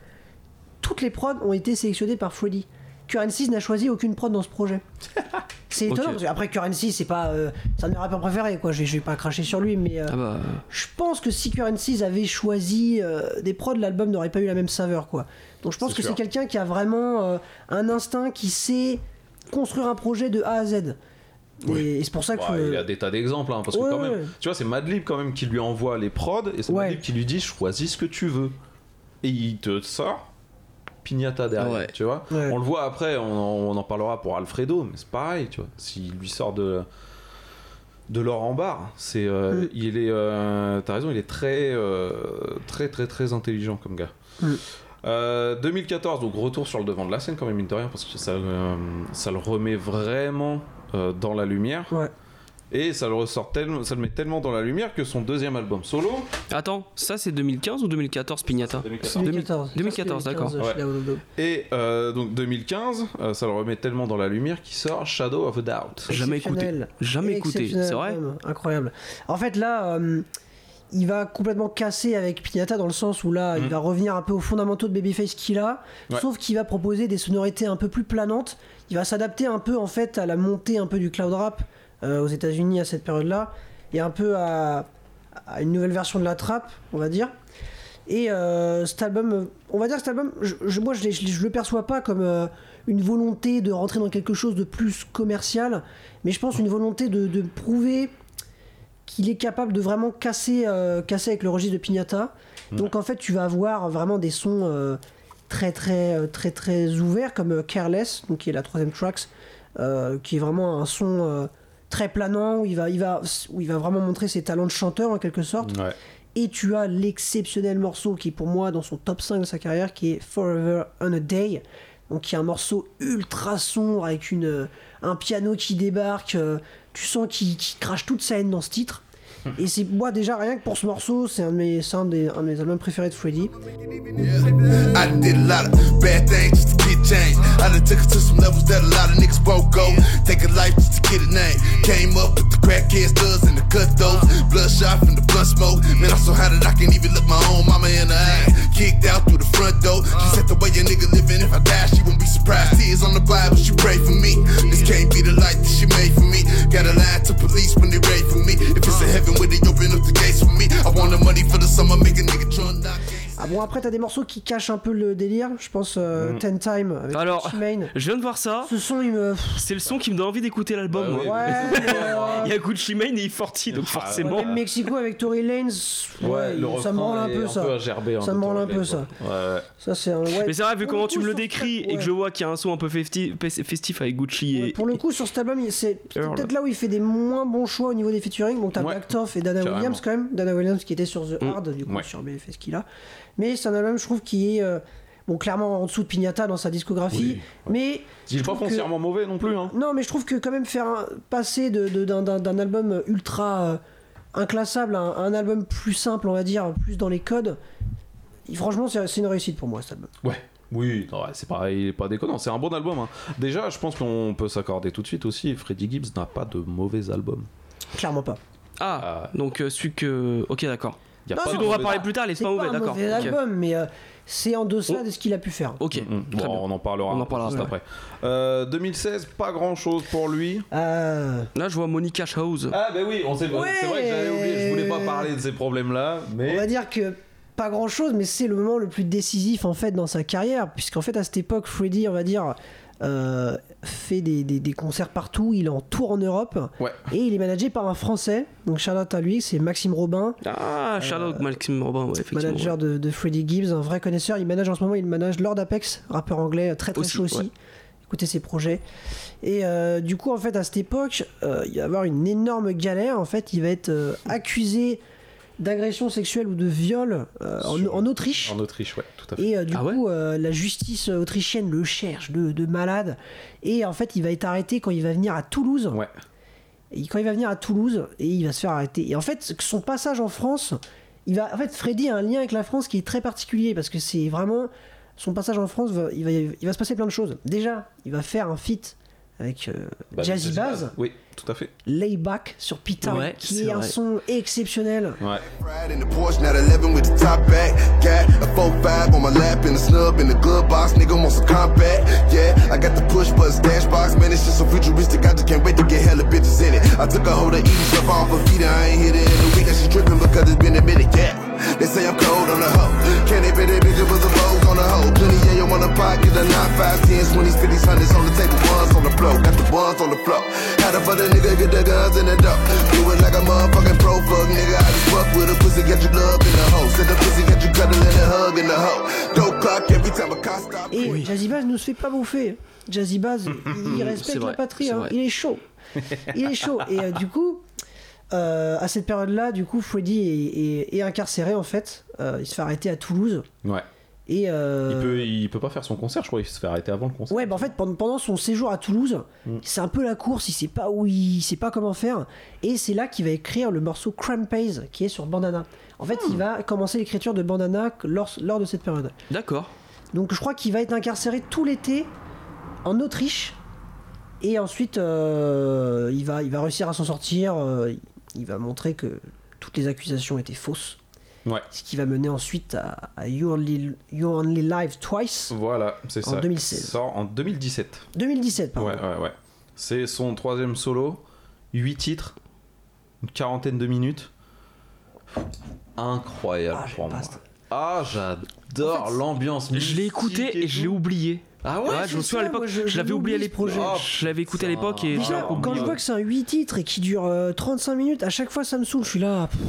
Speaker 2: toutes les prods ont été sélectionnées par Freddy. Currencies n'a choisi aucune prod dans ce projet. C'est étonnant,
Speaker 1: Ok.
Speaker 2: parce que après Currencies, c'est pas. euh, c'est un de mes rappeurs préférés, quoi. Je, vais- je vais pas cracher sur lui, mais. euh,
Speaker 1: Ah bah.
Speaker 2: je pense que si Currencies avait choisi euh, des prods, l'album n'aurait pas eu la même saveur, quoi. Donc je pense
Speaker 3: C'est
Speaker 2: que c'est
Speaker 3: sûr.
Speaker 2: quelqu'un qui a vraiment euh, un instinct, qui sait construire un projet de A à Z. Et, et c'est pour ça que.
Speaker 3: Ouais, Bah, il a des tas d'exemples, hein, parce
Speaker 2: Ouais,
Speaker 3: que quand
Speaker 2: ouais.
Speaker 3: même, tu vois, c'est Madlib quand même qui lui envoie les prods, et c'est
Speaker 2: Ouais.
Speaker 3: Madlib qui lui dit choisis ce que tu veux. Et il te sort Pignata derrière,
Speaker 1: Ouais.
Speaker 3: tu vois.
Speaker 2: Ouais.
Speaker 3: On le voit après, on en, on en parlera pour Alfredo, mais c'est pareil, tu vois. S'il lui sort de de l'or en barre, c'est euh,
Speaker 2: Mm.
Speaker 3: il est, euh, t'as raison, il est très euh, très très très intelligent comme gars.
Speaker 2: Mm.
Speaker 3: Euh, 2014, donc retour sur le devant de la scène quand même, mine de rien, parce que ça, euh, ça le remet vraiment euh, dans la lumière.
Speaker 2: Ouais.
Speaker 3: Et ça le ressort tellement, ça le met tellement dans la lumière que son deuxième album solo,
Speaker 1: Attends, ça c'est 2015 ou 2014, Pignata
Speaker 2: C'est
Speaker 3: 2014,
Speaker 2: 2014.
Speaker 1: 2014, d'accord.
Speaker 2: je suis là au logo.
Speaker 3: et euh, donc 2015, euh, ça le remet tellement dans la lumière qu'il sort Shadow of a Doubt.
Speaker 1: Jamais écouté.
Speaker 2: Exceptionnel.
Speaker 1: Jamais écouté,
Speaker 2: Exceptionnel
Speaker 1: c'est vrai
Speaker 2: album, Incroyable. En fait, là, euh, il va complètement casser avec Pinata dans le sens où là, il
Speaker 1: Mhm.
Speaker 2: va revenir un peu aux fondamentaux de Babyface qu'il a,
Speaker 3: Ouais.
Speaker 2: sauf qu'il va proposer des sonorités un peu plus planantes. Il va s'adapter un peu en fait à la montée un peu du cloud rap euh, aux États-Unis à cette période-là et un peu à, à une nouvelle version de la trap, on va dire. Et euh, cet album, euh, on va dire que cet album, je, je- moi je, l'ai- je l'ai- je le perçois pas comme euh, une volonté de rentrer dans quelque chose de plus commercial, mais je pense une volonté de, de prouver qu'il est capable de vraiment casser, euh, casser avec le registre de Pignata. Donc en fait, tu vas avoir vraiment des sons euh, très très euh, très très ouverts comme euh, Careless, donc qui est la troisième tracks, euh, qui est vraiment un son euh, très planant où il va il va où il va vraiment montrer ses talents de chanteur en quelque sorte.
Speaker 3: Ouais.
Speaker 2: Et tu as l'exceptionnel morceau qui est pour moi dans son top 5 de sa carrière qui est Forever on a Day. Donc qui est un morceau ultra sombre avec une, euh, un piano qui débarque. euh, tu sens qu'il qu'il crache toute sa haine dans ce titre. Et c'est moi déjà rien que pour ce morceau, c'est un, de mes- c'est un, des- un de mes albums préférés de Freddy.
Speaker 5: I done did a lot of bad things just to get changed. I done took it to some levels that a lot of niggas won't go. Take a life just to get a name. Came up with the crackhead studs and the cutthroats. Bloodshot from the blunt smoke. Man, I'm so high that I can't even look my own mama in the eye. Kicked out through the front door. She said the way a nigga living, if I die, she won't be surprised. Tears on the Bible, she pray for me. This can't be the light that she made for me. Gotta lie to police when they raid for me. If it's a heaven where they open up the gates for me, I want the money for the summer, make a nigga drunk. knock it.
Speaker 2: Ah bon après t'as des morceaux qui cachent un peu le délire, je pense
Speaker 3: Mm.
Speaker 2: euh, Ten Time avec
Speaker 1: Alors,
Speaker 2: T-Main.
Speaker 1: je viens de voir ça.
Speaker 2: Ce son il me...
Speaker 1: C'est le son qui me donne envie d'écouter l'album.
Speaker 3: Bah Ah
Speaker 1: moi.
Speaker 3: oui.
Speaker 2: Ouais, mais, euh,
Speaker 1: Il y a Gucci Mane et Forti, donc forcément.
Speaker 2: même Mexico avec Tory Lanez, ouais,
Speaker 3: Ouais, le
Speaker 2: ça
Speaker 3: refrain
Speaker 2: me branle un
Speaker 3: est
Speaker 2: peu ça.
Speaker 3: peu gerbé, hein,
Speaker 2: Ça me
Speaker 3: de
Speaker 2: branle un
Speaker 3: Tory
Speaker 2: peu,
Speaker 3: Lanez,
Speaker 2: ça.
Speaker 3: Ouais, ouais.
Speaker 2: Ça c'est un... ouais.
Speaker 1: Mais c'est vrai, vu
Speaker 2: Pour
Speaker 1: comment
Speaker 2: le
Speaker 1: tu
Speaker 2: coup,
Speaker 1: me le
Speaker 2: sur ce-
Speaker 1: décris et
Speaker 2: ouais.
Speaker 1: que je vois qu'il y a un son un peu festif, festif avec Gucci
Speaker 2: Ouais,
Speaker 1: et.
Speaker 2: pour le coup, sur cet album, il- c'est c'est
Speaker 1: Earl.
Speaker 2: peut-être là où il fait des moins bons choix au niveau des featuring. Bon, t'as
Speaker 3: Ouais.
Speaker 2: Black Toff et Dana
Speaker 3: Carrément.
Speaker 2: Williams quand même. Dana Williams qui était sur The Hard, du coup,
Speaker 3: Ouais.
Speaker 2: sur BFS qu'il a. Mais c'est un album, je trouve, qui est euh, bon, clairement en dessous de Pignata dans sa discographie.
Speaker 3: Oui,
Speaker 2: Mais.
Speaker 3: Il
Speaker 2: je
Speaker 3: est pas
Speaker 2: trouve que-
Speaker 3: foncièrement mauvais non plus. Hein.
Speaker 2: Non, mais je trouve que quand même faire un- passer de- de- d'un d'un- d'un album ultra euh, inclassable à un, à un album plus simple, on va dire, plus dans les codes. il- Franchement, c'est c'est une réussite pour moi cet album.
Speaker 3: Ouais. Oui, non, ouais, c'est pareil, il est pas déconnant. C'est un bon album. hein. Déjà, je pense qu'on peut s'accorder tout de suite aussi. Freddie Gibbs n'a pas de mauvais album.
Speaker 2: Clairement pas.
Speaker 1: Ah, donc euh, celui que. Ok, d'accord.
Speaker 3: Il y a
Speaker 2: Non,
Speaker 3: pas
Speaker 2: non,
Speaker 1: Celui
Speaker 3: de
Speaker 1: dont on va
Speaker 3: mauvais-
Speaker 1: parler plus tard, il est
Speaker 2: Ah, C'est
Speaker 1: pas mauvais,
Speaker 2: pas un
Speaker 1: d'accord.
Speaker 2: mauvais
Speaker 1: ok.
Speaker 2: album, mais euh, c'est en deçà
Speaker 1: Oh.
Speaker 2: de ce qu'il a pu faire.
Speaker 1: Ok,
Speaker 3: Mm,
Speaker 1: très bien.
Speaker 3: bon, on en parlera,
Speaker 1: On en parlera,
Speaker 3: juste
Speaker 1: ouais.
Speaker 3: après. Euh, 2016, pas grand chose pour lui.
Speaker 2: Euh,
Speaker 1: Là, je vois Monica House.
Speaker 3: Ah, ben oui, on sait,
Speaker 2: Ouais.
Speaker 3: c'est vrai que j'avais oublié, je voulais pas parler de ces problèmes-là,
Speaker 2: on va
Speaker 3: mais.
Speaker 2: dire que pas grand chose, mais c'est le moment le plus décisif en fait dans sa carrière, puisqu'en fait à cette époque, Freddy, on va dire, euh, fait des, des- des concerts partout, il est en tour en Europe,
Speaker 3: Ouais.
Speaker 2: et il est managé par un Français, donc Charlotte à lui, c'est Maxime Robin,
Speaker 1: Ah, Charlotte,
Speaker 3: Euh,
Speaker 1: Maxime Robin, ouais, effectivement.
Speaker 2: manager de, de Freddie Gibbs, un vrai connaisseur. Il manage en ce moment, il manage Lord Apex, rappeur anglais euh, très très
Speaker 1: Aussi,
Speaker 2: chaud aussi.
Speaker 1: ouais.
Speaker 2: Écoutez ses projets. Et euh, du coup, en fait, à cette époque, euh, il va y avoir une énorme galère. En fait, il va être euh, accusé d'agression sexuelle ou de viol euh, en,
Speaker 3: Sur-
Speaker 2: en Autriche.
Speaker 3: En Autriche, ouais, tout à fait.
Speaker 2: Et euh, du
Speaker 1: Ah ouais
Speaker 2: coup, euh, la justice autrichienne le cherche de, de malade. Et en fait, il va être arrêté quand il va venir à Toulouse.
Speaker 3: Ouais.
Speaker 2: Et quand il va venir à Toulouse, et il va se faire arrêter. Et en fait, son passage en France, il va. En fait, Freddy a un lien avec la France qui est très particulier parce que c'est vraiment son passage en France. va- il va, il va se passer plein de choses. Déjà, il va faire un feat avec euh,
Speaker 3: Bah,
Speaker 2: Jazzy Bass,
Speaker 3: Oui, tout à fait.
Speaker 2: Layback sur Peter,
Speaker 1: Ouais,
Speaker 2: qui
Speaker 1: c'est
Speaker 2: est, un
Speaker 1: vrai.
Speaker 2: son exceptionnel.
Speaker 3: Ouais.
Speaker 5: Fried in the Porsche, not 11 with the top back. Got a 4-5 on my lap and a snub in the glove box. Nigga wants a compact. Yeah, I got the push button stash box. Man, it's just so futuristic. I just can't wait to get hella bitches in it. I took a hold of ease up off of Vita. I ain't hit it in a week. And she tripping because it's been a minute. Yeah, they say I'm cold on the hoe. Can't they bet that bitch it was a Vogue on the hoe? Plenty yeah, on the pocket. The 9, 5, 10, 20s, 50s, 100s on the table. Ones on the floor. Got the ones on the floor. Had a for the nigga get the guns in the dope. Do it like a motherfucking pro fuck nigga. I just fuck with a pussy, got you love in the hoe. Said the pussy, got you cuddling and hug in the hoe. Dope clock every time a car stop.
Speaker 2: Et Jazzy Bass ne se fait pas bouffer. Jazzy Bass, il
Speaker 1: c'est
Speaker 2: respecte la
Speaker 1: vrai,
Speaker 2: patrie,
Speaker 1: c'est
Speaker 2: hein.
Speaker 1: vrai.
Speaker 2: il est chaud. Il est chaud. Et euh, du coup, euh, à cette période-là, du coup, Freddy est, est- est incarcéré en fait. Euh, il se fait arrêter à Toulouse.
Speaker 3: Ouais.
Speaker 2: Et euh,
Speaker 3: Il, peut, il peut pas faire son concert, je crois, il se fait arrêter avant le concert.
Speaker 2: Ouais, bah en fait, pendant, pendant son séjour à Toulouse,
Speaker 1: Mm.
Speaker 2: c'est un peu la course, il sait pas où il, il sait pas comment faire. Et c'est là qu'il va écrire le morceau Crampaze qui est sur Bandana. En fait,
Speaker 1: Hmm.
Speaker 2: il va commencer l'écriture de Bandana lors, lors de cette période.
Speaker 1: D'accord.
Speaker 2: Donc je crois qu'il va être incarcéré tout l'été en Autriche. Et ensuite, euh, il, va, il va réussir à s'en sortir. euh, il va montrer que toutes les accusations étaient fausses.
Speaker 3: Ouais.
Speaker 2: Ce qui va mener ensuite à, à You, Only, you Only Live Twice.
Speaker 3: Voilà, c'est
Speaker 2: En
Speaker 3: ça.
Speaker 2: 2016.
Speaker 3: Sort en 2017.
Speaker 2: 2017,
Speaker 3: Ouais,
Speaker 2: pardon.
Speaker 3: ouais, ouais. C'est son troisième solo, 8 titres, une quarantaine de minutes. Incroyable
Speaker 2: Ah, j'aime
Speaker 3: pour
Speaker 2: pas
Speaker 3: moi.
Speaker 2: ça.
Speaker 3: Ah, j'adore
Speaker 2: En fait,
Speaker 3: l'ambiance.
Speaker 1: Je l'ai écouté et, je l'ai
Speaker 3: oublié.
Speaker 1: oublié.
Speaker 3: Ah
Speaker 1: Ouais,
Speaker 3: ouais,
Speaker 2: c'est
Speaker 1: je me souviens à
Speaker 2: ça,
Speaker 1: l'époque,
Speaker 2: moi, je-
Speaker 1: je,
Speaker 2: je
Speaker 1: l'avais oublié à
Speaker 2: l'oublie, ce
Speaker 1: l'époque.
Speaker 2: projet.
Speaker 1: Oh, je l'avais écouté à
Speaker 3: putain.
Speaker 1: l'époque et
Speaker 2: Déjà,
Speaker 1: j'avais
Speaker 3: Ah,
Speaker 2: quand
Speaker 1: oublié.
Speaker 2: je vois que c'est un 8 titres et qui dure euh, 35 minutes, à chaque fois ça me saoule, je suis là. pff.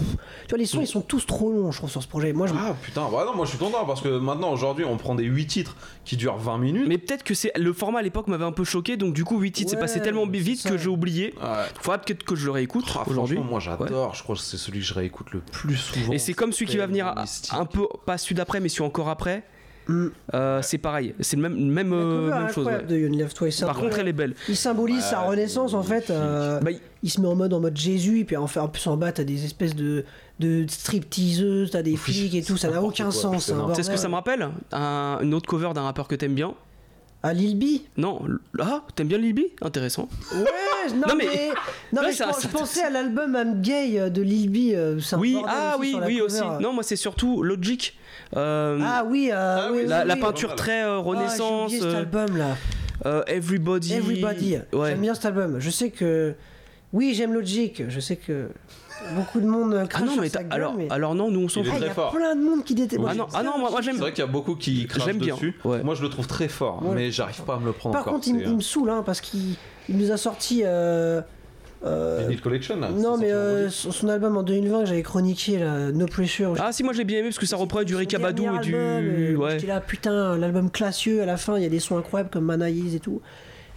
Speaker 2: Tu vois, les sons ils sont tous trop longs, je trouve, sur ce projet. Moi, je
Speaker 3: Ah putain, bah non, moi je suis content parce que maintenant aujourd'hui on prend des 8 titres qui durent 20 minutes.
Speaker 1: Mais peut-être que c'est le format à l'époque m'avait un peu choqué, donc du coup 8 titres c'est
Speaker 2: Ouais,
Speaker 1: passé tellement
Speaker 2: c'est
Speaker 1: vite
Speaker 2: ça. Ah.
Speaker 1: que j'ai oublié.
Speaker 3: Ouais.
Speaker 1: Faudra peut-être que je le réécoute
Speaker 3: Ah,
Speaker 1: aujourd'hui.
Speaker 3: franchement, moi j'adore, je crois que c'est celui que je réécoute le plus souvent.
Speaker 1: Et c'est comme celui qui va venir à-
Speaker 3: mystique.
Speaker 1: un peu pas celui d'après, mais celui encore après.
Speaker 2: Mm.
Speaker 1: Euh, c'est pareil, c'est le même même,
Speaker 2: La
Speaker 1: euh,
Speaker 2: cover
Speaker 1: même
Speaker 2: est
Speaker 1: chose.
Speaker 2: incroyable
Speaker 1: ouais.
Speaker 2: de You Only Live Twice.
Speaker 1: Par contre, elle est belle.
Speaker 2: Il symbolise sa
Speaker 3: Ouais,
Speaker 2: renaissance en fait.
Speaker 3: magnifique.
Speaker 2: euh,
Speaker 1: Bah, il-
Speaker 2: il se met en mode en mode Jésus et puis en, fait, en plus en bas t'as des espèces de de stripteaseuses, t'as des flics et tout, ça n'a
Speaker 3: n'importe
Speaker 2: aucun
Speaker 3: quoi,
Speaker 2: sens.
Speaker 3: putain,
Speaker 2: hein,
Speaker 3: non.
Speaker 1: Bah, Tu sais ce que
Speaker 2: bordel.
Speaker 1: ça me rappelle Un- Une autre cover d'un rappeur que t'aimes bien.
Speaker 2: À Lil B
Speaker 1: Non, l- ah, t'aimes bien Libby Intéressant.
Speaker 2: Ouais, non,
Speaker 1: Non, mais-
Speaker 2: mais, non,
Speaker 1: Ouais,
Speaker 2: mais
Speaker 1: ça-
Speaker 2: je, pense-
Speaker 1: ça-
Speaker 2: je pensais à l'album I'm Gay euh, de Lil B. euh, où c'est un
Speaker 1: Oui,
Speaker 2: bordel
Speaker 1: ah
Speaker 2: aussi
Speaker 1: oui,
Speaker 2: sur la
Speaker 1: oui
Speaker 2: cover.
Speaker 1: aussi. Non, moi c'est surtout Logic. Euh,
Speaker 2: Ah oui, euh, oui, oui,
Speaker 1: la, la
Speaker 2: oui.
Speaker 1: peinture
Speaker 3: oui.
Speaker 1: très euh,
Speaker 2: Ah, j'ai
Speaker 1: Renaissance,
Speaker 2: oublié cet
Speaker 1: euh,
Speaker 2: album là.
Speaker 1: euh, Everybody.
Speaker 2: Everybody.
Speaker 1: Ouais.
Speaker 2: J'aime bien cet album. Je sais que. Oui, j'aime Logic. Je sais que beaucoup de monde euh,
Speaker 1: Ah
Speaker 2: crache
Speaker 1: non,
Speaker 2: sur
Speaker 1: mais
Speaker 2: sa
Speaker 1: t'as-
Speaker 2: gueule,
Speaker 1: alors,
Speaker 2: mais-
Speaker 1: alors non, nous on s'en
Speaker 3: Il est
Speaker 2: Ah,
Speaker 1: fout.
Speaker 2: il y
Speaker 3: très
Speaker 2: a
Speaker 3: fort.
Speaker 2: plein de monde qui déteste.
Speaker 1: Ah non, ah non, moi, moi, j'aime.
Speaker 3: C'est vrai qu'il y a beaucoup qui crachent
Speaker 1: J'aime bien,
Speaker 3: dessus.
Speaker 1: ouais.
Speaker 3: Moi je le trouve très fort,
Speaker 2: Ouais.
Speaker 3: mais j'arrive pas à me le prendre
Speaker 2: Par
Speaker 3: encore.
Speaker 2: contre, il,
Speaker 3: c'est,
Speaker 2: il
Speaker 1: euh,
Speaker 2: me saoule hein, parce qu'il il nous a sorti. euh,
Speaker 3: euh,
Speaker 2: euh,
Speaker 3: Vinyl Collection
Speaker 1: Ah,
Speaker 3: là,
Speaker 2: non,
Speaker 3: c'est
Speaker 2: mais
Speaker 3: sorti
Speaker 2: euh,
Speaker 3: vendredi.
Speaker 2: son, son album en 2020 que j'avais chroniqué, là, No Pressure.
Speaker 1: Ah si, moi j'ai bien aimé parce que ça
Speaker 2: Son
Speaker 1: reprenait du
Speaker 2: dernier
Speaker 1: Ricabadou et
Speaker 2: album,
Speaker 1: du.
Speaker 2: euh,
Speaker 1: Ouais.
Speaker 2: J'étais là, putain, l'album classieux, à la fin, il y a des sons incroyables comme Manaïs et tout.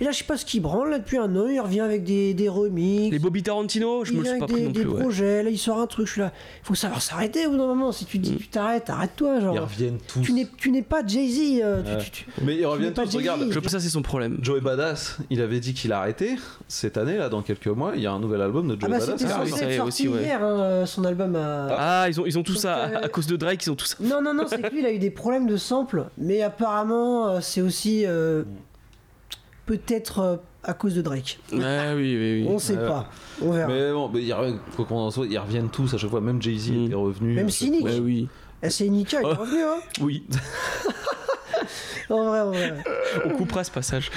Speaker 2: Et là, je sais pas ce qu'il branle, là, depuis un an, il revient avec des, des remixes.
Speaker 1: Les Bobby Tarantino, je
Speaker 2: il
Speaker 1: me le
Speaker 2: vient
Speaker 1: suis
Speaker 2: avec
Speaker 1: pas
Speaker 2: des,
Speaker 1: pris non
Speaker 2: des
Speaker 1: plus. ouais.
Speaker 2: projets, là, il sort un truc, je suis là. Faut savoir s'arrêter au bout d'un moment. Si tu
Speaker 1: Mm.
Speaker 2: dis, tu t'arrêtes, arrête-toi,
Speaker 3: Ils
Speaker 2: genre.
Speaker 3: reviennent tous.
Speaker 2: Tu n'es, tu n'es pas Jay-Z. euh, tu-
Speaker 3: Ouais.
Speaker 2: tu- tu-
Speaker 3: Mais ils
Speaker 2: n'es
Speaker 3: reviennent
Speaker 2: pas
Speaker 3: tous, regarde.
Speaker 2: Jay-Z.
Speaker 1: Je pense que ça c'est son problème.
Speaker 3: Joey Badass, il avait dit qu'il arrêtait. Cette année là, dans quelques mois, il y a un nouvel album de
Speaker 2: Ah
Speaker 3: Joey
Speaker 2: bah,
Speaker 3: Badass.
Speaker 2: c'était
Speaker 1: ah oui,
Speaker 2: censé
Speaker 1: ça y
Speaker 2: être
Speaker 1: est, aussi,
Speaker 2: sorti
Speaker 1: ouais.
Speaker 2: hier, hein, euh, son album à.
Speaker 1: Ah, ils ont, ils ont tous
Speaker 2: Donc,
Speaker 1: ça à,
Speaker 2: euh,
Speaker 1: à cause de Drake, ils ont tous ça.
Speaker 2: Non, non, non, c'est que lui, il a eu des problèmes de sample, mais apparemment, euh, c'est aussi euh, peut-être euh, à cause de Drake.
Speaker 1: Ouais, Ah oui, oui,
Speaker 2: On sait
Speaker 3: Ouais.
Speaker 2: pas, on verra.
Speaker 3: Mais bon, mais il y a- quoi qu'on en soit, ils reviennent tous à chaque fois. Même Jay-Z
Speaker 1: Mm.
Speaker 3: est revenu.
Speaker 2: Même
Speaker 3: Euh,
Speaker 2: Cynic.
Speaker 1: Ouais, Bah oui.
Speaker 2: Eh, c'est Nika, il est revenu, hein
Speaker 3: Oui.
Speaker 1: Oh.
Speaker 2: En vrai, en vrai.
Speaker 1: On coupera ce passage.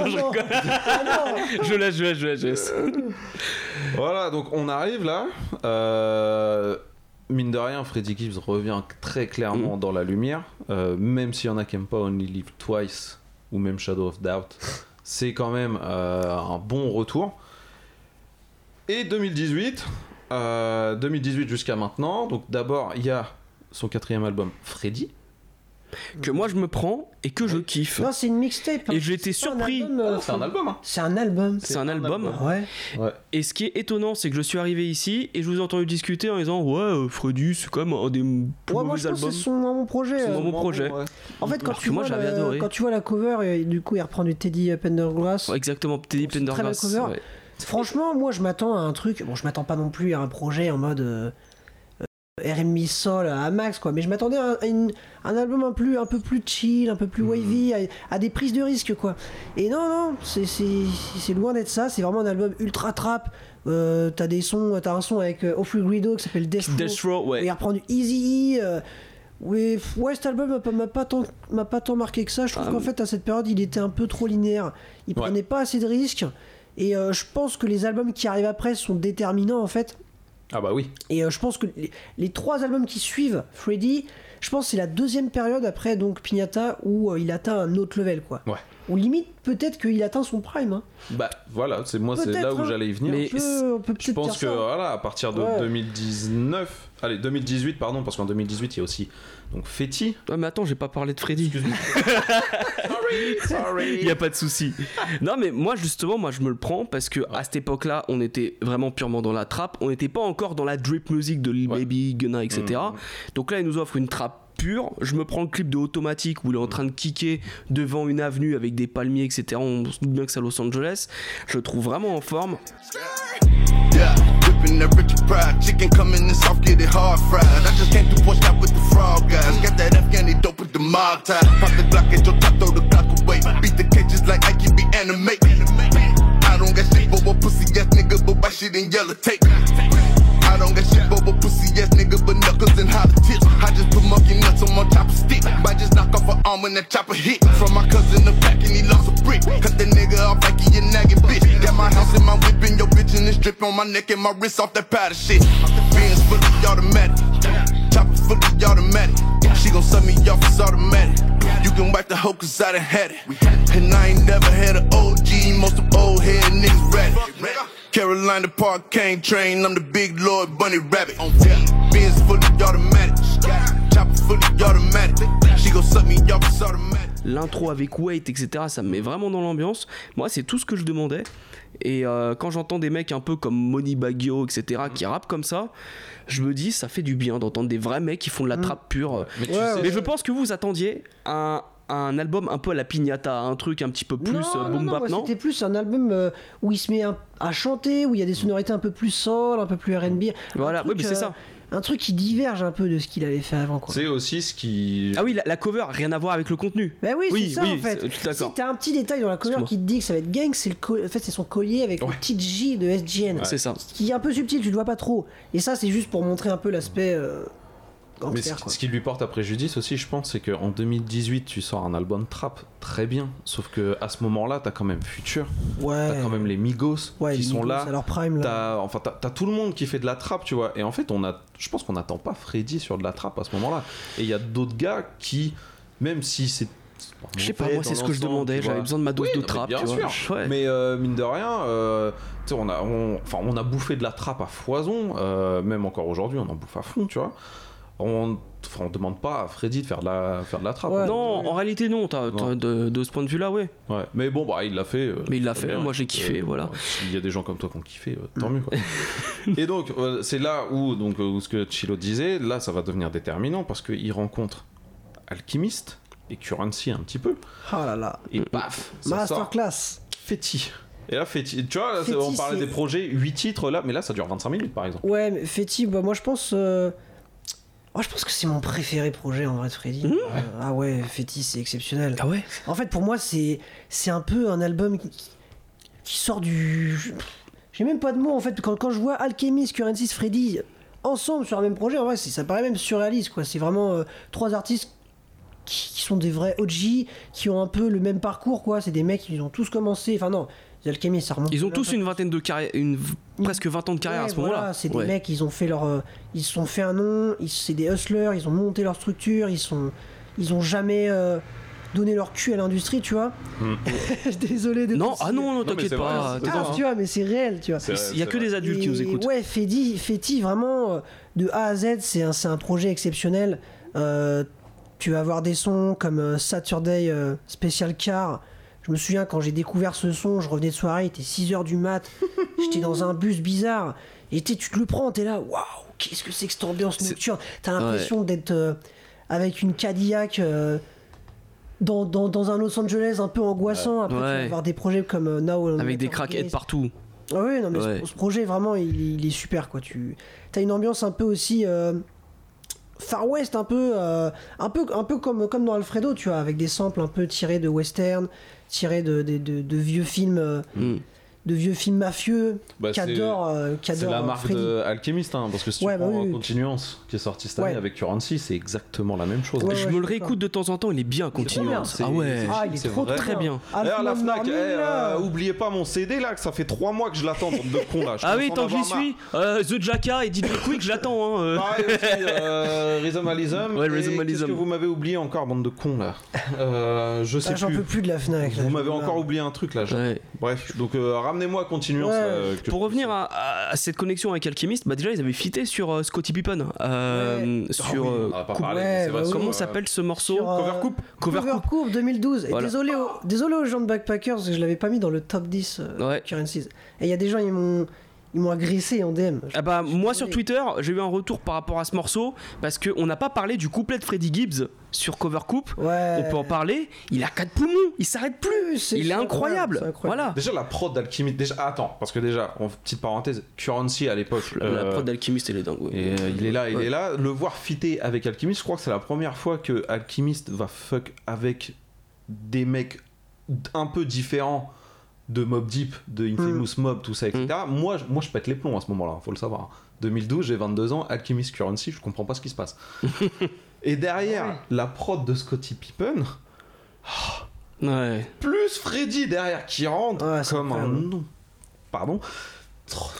Speaker 2: Oh non. Ah non.
Speaker 1: Je laisse, je laisse, je laisse, je laisse.
Speaker 2: Euh.
Speaker 3: Voilà, donc on arrive là. Euh, mine de rien, Freddy Gibbs revient très clairement
Speaker 1: Mm.
Speaker 3: dans la lumière. Euh, même s'il y en a qui n'aiment pas Only Live Twice ou même Shadow of Doubt, c'est quand même euh, un bon retour. Et 2018, euh, 2018 jusqu'à maintenant. Donc d'abord, il y a son quatrième album, Freddy.
Speaker 1: Que moi je me prends et que je kiffe.
Speaker 2: Non, c'est une mixtape. hein.
Speaker 1: Et j'ai été
Speaker 2: C'est pas un
Speaker 1: surpris. Ah,
Speaker 2: album, euh,
Speaker 3: c'est un album, hein
Speaker 2: C'est un album.
Speaker 1: C'est un album.
Speaker 2: Ouais.
Speaker 3: Ouais.
Speaker 1: Et ce qui est étonnant, c'est que je suis arrivé ici et je vous ai entendu discuter en disant Ouais, euh, Freddy, c'est quand même un des m- plus
Speaker 2: Ouais, moi,
Speaker 1: mauvais
Speaker 2: je pense que
Speaker 1: albums.
Speaker 2: c'est son mon projet.
Speaker 1: C'est
Speaker 2: euh.
Speaker 1: mon moment projet.
Speaker 3: Ouais.
Speaker 2: En fait, quand
Speaker 1: Alors
Speaker 2: tu,
Speaker 1: que moi,
Speaker 2: vois
Speaker 1: j'avais
Speaker 2: la-
Speaker 1: adoré.
Speaker 2: quand tu vois la cover, et du coup, il reprend du Teddy Pendergrass.
Speaker 1: Ouais, Exactement, Teddy
Speaker 2: C'est une très
Speaker 1: Pendergrass.
Speaker 2: belle cover.
Speaker 1: ouais.
Speaker 2: Franchement, moi je m'attends à un truc. Bon, je m'attends pas non plus à un projet en mode euh, euh, RMI Sol à max, quoi. Mais je m'attendais à, à une- un album un, plus, un peu plus chill, un peu plus wavy, à, à des prises de risque, quoi. Et non, non, c'est- c'est c'est loin d'être ça. C'est vraiment un album ultra trap. Euh, t'as des sons, t'as un son avec euh, Offrey Guido qui s'appelle Death, Row.
Speaker 1: Death Row,
Speaker 2: Et il
Speaker 1: ouais.
Speaker 2: reprend du Easy E. euh, oui, f- ouais, cet album m'a pas- m'a pas, tant- m'a pas tant marqué que ça. Je trouve
Speaker 1: Ah,
Speaker 2: qu'en
Speaker 1: mais-
Speaker 2: fait, à cette période, il était un peu trop linéaire. Il
Speaker 3: Ouais.
Speaker 2: prenait pas assez de risques. Et euh, je pense que les albums qui arrivent après sont déterminants, en fait.
Speaker 3: Ah bah oui.
Speaker 2: Et euh, je pense que les, les trois albums qui suivent Freddy, je pense que c'est la deuxième période après donc Pignata où euh, il atteint un autre level, quoi.
Speaker 3: Ouais.
Speaker 2: Ou limite, peut-être qu'il atteint son prime. hein.
Speaker 3: Bah voilà, c'est moi, c'est
Speaker 2: Peut-être,
Speaker 3: là où
Speaker 2: hein.
Speaker 3: j'allais y venir.
Speaker 1: Mais
Speaker 2: On peut-
Speaker 1: c'est-
Speaker 2: on peut
Speaker 3: Je
Speaker 2: peut-être dire
Speaker 3: pense que
Speaker 2: ça. hein.
Speaker 3: voilà, à partir de
Speaker 2: Ouais.
Speaker 3: 2019, allez 2018 pardon, parce qu'en 2018 il y a aussi donc Fetty.
Speaker 1: Ouais, Ah, mais attends, j'ai pas parlé de Freddy.
Speaker 3: Sorry.
Speaker 1: Il n'y a pas de souci. non, mais moi, justement, moi, je me le prends parce que à cette époque-là, on était vraiment purement dans la trappe. On n'était pas encore dans la drip music de Lil
Speaker 3: Ouais.
Speaker 1: Baby, Gunna, etc.
Speaker 3: Mhm.
Speaker 1: Donc là, il nous offre une trappe pure. Je me prends le clip de Automatique où il est en train de kicker devant une avenue avec des palmiers, etc. On se doute bien que c'est à Los Angeles. Je le trouve vraiment en forme.
Speaker 5: Yeah, whipping that Richard Pryor. Chicken coming in soft, get it hard fried. I just came through porch top with the frog guys. Got that Afghani dope with the mob tie. Pop the block at your top, throw the block away. Beat the cages like I can be animate. I don't got shit for a pussy ass nigga, but why shit in yellow tape? I I don't got shit over pussy ass nigga, but knuckles and hollow tips. I just put monkey nuts on my chopper stick. Might just knock off an arm when that chopper hit. From my cousin the back and he lost a brick. Cut the nigga off like he a nagging bitch. Got my house and my whip and your bitch and this drip on my neck and my wrist off that powder shit. Beans fully automatic. Chopper fully automatic. She gon' suck me off, it's automatic. You can wipe the hoe cause I done had it. And I ain't never had an OG, most of old head niggas ratty. Carolina Park Kane train, I'm the big Lord Bunny Rabbit. On Benz fully automatic. Chopper fully automatic. She gon' suck me off, it's automatic.
Speaker 1: l'intro avec Wait, etc. Ça me met vraiment dans l'ambiance. Moi, c'est tout ce que je demandais. Et euh, quand j'entends des mecs un peu comme Money Baggio, etc., qui rappent comme ça, je me dis, ça fait du bien d'entendre des vrais mecs qui font de la trappe pure.
Speaker 3: Mais tu
Speaker 2: Ouais,
Speaker 3: sais,
Speaker 2: ouais.
Speaker 1: Mais je pense que vous attendiez un, un album un peu à la pignata, un truc un petit peu plus euh,
Speaker 2: non,
Speaker 1: boom
Speaker 2: non,
Speaker 1: bap,
Speaker 2: moi,
Speaker 1: non
Speaker 2: C'était plus un album euh, où il se met un- à chanter, où il y a
Speaker 3: Mm.
Speaker 2: des sonorités un peu plus soul, un peu plus R&B. Un
Speaker 1: Voilà,
Speaker 2: truc, euh,
Speaker 1: oui, mais c'est ça.
Speaker 2: Un truc qui diverge un peu de ce qu'il avait fait avant, quoi.
Speaker 3: c'est aussi ce qui.
Speaker 1: Ah oui, la, la cover, rien à voir avec le contenu.
Speaker 2: Bah oui,
Speaker 1: Oui,
Speaker 2: c'est ça
Speaker 1: oui,
Speaker 2: en fait.
Speaker 1: c'est- tout d'accord.
Speaker 2: Si t'as un petit détail dans la couleur
Speaker 1: Excuse-moi.
Speaker 2: qui te dit que ça va être gang, c'est le co- en fait c'est son collier avec
Speaker 3: Ouais.
Speaker 2: le petit J de SGN.
Speaker 1: C'est ça.
Speaker 2: Qui est un peu subtil, tu le vois pas trop. Et ça c'est juste pour montrer un peu l'aspect euh,
Speaker 3: Mais
Speaker 2: gangster,
Speaker 3: ce,
Speaker 2: quoi.
Speaker 3: ce qui lui porte à préjudice aussi, je pense, c'est qu'en 2018, tu sors un album trap très bien. Sauf que à ce moment-là, t'as quand même Future,
Speaker 2: Ouais.
Speaker 3: t'as quand même les Migos
Speaker 2: Ouais,
Speaker 3: qui
Speaker 2: les
Speaker 3: sont
Speaker 2: Migos,
Speaker 3: là.
Speaker 2: à leur prime là.
Speaker 3: T'as enfin t'as- t'as tout le monde qui fait de la trappe, tu vois. Et en fait, on a, je pense qu'on n'attend pas Freddy sur de la trappe à ce moment-là. Et il y a d'autres gars qui, même si c'est
Speaker 1: Je sais pas, moi, c'est ce que je demandais, j'avais besoin de ma dose de trappe,
Speaker 3: Mais,
Speaker 1: tu
Speaker 3: bien
Speaker 1: vois.
Speaker 3: sûr.
Speaker 1: Ouais.
Speaker 3: mais euh, mine de rien, euh, tu sais, on a, on, enfin, on a bouffé de la trappe à foison, euh, même encore aujourd'hui, on en bouffe à fond, tu vois. On, enfin, on demande pas à Freddy de faire de la, faire de la trappe.
Speaker 2: Ouais.
Speaker 1: non, en réalité, non. t'as- t'as-
Speaker 3: Non.
Speaker 1: de, de ce point de vue-là, ouais.
Speaker 3: Ouais. Mais bon, bah, il l'a fait. euh,
Speaker 1: Mais il l'a
Speaker 3: très
Speaker 1: fait, moi, j'ai kiffé, voilà.
Speaker 3: bah, S'il y a des gens comme toi qui ont kiffé, euh, tant mieux. quoi. et donc, euh, c'est là où, donc, euh, où ce que Chilo disait, là, ça va devenir déterminant parce qu'il rencontre Alchimiste et Currency un petit peu.
Speaker 2: Ah là là.
Speaker 3: Et paf, ça sort
Speaker 2: Masterclass.
Speaker 3: Fetty. Et là, Fetty, tu vois, là, c'est- on
Speaker 2: Fetty,
Speaker 3: parlait
Speaker 2: c'est-
Speaker 3: des projets, 8 titres là, mais là, ça dure 25 minutes par exemple.
Speaker 2: Ouais, mais Fetty, bah, moi je pense. euh, Moi je pense que c'est mon préféré projet en vrai de Freddy. Euh, ah ouais, Fetty c'est exceptionnel.
Speaker 1: Mmh. Ah ouais
Speaker 2: En fait, pour moi, c'est c'est un peu un album qui, qui- qui sort du. J'ai même pas de mots en fait. Quand, quand je vois Alchemist, Currency, Freddy ensemble sur un même projet, en vrai, c'est- ça paraît même surréaliste quoi. C'est vraiment euh, trois artistes qui, qui sont des vrais OG, qui ont un peu le même parcours quoi. C'est des mecs, ils ont tous commencé. Enfin, non, les Alchemist, ça remonte.
Speaker 1: Ils ont
Speaker 2: même
Speaker 1: tous
Speaker 2: pas.
Speaker 1: une vingtaine de carrières, une, presque 20 ans de carrière
Speaker 2: Ouais,
Speaker 1: à ce
Speaker 2: voilà,
Speaker 1: moment-là.
Speaker 2: C'est des
Speaker 1: Ouais.
Speaker 2: mecs, ils ont fait leur, euh, ils se sont fait un nom. ils- C'est des hustlers, ils ont monté leur structure, ils sont, ils ont jamais euh, donné leur cul à l'industrie, tu vois. Désolé. d'être
Speaker 1: Hmm. Non,
Speaker 2: aussi-
Speaker 1: ah non, non,
Speaker 3: Non, mais
Speaker 1: t'inquiète
Speaker 3: c'est
Speaker 1: pas.
Speaker 3: vrai,
Speaker 1: t'es
Speaker 3: c'est
Speaker 1: dans-
Speaker 2: Ah,
Speaker 3: hein.
Speaker 2: tu vois, mais c'est réel, tu vois.
Speaker 3: C'est vrai,
Speaker 1: Il y a
Speaker 3: c'est
Speaker 1: que
Speaker 3: vrai.
Speaker 1: des adultes qui nous
Speaker 2: Et
Speaker 1: écoutent.
Speaker 2: Ouais, Fetty, Fetty, vraiment, euh, de A à Z, c'est un, c'est un projet exceptionnel. Euh, tu vas avoir des sons comme euh, Saturday euh, Special Car. Je me souviens quand j'ai découvert ce son, je revenais de soirée, il était 6h du mat, j'étais dans un bus bizarre, et t'es- tu te le prends, t'es là, waouh, qu'est-ce que c'est que cette ambiance nocturne T'as l'impression d'être euh, avec une Cadillac euh, dans, dans, dans un Los Angeles un peu angoissant. Après, tu
Speaker 1: Ouais.
Speaker 2: vas avoir des projets comme euh, Now.
Speaker 1: Avec des
Speaker 2: craquettes
Speaker 1: crackheads partout.
Speaker 2: ah oui, non, mais
Speaker 1: Ouais.
Speaker 2: ce, ce projet, vraiment, il, est- il est super, quoi. Tu as une ambiance un peu aussi euh, Far West, un peu, euh, un peu, un peu comme, comme dans Alfredo, tu vois, avec des samples un peu tirés de western, tirés de, de, de- de vieux films, euh,
Speaker 1: Mm.
Speaker 2: de vieux films mafieux,
Speaker 3: Bah, c'est-
Speaker 2: qu'adore euh,
Speaker 3: C'est
Speaker 2: qu'adore,
Speaker 3: la
Speaker 2: euh,
Speaker 3: marque
Speaker 2: Freddy.
Speaker 3: de Alchemist, hein, parce que si tu
Speaker 2: Ouais, bah
Speaker 3: prends
Speaker 2: oui, oui.
Speaker 3: Continuance qui est sorti cette année
Speaker 2: Ouais.
Speaker 3: avec Currency, c'est exactement la même chose.
Speaker 2: Ouais,
Speaker 1: je
Speaker 2: ouais,
Speaker 1: me
Speaker 2: je
Speaker 1: le
Speaker 2: suis
Speaker 1: réécoute de temps en temps, il est bien continuant.
Speaker 2: bien.
Speaker 1: Ah ouais.
Speaker 2: Ah, il est,
Speaker 3: C'est
Speaker 2: trop
Speaker 3: vrai.
Speaker 1: Très bien.
Speaker 3: D'ailleurs,
Speaker 2: Alpha
Speaker 3: la
Speaker 2: Man
Speaker 3: Fnac, eh,
Speaker 2: Morning, là. Ah,
Speaker 3: euh, oubliez pas mon CD là, que ça fait 3 mois que je l'attends, bande de cons là. Je
Speaker 1: Ah oui,
Speaker 3: commence à
Speaker 1: tant que j'y
Speaker 3: en avoir
Speaker 1: suis, euh, The Jacka et DJ Quick, j'attends. Hein, euh.
Speaker 3: marre. Pareil aussi, euh, Rhythmalism.
Speaker 1: Ouais,
Speaker 3: Et
Speaker 1: Rhythmalism.
Speaker 3: Qu'est-ce que vous m'avez oublié encore, bande de cons là Euh, Je
Speaker 2: Ah,
Speaker 3: sais
Speaker 2: J'en
Speaker 3: plus.
Speaker 2: peux plus de la Fnac. là.
Speaker 3: Vous m'avez
Speaker 2: J'en ai
Speaker 3: encore
Speaker 2: marre.
Speaker 3: oublié un truc là. je-
Speaker 1: Ouais.
Speaker 3: Bref, donc euh, ramenez-moi Continuance.
Speaker 2: Ouais.
Speaker 3: là, euh, que-
Speaker 1: Pour revenir à, à- à cette connexion avec Alchemist, bah déjà ils avaient fité sur euh, Scotty Pippen, euh, sur
Speaker 3: Ah oui,
Speaker 1: euh,
Speaker 3: on en a pas
Speaker 1: Coupe-
Speaker 3: parlé,
Speaker 2: Ouais,
Speaker 3: mais c'est vrai,
Speaker 2: bah
Speaker 3: sur,
Speaker 2: oui.
Speaker 1: comment
Speaker 3: euh,
Speaker 1: s'appelle ce morceau
Speaker 2: Sur, euh,
Speaker 3: Cover Coupe
Speaker 1: Cover
Speaker 2: Cover
Speaker 1: Coupe.
Speaker 2: Coupe 2012. Et
Speaker 1: Voilà.
Speaker 2: désolé, aux, désolé aux gens de Backpackers, je l'avais pas mis dans le top 10 euh,
Speaker 1: Ouais.
Speaker 2: Currencies. Et il y a des gens, ils m'ont ils m'ont agressé en DM.
Speaker 1: Ah bah moi sur
Speaker 2: désolé.
Speaker 1: Twitter j'ai eu un retour par rapport à ce morceau parce qu'on n'a pas parlé du couplet de Freddie Gibbs sur Cover Coupe.
Speaker 2: Ouais.
Speaker 1: On peut en parler. Il a quatre poumons, il s'arrête plus.
Speaker 2: c'est-
Speaker 1: il est
Speaker 2: c'est
Speaker 1: incroyable.
Speaker 2: incroyable, c'est incroyable.
Speaker 1: Voilà.
Speaker 3: Déjà la prod d'Alchimiste. Déjà, ah, attends, parce que déjà, en petite parenthèse, Currency à l'époque.
Speaker 1: La, la
Speaker 3: euh,
Speaker 1: prod d'Alchemist elle est dingue. ouais.
Speaker 3: Et euh, il est là, il
Speaker 1: Ouais.
Speaker 3: est là. Le voir fitter avec Alchemist, je crois que c'est la première fois que Alchemist va fuck avec des mecs d- un peu différents de Mob Deep, de Infamous Mob, tout ça, etc. Moi, je- moi, je pète les plombs à ce moment-là, hein, faut le savoir. 2012, j'ai 22 ans, Alchemist Currency, je comprends pas ce qui se passe. Et derrière, la prod de Scotty Pippen,
Speaker 1: Ouais.
Speaker 3: plus Freddy derrière qui rentre
Speaker 2: Ouais, c'est
Speaker 3: comme un
Speaker 2: incroyable.
Speaker 3: nom. Pardon.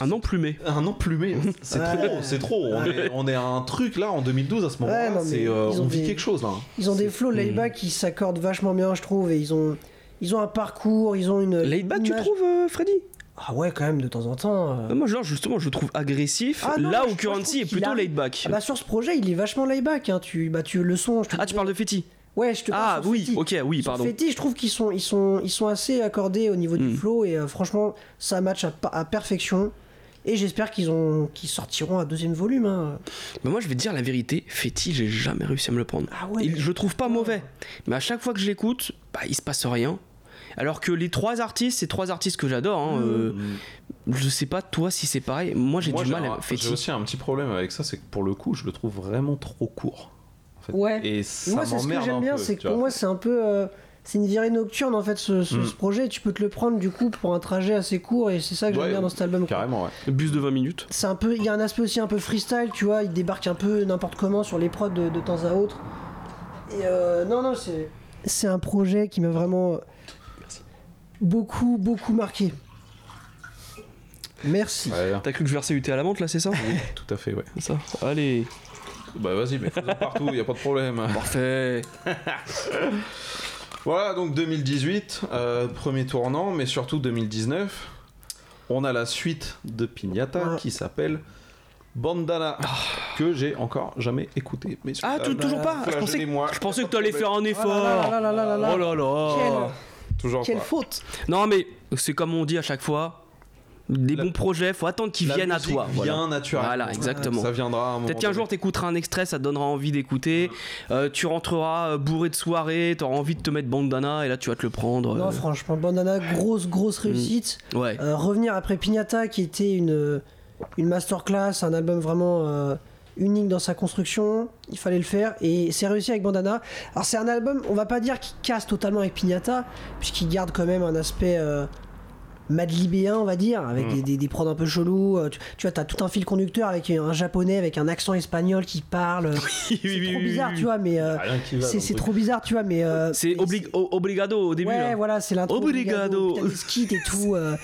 Speaker 1: Un nom plumé.
Speaker 3: Un nom plumé. C'est
Speaker 2: Ouais.
Speaker 3: trop, c'est trop. On, est, on est à un truc là en 2012 à ce
Speaker 2: Ouais,
Speaker 3: moment-là.
Speaker 2: non, mais
Speaker 3: c'est, euh,
Speaker 2: ils ont
Speaker 3: on vit
Speaker 2: des-
Speaker 3: quelque chose là.
Speaker 2: Ils ont des flots laid-back qui s'accordent vachement bien, je trouve, et ils ont, ils ont un parcours, ils ont une.
Speaker 1: Laidback, tu
Speaker 2: image-
Speaker 1: trouves, euh, Freddy
Speaker 2: Ah ouais, quand même, de temps en temps. euh.
Speaker 1: Euh, Moi, genre, justement, je le trouve agressif.
Speaker 2: Ah non,
Speaker 1: là
Speaker 2: moi,
Speaker 1: où
Speaker 2: je- moi, je trouve
Speaker 1: Currency est
Speaker 2: qu'il
Speaker 1: plutôt
Speaker 2: a-
Speaker 1: laidback.
Speaker 2: Ah bah sur ce projet, il est vachement laid-back. Hein. Tu, bah, tu le son. Je te...
Speaker 1: Ah, tu parles de Fetty
Speaker 2: Ouais, je te parle
Speaker 1: Ah,
Speaker 2: sur
Speaker 1: oui,
Speaker 2: Fetty.
Speaker 1: ok, oui,
Speaker 2: Sur
Speaker 1: pardon.
Speaker 2: Fetty, je trouve qu'ils sont, ils sont, ils sont assez accordés au niveau
Speaker 1: Mm.
Speaker 2: du flow et euh, franchement, ça match à, pa- à perfection. Et j'espère qu'ils ont, qu'ils sortiront un deuxième volume. hein.
Speaker 1: Mais moi, je vais te dire la vérité, Fetty, j'ai jamais réussi à me le prendre.
Speaker 2: Ah ouais.
Speaker 1: Il- je le trouve pas mauvais, mais à chaque fois que je l'écoute, bah, il se passe rien. Alors que les trois artistes, c'est trois artistes que j'adore.
Speaker 2: Mmh.
Speaker 1: hein, euh, je sais pas toi si c'est pareil. Moi, j'ai
Speaker 3: Moi,
Speaker 1: du mal
Speaker 3: un-
Speaker 1: à
Speaker 3: J'ai
Speaker 1: Fetty.
Speaker 3: aussi un petit problème avec ça, c'est que pour le coup, je le trouve vraiment trop court. en fait.
Speaker 2: Ouais.
Speaker 3: Et
Speaker 2: Mais
Speaker 3: ça
Speaker 2: moi, c'est ce que
Speaker 3: m'emmerde
Speaker 2: j'aime
Speaker 3: un
Speaker 2: bien,
Speaker 3: peu,
Speaker 2: c'est
Speaker 3: tu
Speaker 2: que pour
Speaker 3: vois.
Speaker 2: moi, c'est un peu. euh, c'est une virée nocturne en fait, ce, ce-
Speaker 3: Mm.
Speaker 2: ce projet. Tu peux te le prendre du coup pour un trajet assez court et c'est ça que j'aime
Speaker 3: Ouais,
Speaker 2: bien dans cet album. quoi.
Speaker 3: Carrément, ouais.
Speaker 1: Bus de 20 minutes.
Speaker 2: C'est un peu, il y a un aspect aussi un peu freestyle, tu vois. Il débarque un peu n'importe comment sur les prods de, de temps à autre. Et euh, non, non, c'est. C'est un projet qui m'a vraiment euh, beaucoup, beaucoup marqué. Merci.
Speaker 3: Ouais,
Speaker 1: T'as cru que je versais UT à la menthe là, c'est ça
Speaker 3: Tout à fait, ouais.
Speaker 1: C'est ça. Allez,
Speaker 3: Bah vas-y, mais faisons partout, y a pas de problème.
Speaker 1: parfait.
Speaker 3: Voilà, donc 2018, euh, premier tournant, mais surtout 2019, on a la suite de Pignata
Speaker 2: Ouais. Ah.
Speaker 3: qui s'appelle Bandana, que j'ai encore jamais écouté. Mais
Speaker 1: Ah, tu-
Speaker 3: celui-là,
Speaker 1: toujours pas Je pensais,
Speaker 3: flagellez-moi.
Speaker 1: je pensais que t'allais faire un
Speaker 2: Oh là
Speaker 1: effort.
Speaker 2: là là là là là là.
Speaker 1: Oh là là.
Speaker 3: toujours
Speaker 2: Quelle
Speaker 3: pas.
Speaker 2: faute
Speaker 1: Non, mais c'est comme on dit à chaque fois des
Speaker 3: La-
Speaker 1: bons projets, faut attendre qu'ils
Speaker 3: La
Speaker 1: viennent à
Speaker 3: musique
Speaker 1: toi.
Speaker 3: Vient
Speaker 1: voilà.
Speaker 3: naturellement.
Speaker 1: Voilà, exactement.
Speaker 3: Ça viendra à un moment.
Speaker 1: Peut-être qu'un
Speaker 3: donné.
Speaker 1: jour t'écouteras un extrait, ça te donnera envie d'écouter. Euh, tu rentreras euh, bourré de soirée, t'auras envie de te mettre bandana et là tu vas te le prendre.
Speaker 2: Non,
Speaker 1: euh,
Speaker 2: franchement, Bandana, grosse, grosse réussite.
Speaker 1: ouais.
Speaker 2: Euh, revenir après Pignata, qui était une, euh, une masterclass, un album vraiment euh, unique dans sa construction, il fallait le faire, et c'est réussi avec Bandana. Alors c'est un album, on va pas dire qu'il casse totalement avec Pignata, puisqu'il garde quand même un aspect euh, madlibéen, on va dire, avec
Speaker 1: Mm.
Speaker 2: des, des, des prods un peu chelous. euh, tu, tu vois, t'as tout un fil conducteur avec un japonais, avec un accent espagnol qui parle.
Speaker 1: Oui,
Speaker 2: c'est
Speaker 1: oui, oui,
Speaker 2: trop
Speaker 1: oui,
Speaker 2: bizarre,
Speaker 1: oui.
Speaker 2: tu vois, mais... euh,
Speaker 3: Ah, rien qui va
Speaker 2: c'est
Speaker 3: dans le
Speaker 2: c'est
Speaker 3: truc.
Speaker 2: trop bizarre, tu vois, mais... euh,
Speaker 1: C'est
Speaker 2: mais
Speaker 1: oblig- o- obligado au début.
Speaker 2: Ouais,
Speaker 1: hein.
Speaker 2: voilà, c'est l'intro.
Speaker 1: Obrigado.
Speaker 2: putain, des skits et tout. euh,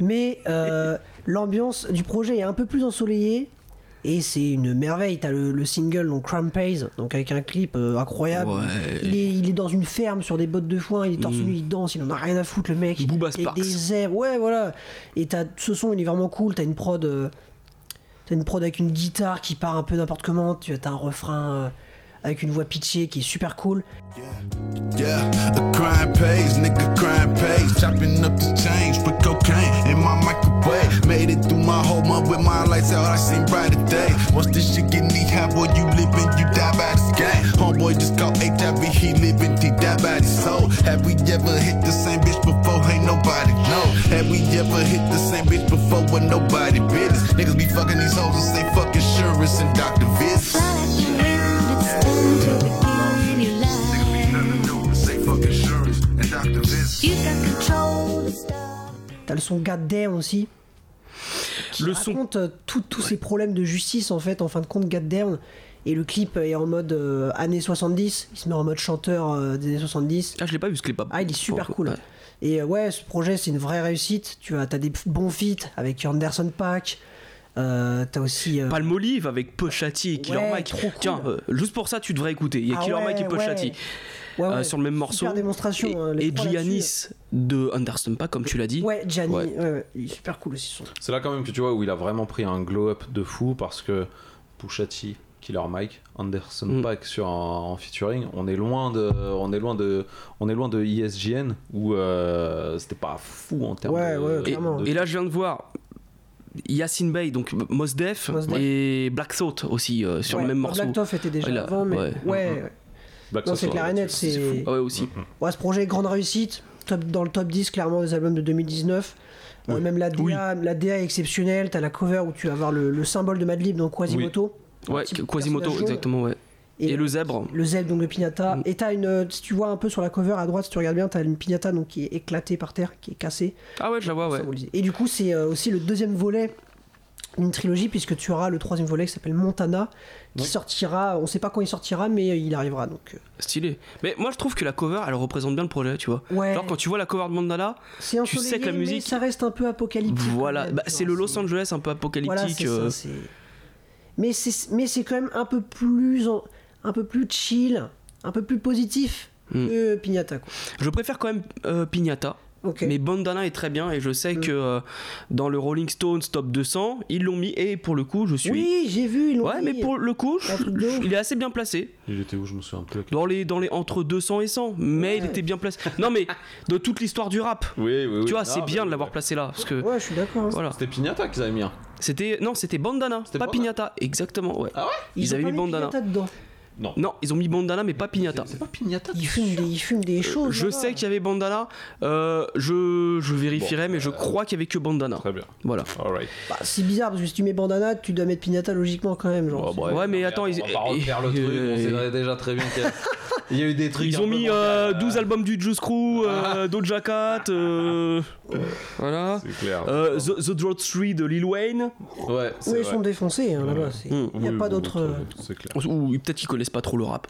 Speaker 2: mais euh, l'ambiance du projet est un peu plus ensoleillée. Et c'est une merveille. T'as le, le single, donc Crampaze, donc avec un clip euh, incroyable.
Speaker 1: Ouais. Mm.
Speaker 2: Il, est, il est dans une ferme sur des bottes de foin, il est torse nu, il danse, il en a rien à foutre, le mec.
Speaker 1: Booba
Speaker 2: il y a
Speaker 1: Sparks.
Speaker 2: des airs, ouais, voilà. Et t'as ce son, il est vraiment cool. T'as une prod. euh, T'as une prod avec une guitare qui part un peu n'importe comment, tu as un refrain euh, avec une voix pitchée qui est super cool.
Speaker 5: Yeah, a crime pays, nigga crime pays. Chopping up the change, put cocaine in my microwave. Made it through my whole month with my lights out, I seen brighter days. Once this shit get knee high, boy, you living, you die by this game. Homeboy just got HIV, he living, he die by his soul. Have we ever hit the same bitch before? Ain't nobody know. Have we ever hit the same bitch before when nobody business? Niggas be fucking these hoes and say fuck insurance and doctor visits. Niggas be nothing new and say fuck insurance and doctor visits.
Speaker 6: You got control the stuff.
Speaker 2: T'as le son God Damn aussi. Qui
Speaker 1: Le son.
Speaker 2: raconte euh, tout- tous ces problèmes de justice en fait, en fin de compte, God Damn. Et le clip est en mode euh, années 70. Il se met en mode chanteur euh, des années 70.
Speaker 1: Ah, je l'ai pas vu ce clip.
Speaker 2: Ah, il est super cool.
Speaker 1: Ouais.
Speaker 2: Et euh, ouais, ce projet, c'est une vraie réussite. Tu as, t'as des bons feats avec Anderson Pack. Euh, t'as aussi. euh,
Speaker 1: Palmolive avec Pochati et Killer
Speaker 2: Ouais,
Speaker 1: Mike.
Speaker 2: trop cool.
Speaker 1: Tiens, euh, juste pour ça, tu devrais écouter. Il y a
Speaker 2: Ah
Speaker 1: Killer
Speaker 2: ouais,
Speaker 1: Mike et Pochati
Speaker 2: ouais. ouais,
Speaker 1: euh,
Speaker 2: ouais,
Speaker 1: sur le même
Speaker 2: super
Speaker 1: morceau.
Speaker 2: démonstration.
Speaker 1: Et-
Speaker 2: hein, les
Speaker 1: et
Speaker 2: trois là-dessus.
Speaker 1: Giannis de Understamp, pas comme tu l'as dit.
Speaker 2: Ouais, Gianni.
Speaker 1: Ouais.
Speaker 2: ouais, ouais, il est super cool aussi son.
Speaker 3: C'est là quand même que tu vois où il a vraiment pris un glow-up de fou parce que Pushati, Killer Mike, Anderson
Speaker 1: Mm.
Speaker 3: Paak sur un, en featuring, on est loin de, on est loin de, on est loin de E ISGN où euh, c'était pas fou en termes
Speaker 2: Ouais,
Speaker 3: de,
Speaker 2: ouais,
Speaker 3: de-
Speaker 2: clairement.
Speaker 3: de-
Speaker 1: Et là, je viens de voir Yacine Bey, donc Mos Def,
Speaker 2: Mos Def.
Speaker 1: et Black Thought aussi euh, sur
Speaker 2: Ouais,
Speaker 1: le même
Speaker 2: Black
Speaker 1: morceau.
Speaker 2: Toff était déjà
Speaker 1: Ouais, là,
Speaker 2: avant, mais.
Speaker 1: ouais. Mm-hmm.
Speaker 2: Ouais, ouais.
Speaker 3: Black
Speaker 2: Non,
Speaker 3: Sabbath,
Speaker 2: c'est clair et
Speaker 3: ouais,
Speaker 2: net,
Speaker 3: tu-
Speaker 2: c'est.
Speaker 1: Ah ouais, aussi.
Speaker 2: Ouais, ce projet, grande réussite. Top, dans le top 10, clairement, des albums de 2019. Euh, même la DA,
Speaker 1: Oui.
Speaker 2: la DA est exceptionnelle. T'as la cover où tu vas avoir le, le symbole de Madlib, donc Quasimodo.
Speaker 1: Ouais,
Speaker 2: Petit
Speaker 1: Quasimodo,
Speaker 2: personnage jaune.
Speaker 1: exactement, ouais. Et, le zèbre.
Speaker 2: le zèbre, donc le piñata.
Speaker 1: Mm.
Speaker 2: Et t'as une, euh, si tu vois un peu sur la cover à droite, si tu regardes bien, t'as une piñata donc qui est éclatée par terre, qui est cassée.
Speaker 1: Ah ouais, je la vois, ouais.
Speaker 2: Ça, vous le disiez. Et du coup, c'est euh, aussi le deuxième volet d'une trilogie, puisque tu auras le troisième volet qui s'appelle Montana, qui sortira, on sait pas quand il sortira, mais euh, il arrivera donc. euh,
Speaker 1: Stylé. Mais moi, je trouve que la cover, elle représente bien le projet, tu vois.
Speaker 2: Ouais.
Speaker 1: Genre, quand tu vois la cover de Mandala,
Speaker 2: C'est
Speaker 1: Tu sais que la
Speaker 2: ensoleillé, mais
Speaker 1: musique-
Speaker 2: ça reste un peu apocalyptique. quand
Speaker 1: voilà,
Speaker 2: même,
Speaker 1: bah,
Speaker 2: tu
Speaker 1: c'est le
Speaker 2: vois,
Speaker 1: Los Angeles un peu
Speaker 2: Voilà,
Speaker 1: apocalyptique.
Speaker 2: c'est
Speaker 1: euh,
Speaker 2: ça, c'est- Mais c'est mais c'est quand même un peu plus en- un peu plus chill, un peu plus positif
Speaker 1: Mm.
Speaker 2: que Pignata quoi.
Speaker 1: Je préfère quand même euh, Pignata.
Speaker 2: Ok.
Speaker 1: Mais Bandana est très bien et je sais
Speaker 2: Mm.
Speaker 1: que euh, dans le Rolling Stones Top 200, ils l'ont mis et pour le coup, je suis.
Speaker 2: Oui, j'ai vu, ils l'ont
Speaker 1: ouais,
Speaker 2: mis.
Speaker 1: mais pour le coup,
Speaker 2: Un truc de ouf.
Speaker 1: il est assez bien placé.
Speaker 3: Il était où Je me souviens plus.
Speaker 1: Dans les, dans les entre 200 et 100, mais il
Speaker 2: Ouais.
Speaker 1: était bien placé. Non, mais de toute l'histoire du rap,
Speaker 3: Oui, oui, oui.
Speaker 1: tu vois,
Speaker 3: Ah,
Speaker 1: c'est
Speaker 3: bah
Speaker 1: bien
Speaker 3: oui,
Speaker 1: de l'avoir
Speaker 3: ouais.
Speaker 1: placé là parce que
Speaker 2: Ouais, je suis d'accord. hein.
Speaker 1: voilà,
Speaker 3: C'était Pignata qu'ils avaient mis. hein.
Speaker 1: c'était non, c'était Bandana,
Speaker 3: C'était
Speaker 1: pas
Speaker 3: Bandana.
Speaker 1: Pignata, exactement, ouais.
Speaker 3: Ah ouais
Speaker 1: Ils,
Speaker 2: ont
Speaker 1: avaient
Speaker 2: pas
Speaker 1: mis Bandana.
Speaker 2: Pignata dedans.
Speaker 3: Non.
Speaker 1: Non, ils ont mis Bandana, mais pas Pignata.
Speaker 3: C'est pas Pignata
Speaker 2: Ils fument des, ils fument des choses.
Speaker 1: Euh,
Speaker 2: hein.
Speaker 1: Je
Speaker 2: là-bas.
Speaker 1: sais qu'il y avait Bandana, euh, je, je vérifierai, mais je crois qu'il y avait que Bandana.
Speaker 3: euh, Très bien.
Speaker 1: Voilà.
Speaker 3: Alright.
Speaker 2: Bah, c'est bizarre parce que si tu mets Bandana, tu dois mettre Pignata logiquement quand même. Genre.
Speaker 1: Ouais, mais attends, ils-
Speaker 3: On va pas refaire le truc,
Speaker 1: euh,
Speaker 3: on sait déjà très bien qu'il y a- il y a eu des trucs.
Speaker 1: Ils
Speaker 3: un
Speaker 1: ont
Speaker 3: peu
Speaker 1: mis
Speaker 3: bancals,
Speaker 1: euh,
Speaker 3: euh,
Speaker 1: 12 albums du Juice Crew, euh, Doja Cat, euh, voilà.
Speaker 3: Ah. C'est clair.
Speaker 1: Euh, The, The Drought 3 de Lil Wayne.
Speaker 3: Ouais, c'est
Speaker 2: Ouais, ils
Speaker 3: vrai.
Speaker 2: sont défoncés hein, là-bas. c'est-
Speaker 1: Mm.
Speaker 2: Il n'y a
Speaker 3: Oui,
Speaker 2: pas
Speaker 3: bon,
Speaker 2: d'autre. euh,
Speaker 3: C'est clair.
Speaker 1: Ou peut-être qu'ils connaissent pas trop le rap.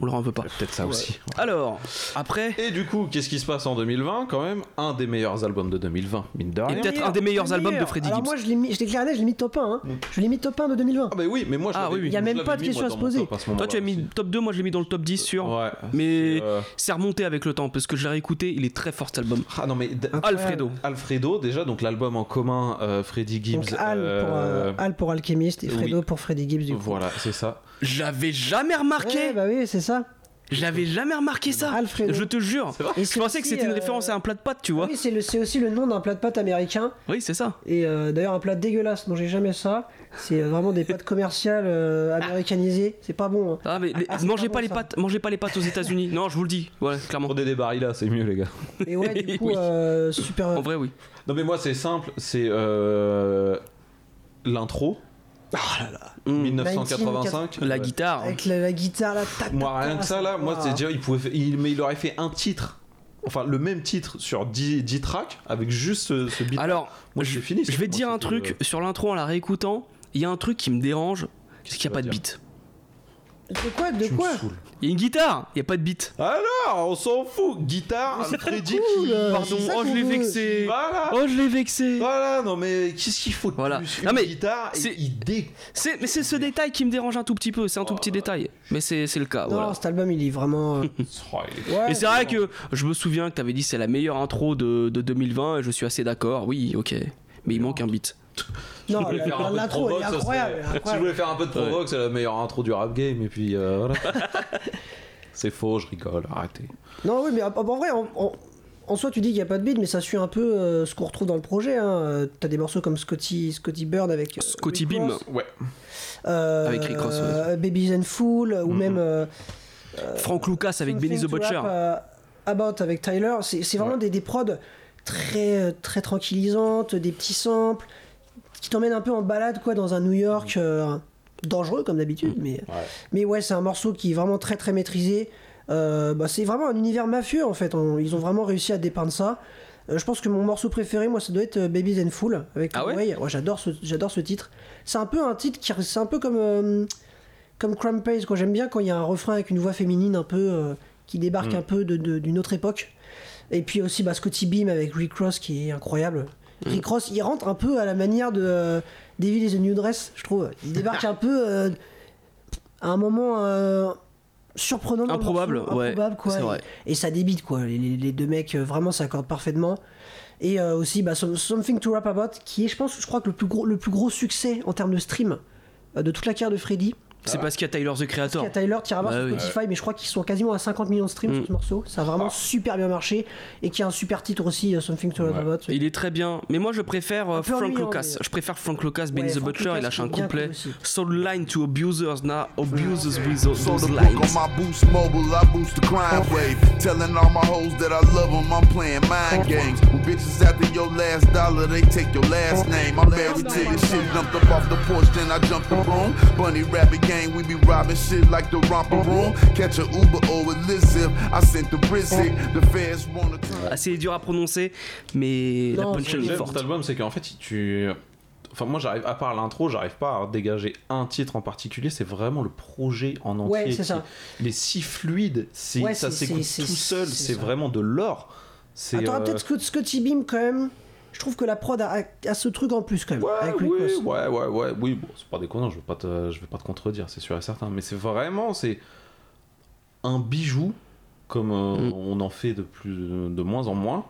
Speaker 1: On leur en veut pas.
Speaker 3: Peut-être ça aussi.
Speaker 1: Alors, après,
Speaker 3: Et du coup, qu'est-ce qui se passe en 2020 Quand même, un des meilleurs albums de 2020, mine de
Speaker 1: et
Speaker 3: rien.
Speaker 1: peut-être un des
Speaker 2: Le
Speaker 1: meilleurs albums de
Speaker 2: meilleur.
Speaker 1: Freddie
Speaker 2: Alors
Speaker 1: Gibbs.
Speaker 2: moi, je l'ai mis, je l'ai clariné, je l'ai mis top 1. hein. Je l'ai mis top 1 de 2020.
Speaker 3: Ah bah oui, mais moi je
Speaker 1: Ah
Speaker 3: l'avais
Speaker 1: oui, oui.
Speaker 3: mis-
Speaker 1: Il y a
Speaker 3: je
Speaker 2: même
Speaker 3: l'avais
Speaker 2: pas de
Speaker 3: mis,
Speaker 2: question
Speaker 3: moi,
Speaker 2: à se
Speaker 3: dans mon
Speaker 2: poser.
Speaker 3: top à ce moment-là
Speaker 1: Toi, tu as mis
Speaker 3: aussi.
Speaker 1: top 2, moi je l'ai mis dans le top 10 sûr.
Speaker 3: Ouais.
Speaker 1: Mais
Speaker 3: C'est, euh,
Speaker 1: c'est remonté avec le temps parce que je l'ai réécouté, il est très fort cet album.
Speaker 3: Ah non mais d-
Speaker 1: Alfredo.
Speaker 3: Alfredo déjà donc l'album en commun euh, Freddie Gibbs
Speaker 2: Donc Al,
Speaker 3: euh,
Speaker 2: pour, euh, Al pour Alchemist et
Speaker 3: oui.
Speaker 2: Fredo pour Freddy Gibbs du coup.
Speaker 3: voilà c'est ça
Speaker 1: J'avais jamais remarqué,
Speaker 2: Ouais, bah oui, c'est ça.
Speaker 1: j'avais jamais remarqué ça.
Speaker 2: Alfredo.
Speaker 1: Je te jure.
Speaker 3: C'est vrai
Speaker 2: Et
Speaker 1: Je
Speaker 2: c'est
Speaker 1: pensais que
Speaker 2: aussi,
Speaker 1: c'était une
Speaker 2: euh,
Speaker 1: référence à un plat de pâtes, tu vois.
Speaker 2: Oui, c'est le- c'est aussi le nom d'un plat de pâtes américain.
Speaker 1: Oui, c'est ça.
Speaker 2: Et euh, d'ailleurs, un plat dégueulasse, mangez jamais ça. C'est euh, vraiment des pâtes commerciales euh, américanisées. C'est pas bon. hein.
Speaker 1: Ah mais les-
Speaker 2: ah, c'est
Speaker 1: mangez
Speaker 2: pas
Speaker 1: pas
Speaker 2: bon,
Speaker 1: les
Speaker 2: ça.
Speaker 1: pâtes, mangez pas les pâtes aux États-Unis. Non, je vous le dis, voilà, clairement.
Speaker 3: pour des débarils là c'est mieux les gars
Speaker 2: Et ouais, du coup,
Speaker 1: Oui.
Speaker 2: euh, super.
Speaker 1: En vrai, oui.
Speaker 3: non mais moi c'est simple c'est euh, l'intro
Speaker 1: Mm.
Speaker 3: 1985
Speaker 1: La
Speaker 3: Ouais.
Speaker 1: guitare.
Speaker 2: Avec la, la guitare, la tac.
Speaker 3: hein. moi
Speaker 2: tac,
Speaker 3: rien
Speaker 2: tac,
Speaker 3: que ça là moi
Speaker 2: va.
Speaker 3: c'est déjà il pouvait fa- il, mais il aurait fait un titre enfin le même titre sur 10, 10 tracks avec juste ce, ce beat
Speaker 1: Alors,
Speaker 3: Moi,
Speaker 1: je,
Speaker 3: c'est fini,
Speaker 1: je
Speaker 3: c'est- euh.
Speaker 1: vais
Speaker 3: moi,
Speaker 1: dire un
Speaker 3: c'était,
Speaker 1: truc sur l'intro en la réécoutant. Il y a un truc qui me dérange, c'est qu'il n'y a pas
Speaker 3: que
Speaker 1: de
Speaker 3: tu vas
Speaker 1: beat.
Speaker 2: De quoi De
Speaker 3: tu me
Speaker 2: quoi
Speaker 3: saoules.
Speaker 1: Il y a une guitare, il n'y a pas de beat.
Speaker 3: alors on s'en fout guitare Freddie
Speaker 2: cool,
Speaker 3: qui
Speaker 2: euh,
Speaker 1: Pardon,
Speaker 2: c'est ça
Speaker 1: oh je
Speaker 2: qu'on
Speaker 1: l'ai
Speaker 2: veut.
Speaker 1: vexé.
Speaker 3: voilà
Speaker 1: Oh je l'ai vexé.
Speaker 3: Voilà, non mais qu'est-ce qu'il faut de
Speaker 1: Voilà.
Speaker 3: plus
Speaker 1: Non,
Speaker 3: Une
Speaker 1: mais
Speaker 3: guitare et
Speaker 1: c'est-
Speaker 3: il dé-
Speaker 1: C'est mais c'est ce détail qui me dérange un tout petit peu, c'est un tout petit détail. Mais c'est c'est le cas,
Speaker 2: Oh,
Speaker 3: Ah,
Speaker 2: Non,
Speaker 1: voilà.
Speaker 2: cet album, il est vraiment. euh,
Speaker 3: Oh, il est-
Speaker 2: ouais,
Speaker 1: Et c'est vrai que je me souviens que t'avais dit c'est la meilleure intro de, de 2020 et je suis assez d'accord, oui, ok. Mais il manque un beat.
Speaker 2: Non,
Speaker 3: voulais faire un
Speaker 2: la-
Speaker 3: peu de
Speaker 2: l'intro, elle
Speaker 3: provoque,
Speaker 2: est
Speaker 3: ça serait-
Speaker 2: incroyable. elle est
Speaker 3: Si je
Speaker 2: incroyable.
Speaker 3: voulais faire un peu de provoque, c'est la meilleure intro du rap game et puis euh, voilà. c'est faux, je rigole, arrêtez.
Speaker 2: Non, oui, mais en, en vrai, en, en- en soi, tu dis qu'il n'y a pas de beat, mais ça suit un peu euh, ce qu'on retrouve dans le projet. Hein. Euh, T'as des morceaux comme Scotty, Scotty Bird avec. euh,
Speaker 1: Scotty
Speaker 2: Rick
Speaker 1: Beam,
Speaker 2: Ross,
Speaker 3: Ouais.
Speaker 2: euh,
Speaker 1: Avec Rick Ross, ouais.
Speaker 2: euh, Babies and Fool, ou même. euh,
Speaker 1: Frank Lucas avec
Speaker 2: Something
Speaker 1: Benny the
Speaker 2: to
Speaker 1: Butcher.
Speaker 2: Rap, euh, About avec Tyler, c'est c'est vraiment des, des prods très, euh, très tranquillisantes, des petits samples, qui t'emmènent un peu en balade quoi, dans un New York
Speaker 1: Mm.
Speaker 2: euh, dangereux comme d'habitude. Mais, mais ouais, c'est un morceau qui est vraiment très très maîtrisé. Euh, bah, c'est vraiment un univers mafieux en fait, On- ils ont vraiment réussi à dépeindre ça. Euh, je pense que mon morceau préféré, moi, ça doit être euh, Babies and Fool avec
Speaker 1: Ah ouais
Speaker 2: Conway. j'adore ce, j'adore ce titre. C'est un peu un titre qui, c'est un peu comme euh, comme Crampage, quoi. J'aime bien quand il y a un refrain avec une voix féminine un peu euh, qui débarque
Speaker 1: Mm.
Speaker 2: un peu de- de- d'une autre époque. Et puis aussi bah, Scotty Beam avec Rick Ross qui est incroyable.
Speaker 1: Mm.
Speaker 2: Rick Ross, il rentre un peu à la manière de euh, Devil is a New Dress, je trouve. Il débarque un peu euh, à un moment euh, surprenant. dans le
Speaker 1: Improbable,
Speaker 2: morceau,
Speaker 1: ouais,
Speaker 2: improbable, quoi.
Speaker 1: c'est
Speaker 2: Et-
Speaker 1: vrai.
Speaker 2: Et, ça débite, quoi. Les, les- les deux mecs euh, vraiment s'accordent parfaitement. Et euh, aussi bah, Some- Something to Rap About, qui est, je pense, je crois que le plus gros, le plus gros succès en termes de stream euh, de toute la carrière de Freddy.
Speaker 1: C'est parce qu'il y a Tyler the
Speaker 2: Il
Speaker 1: Creator.
Speaker 2: y a Tyler qui ramasse
Speaker 1: Bah
Speaker 2: sur
Speaker 1: oui. Mm.
Speaker 2: Spotify, mais je crois qu'ils sont quasiment à 50 millions de streams sur ce morceau. Ça a
Speaker 3: Ah.
Speaker 2: vraiment super bien marché et qui a un super titre aussi, euh, Something to Love About.
Speaker 1: Il est très bien, mais moi je préfère euh,
Speaker 2: peu
Speaker 1: Frank
Speaker 2: ennuyant,
Speaker 1: Lucas.
Speaker 2: mais-
Speaker 1: Je préfère Frank Lucas, Benny
Speaker 2: Ouais,
Speaker 1: the
Speaker 2: Frank
Speaker 1: Butcher,
Speaker 2: Lucas,
Speaker 1: il lâche un
Speaker 2: c'est bien
Speaker 1: complet.
Speaker 2: cool aussi.
Speaker 1: Soul line to abusers, now abusers with those
Speaker 5: So
Speaker 1: those
Speaker 5: the book on
Speaker 1: lines.
Speaker 5: my boost mobile, I boost the crime wave. Telling all my hoes that I love them, I'm playing mind games. When bitches after your last dollar, they take your last name. I'm married to your shit, dumped up off the porch, then I jump the broom. Bunny rabbit game. gang, we be robbing shit like the romper room. Catch a Uber or a Lizip. I sent the Rizzic. The feds wanna turn.
Speaker 1: Assez dur à prononcer, mais
Speaker 2: Non,
Speaker 1: la punchline
Speaker 3: J'aime
Speaker 1: est
Speaker 3: cet
Speaker 1: forte.
Speaker 3: album, c'est qu'en fait, tu. Enfin, moi, j'arrive, à part l'intro, j'arrive pas à dégager un titre en particulier. C'est vraiment le projet en entier.
Speaker 2: Ouais, c'est
Speaker 3: qui-
Speaker 2: ça.
Speaker 3: Il est si fluide, c'est,
Speaker 2: Ouais,
Speaker 3: ça
Speaker 2: c'est-
Speaker 3: s'écoute
Speaker 2: c'est-
Speaker 3: tout
Speaker 2: c'est-
Speaker 3: seul.
Speaker 2: c'est
Speaker 3: C'est,
Speaker 2: ça.
Speaker 3: vraiment de l'or. C'est,
Speaker 2: Attends,
Speaker 3: euh,
Speaker 2: peut-être Scott- Scotty Beam quand même. Je trouve que la prod a, a- a ce truc en plus quand même.
Speaker 3: Ouais,
Speaker 2: avec
Speaker 3: oui,
Speaker 2: Lucas.
Speaker 3: ouais, ouais, ouais, oui, bon, c'est pas déconnant, je veux pas te, je veux pas te contredire, c'est sûr et certain, mais c'est vraiment, c'est un bijou, comme euh,
Speaker 1: Mm.
Speaker 3: on en fait de plus, de moins en moins,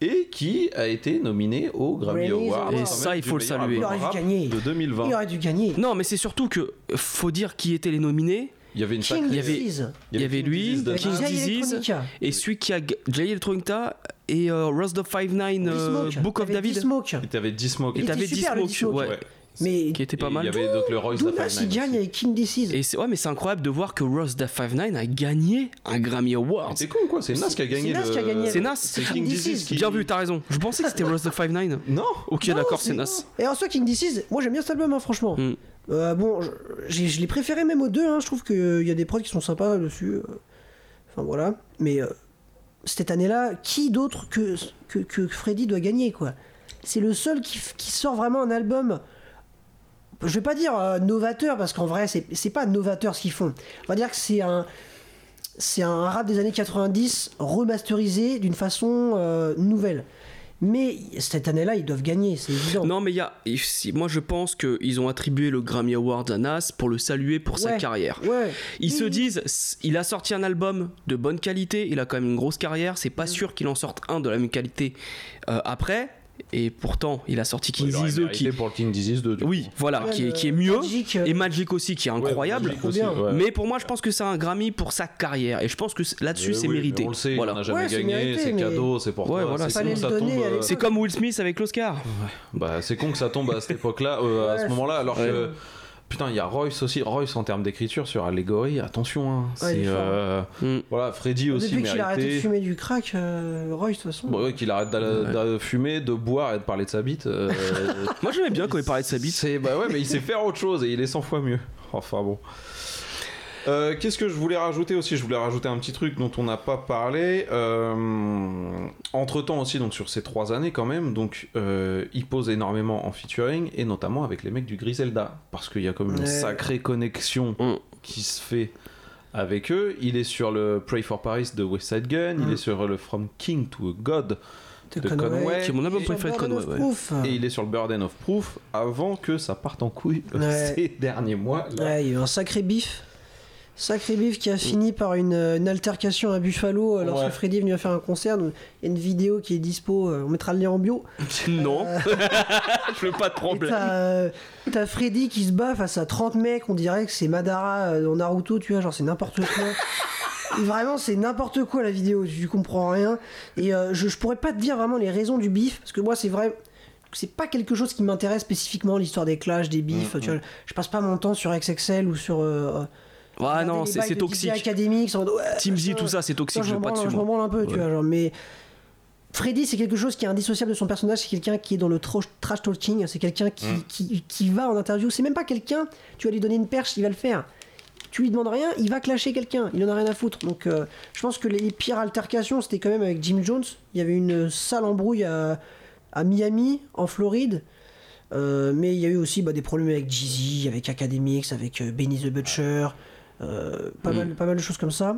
Speaker 3: et qui a été nominé au Grammy
Speaker 2: Grammys
Speaker 3: Award.
Speaker 2: Award.
Speaker 3: quand
Speaker 2: Et
Speaker 1: ça,
Speaker 3: même,
Speaker 1: il
Speaker 3: du
Speaker 1: faut le
Speaker 3: meilleur
Speaker 1: saluer.
Speaker 3: album
Speaker 2: Il aurait dû
Speaker 3: rap
Speaker 2: gagner.
Speaker 3: De 2020.
Speaker 2: Il aurait dû gagner.
Speaker 1: Non, mais c'est surtout que euh, faut dire qui étaient les nominés.
Speaker 3: Il y avait une
Speaker 2: King
Speaker 3: sacrée-
Speaker 1: y avait-
Speaker 2: Disease.
Speaker 1: Il y avait
Speaker 3: King
Speaker 1: lui,
Speaker 3: Disease de-
Speaker 1: King
Speaker 2: Jay
Speaker 1: Disease,
Speaker 2: Electronica.
Speaker 1: Et celui qui a g- Jay Electronica et euh, Rust of 59,
Speaker 2: Dee
Speaker 1: euh,
Speaker 2: Smoke.
Speaker 1: Book of
Speaker 2: T'avais Dee
Speaker 1: David.
Speaker 2: Smoke.
Speaker 3: Et t'avais D-Smoke.
Speaker 1: Et
Speaker 2: était
Speaker 1: t'avais
Speaker 2: super, le
Speaker 1: Dismoke,
Speaker 2: Dee Smoke.
Speaker 1: ouais,
Speaker 3: Ouais.
Speaker 2: Mais
Speaker 1: qui était pas
Speaker 3: Et
Speaker 1: mal.
Speaker 3: Il y avait donc le Royce da
Speaker 2: Dounas, il
Speaker 3: 59
Speaker 2: gagne
Speaker 3: aussi.
Speaker 2: avec King Disease.
Speaker 1: Et c'est ouais, mais c'est incroyable de voir que Ross da 59 a gagné un Grammy
Speaker 3: Mais
Speaker 1: Award.
Speaker 3: C'est con quoi, c'est Nas qui a gagné.
Speaker 2: C'est Nas
Speaker 3: le-
Speaker 2: qui a gagné.
Speaker 1: C'est Nas.
Speaker 3: C'est King
Speaker 2: This
Speaker 3: Disease
Speaker 2: is-
Speaker 3: qui.
Speaker 1: Bien vu, t'as raison. Je pensais que c'était Ross da 59.
Speaker 3: Non
Speaker 1: Ok,
Speaker 2: Non,
Speaker 1: d'accord, c'est
Speaker 2: Oh, c'est-
Speaker 1: Nas.
Speaker 2: Et en soi, King Disease, moi j'aime bien cet album, hein, franchement.
Speaker 1: Mm.
Speaker 2: Euh, bon, je- j'ai- je l'ai préféré même aux deux, hein. je trouve qu'il y a des prods qui sont sympas dessus. euh. Enfin voilà. Mais euh, cette année-là, qui d'autre que, que, que Freddy doit gagner, quoi C'est le seul qui, f- qui sort vraiment un album. Je vais pas dire euh, novateur, parce qu'en vrai, c'est c'est pas novateur ce qu'ils font. On va dire que c'est un. C'est un rap des années 90 remasterisé d'une façon euh, nouvelle. Mais cette année-là, ils doivent gagner, c'est évident.
Speaker 1: Non, mais il y a. si- Moi, je pense qu'ils ont attribué le Grammy Award à Nas pour le saluer pour sa
Speaker 2: Ouais.
Speaker 1: carrière.
Speaker 2: Ouais.
Speaker 1: Ils se
Speaker 2: Oui.
Speaker 1: disent, s- il a sorti un album de bonne qualité, il a quand même une grosse carrière, c'est
Speaker 2: Mm.
Speaker 1: pas sûr qu'il en sorte un de la même qualité euh, après. Et pourtant, il a sorti King
Speaker 3: Il aurait
Speaker 1: Disease
Speaker 3: mérité
Speaker 1: qui.
Speaker 3: pour le King Disease 2. du
Speaker 1: Oui,
Speaker 3: coup.
Speaker 1: voilà,
Speaker 2: Ouais,
Speaker 1: qui, est,
Speaker 2: le-
Speaker 1: qui est mieux.
Speaker 2: Magic, euh,
Speaker 1: Et Magic aussi, qui est incroyable.
Speaker 3: Ouais, Magic aussi,
Speaker 2: Trop bien.
Speaker 3: ouais.
Speaker 1: Mais pour moi, je pense que c'est un Grammy pour sa carrière. Et je pense que c- là-dessus,
Speaker 3: Mais
Speaker 1: c'est
Speaker 3: Eh Euh, oui,
Speaker 1: mérité.
Speaker 3: mais On le sait,
Speaker 1: voilà.
Speaker 3: on n'a jamais
Speaker 2: Ouais, c'est
Speaker 3: gagné,
Speaker 2: mérité,
Speaker 3: c'est
Speaker 2: mais-
Speaker 3: cadeau, c'est pour
Speaker 1: Ouais,
Speaker 3: toi.
Speaker 1: voilà,
Speaker 3: c'est
Speaker 2: Fallait
Speaker 3: con,
Speaker 2: le
Speaker 3: ça
Speaker 2: donner,
Speaker 3: tombe,
Speaker 2: à
Speaker 3: euh,
Speaker 2: l'époque.
Speaker 1: C'est comme Will Smith avec l'Oscar.
Speaker 3: bah, c'est con que ça tombe à cette époque-là, euh, à
Speaker 2: Ouais,
Speaker 3: ce moment-là, alors
Speaker 1: Ouais.
Speaker 3: que. Putain, il y a Royce aussi. Royce en termes d'écriture sur Allégorie, attention. hein,
Speaker 2: Ouais, il
Speaker 3: c'est.
Speaker 2: est fort.
Speaker 3: euh,
Speaker 1: Mm.
Speaker 3: Voilà, Freddy aussi
Speaker 2: Depuis qu'il a arrêté de
Speaker 3: mérité.
Speaker 2: fumer du crack, euh, Roy, de toute façon.
Speaker 1: Bah
Speaker 3: Bon, ouais, qu'il arrête d'a- d'a- de fumer, de boire et de parler de sa bite. euh,
Speaker 1: Moi, j'aimais bien quand il parlait de sa bite.
Speaker 3: c'est- Bah ouais, mais il sait faire autre chose et il est 100 fois mieux. Enfin bon. Euh, Qu'est-ce que je voulais rajouter aussi Je voulais rajouter un petit truc dont on n'a pas parlé. entre temps aussi, donc sur ces trois années quand même, donc euh, il pose énormément en featuring et notamment avec les mecs du Griselda parce qu'il y a comme une
Speaker 2: Ouais.
Speaker 3: sacrée connexion
Speaker 1: Mm.
Speaker 3: qui se fait avec eux. Il est sur le Pray for Paris de West Side Gun, il
Speaker 2: Mm.
Speaker 3: est sur le From King to a God de Conway.
Speaker 1: Qui est mon album
Speaker 3: Et-
Speaker 1: préféré de Conway. ouais.
Speaker 2: Ouais.
Speaker 3: Et il est sur le Burden of Proof avant que ça parte en couille euh,
Speaker 2: Ouais.
Speaker 3: ces derniers mois. là.
Speaker 2: Ouais, il y a eu un sacré bif. Sacré bif
Speaker 1: Mm.
Speaker 2: qui a fini par une, euh, une altercation à Buffalo euh, lorsque
Speaker 3: Ouais.
Speaker 2: Freddy est venu faire un concert. Donc, Il y a une vidéo qui est dispo, euh, on mettra le lien en bio. Euh,
Speaker 1: Non, je veux pas de
Speaker 2: Et
Speaker 1: problème.
Speaker 2: T'as euh, t'as Freddy qui se bat face à 30 mecs, on dirait que c'est Madara euh, dans Naruto, tu vois, genre c'est n'importe quoi. Et Vraiment, c'est n'importe quoi la vidéo, tu comprends rien. Et euh, je, je pourrais pas te dire vraiment les raisons du bif, parce que moi c'est vrai, que c'est pas quelque chose qui m'intéresse spécifiquement, l'histoire des clashs, des
Speaker 1: Mm,
Speaker 2: bifs, tu vois. Je passe pas mon temps sur XXL ou sur. euh,
Speaker 1: Ah
Speaker 2: regarder
Speaker 1: non,
Speaker 2: les
Speaker 1: c'est
Speaker 2: bails
Speaker 1: c'est
Speaker 2: de DJ
Speaker 1: toxique.
Speaker 2: Academics, en mode, ouais,
Speaker 1: Team Z,
Speaker 2: machin.
Speaker 1: tout ça, c'est
Speaker 2: Ça,
Speaker 1: toxique,
Speaker 2: je
Speaker 1: je veux
Speaker 2: m'en
Speaker 1: pas hein.
Speaker 2: branle,
Speaker 1: dessus.
Speaker 2: je
Speaker 1: moi.
Speaker 2: m'en branle un peu, tu vois, genre, mais. Freddy, c'est quelque chose qui est indissociable de son personnage, c'est quelqu'un qui est dans le tro- trash talking, c'est quelqu'un qui,
Speaker 1: Mm.
Speaker 2: qui, qui va en interview, c'est même pas quelqu'un, tu vas lui donner une perche, il va le faire. Tu lui demandes rien, il va clasher quelqu'un, il en a rien à foutre. Donc euh, je pense que les, les pires altercations, c'était quand même avec Jim Jones, il y avait une sale embrouille à, à Miami, en Floride, Euh, mais il y a eu aussi bah, des problèmes avec Jeezy, avec Academics, avec euh, Benny the Butcher, euh, pas, mal, pas mal de choses comme ça.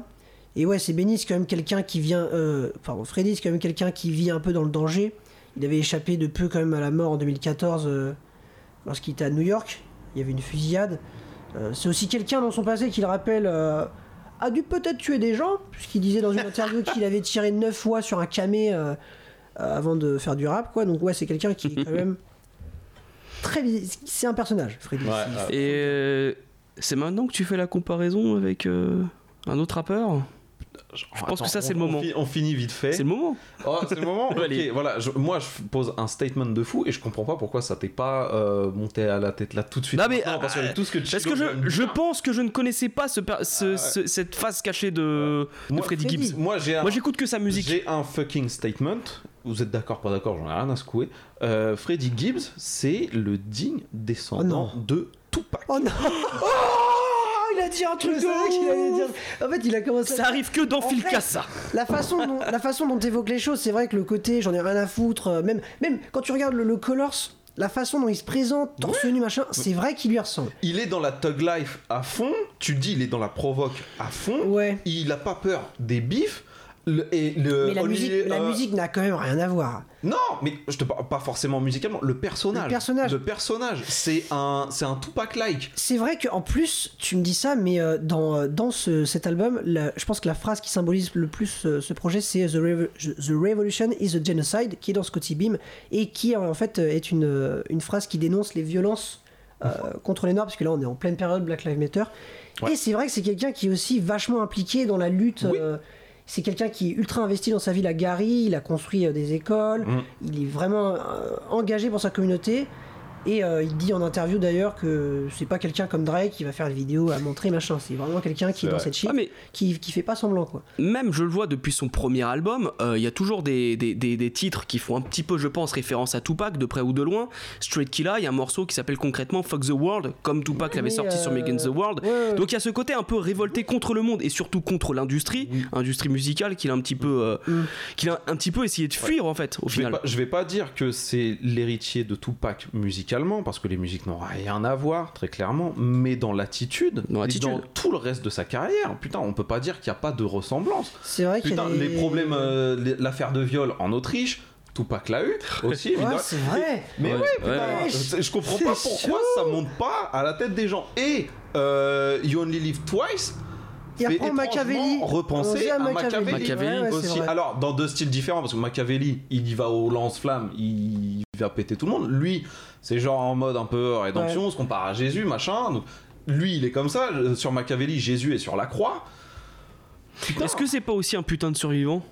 Speaker 2: Et ouais, c'est Benny, c'est quand même quelqu'un qui vient. euh, pardon, Freddy, c'est quand même quelqu'un qui vit un peu dans le danger. Il avait échappé de peu quand même à la mort en 2014 euh, lorsqu'il était à New York. Il y avait une fusillade. Euh, c'est aussi quelqu'un dans son passé qui le rappelle. euh, a dû peut-être tuer des gens, puisqu'il disait dans une interview qu'il avait tiré 9 fois sur un camé euh, euh, avant de faire du rap, quoi. Donc ouais, c'est quelqu'un qui est quand même très. vis- C'est un personnage, Freddy.
Speaker 3: Ouais,
Speaker 2: C'est-
Speaker 3: ouais.
Speaker 1: Et euh, c'est maintenant que tu fais la comparaison avec euh, un autre rappeur
Speaker 3: Je
Speaker 1: pense que ça, c'est le moment.
Speaker 3: On, finit vite fait.
Speaker 1: C'est le moment.
Speaker 3: Oh, c'est le moment. Ok,
Speaker 1: Allez.
Speaker 3: voilà. je- moi, je pose un statement de fou et je comprends pas pourquoi ça t'est pas euh, monté à la tête là tout de suite.
Speaker 1: Non, mais,
Speaker 3: maintenant, parce
Speaker 1: euh,
Speaker 3: que tout ce que
Speaker 1: Parce que je, je pense que je ne connaissais pas ce per- ce- ce- cette face cachée de, de Freddy Gibbs.
Speaker 3: Moi, j'ai un,
Speaker 1: Moi j'écoute que sa musique.
Speaker 3: j'ai un fucking statement. Vous êtes d'accord, pas d'accord, j'en ai rien à secouer. Euh, Freddy
Speaker 1: Oh
Speaker 3: Gibbs, c'est le digne descendant de Tupac.
Speaker 2: Oh non il a dit un truc
Speaker 1: Je
Speaker 2: de
Speaker 1: savais
Speaker 2: ouf.
Speaker 1: qu'il allait dire-
Speaker 2: En fait, il a commencé.
Speaker 1: Ça arrive que dans
Speaker 2: En
Speaker 1: Filka,
Speaker 2: fait,
Speaker 1: ça.
Speaker 2: La façon dont, la façon dont t'évoques les choses, c'est vrai que le côté j'en ai rien à foutre, euh, même, même quand tu regardes le, le Colors, la façon dont il se présente, torse nu, machin, c'est vrai qu'il lui ressemble.
Speaker 3: Il est dans la thug life à fond, tu dis il est dans la provoque à fond,
Speaker 2: Ouais.
Speaker 3: il a pas peur des bifs, le- et le...
Speaker 2: Mais la
Speaker 3: Olivier,
Speaker 2: musique, la
Speaker 3: euh,
Speaker 2: musique n'a quand même rien à voir.
Speaker 3: Non, mais je te parle pas forcément musicalement, le personnage.
Speaker 2: Le personnage.
Speaker 3: Le personnage, c'est un, c'est un Tupac-like.
Speaker 2: C'est vrai qu'en plus, tu me dis ça, mais euh, dans, euh, dans ce- cet album, la- je pense que la phrase qui symbolise le plus euh, ce projet, c'est the, Revo- the Revolution is a Genocide, qui est dans Scotty Beam, et qui euh, en fait euh, est une, euh, une phrase qui dénonce les violences euh, contre les Noirs, parce que là on est en pleine période Black Lives Matter.
Speaker 3: Ouais.
Speaker 2: Et c'est vrai que c'est quelqu'un qui est aussi vachement impliqué dans la lutte.
Speaker 3: Oui.
Speaker 2: euh, c'est quelqu'un qui est ultra investi dans sa ville à Gary, il a construit euh, des écoles,
Speaker 3: Mm.
Speaker 2: il est vraiment euh, engagé pour sa communauté. Et euh, il dit en interview d'ailleurs que c'est pas quelqu'un comme Drake qui va faire des vidéos à montrer machin, c'est vraiment quelqu'un qui est dans
Speaker 3: vrai.
Speaker 2: cette shit,
Speaker 1: Ah, mais-
Speaker 2: qui, qui fait pas semblant quoi.
Speaker 1: Même, je le vois depuis son premier album, euh, il y a toujours des, des, des- des titres qui font un petit peu, je pense, référence à Tupac, de près ou de loin. Straight Killa, il y a un morceau qui s'appelle concrètement Fuck the World, comme Tupac l'avait
Speaker 2: mais,
Speaker 1: sorti sur
Speaker 2: euh,
Speaker 1: Megan the World.
Speaker 2: ouais, ouais.
Speaker 1: Donc il y a ce côté un peu révolté contre le monde et surtout contre l'industrie,
Speaker 2: Mm.
Speaker 1: industrie musicale, qu'il a un petit peu, euh, qu'il a un petit peu essayé de fuir en fait, au
Speaker 3: Je vais,
Speaker 1: final.
Speaker 3: pas, je vais pas dire que c'est l'héritier de Tupac musicalement, parce que les musiques n'ont rien à voir, très clairement, mais dans l'attitude,
Speaker 1: Dans
Speaker 3: et
Speaker 1: l'attitude.
Speaker 3: dans tout le reste de sa carrière, putain, on peut pas dire qu'il n'y a pas de ressemblance.
Speaker 2: C'est vrai qu'il y a
Speaker 3: Putain,
Speaker 2: des-
Speaker 3: les problèmes, euh, les- l'affaire de viol en Autriche, Tupac l'a eu aussi,
Speaker 2: Ouais,
Speaker 3: évidemment.
Speaker 2: c'est vrai.
Speaker 3: Mais
Speaker 1: Ouais,
Speaker 3: ouais, putain,
Speaker 2: ouais.
Speaker 3: c'est- je comprends
Speaker 2: C'est
Speaker 3: pas pourquoi
Speaker 2: chaud.
Speaker 3: ça monte pas à la tête des gens. Et euh, You Only Live Twice.
Speaker 2: Et
Speaker 3: fait
Speaker 2: après,
Speaker 3: étrangement
Speaker 2: Machiavelli. On
Speaker 3: Repenser
Speaker 2: dit
Speaker 3: à
Speaker 2: à
Speaker 3: Machiavelli,
Speaker 1: Machiavelli
Speaker 2: Ouais, ouais, c'est
Speaker 3: aussi.
Speaker 2: vrai.
Speaker 3: Alors, dans deux styles différents, parce que Machiavelli, il y va au lance-flamme, il va péter tout le monde. Lui, c'est genre en mode un peu rédemption, se compare à Jésus, machin. Donc, lui, il est comme ça. Euh, Sur Machiavelli, Jésus est sur la croix. Putain,
Speaker 1: Est-ce que c'est pas aussi un putain de survivant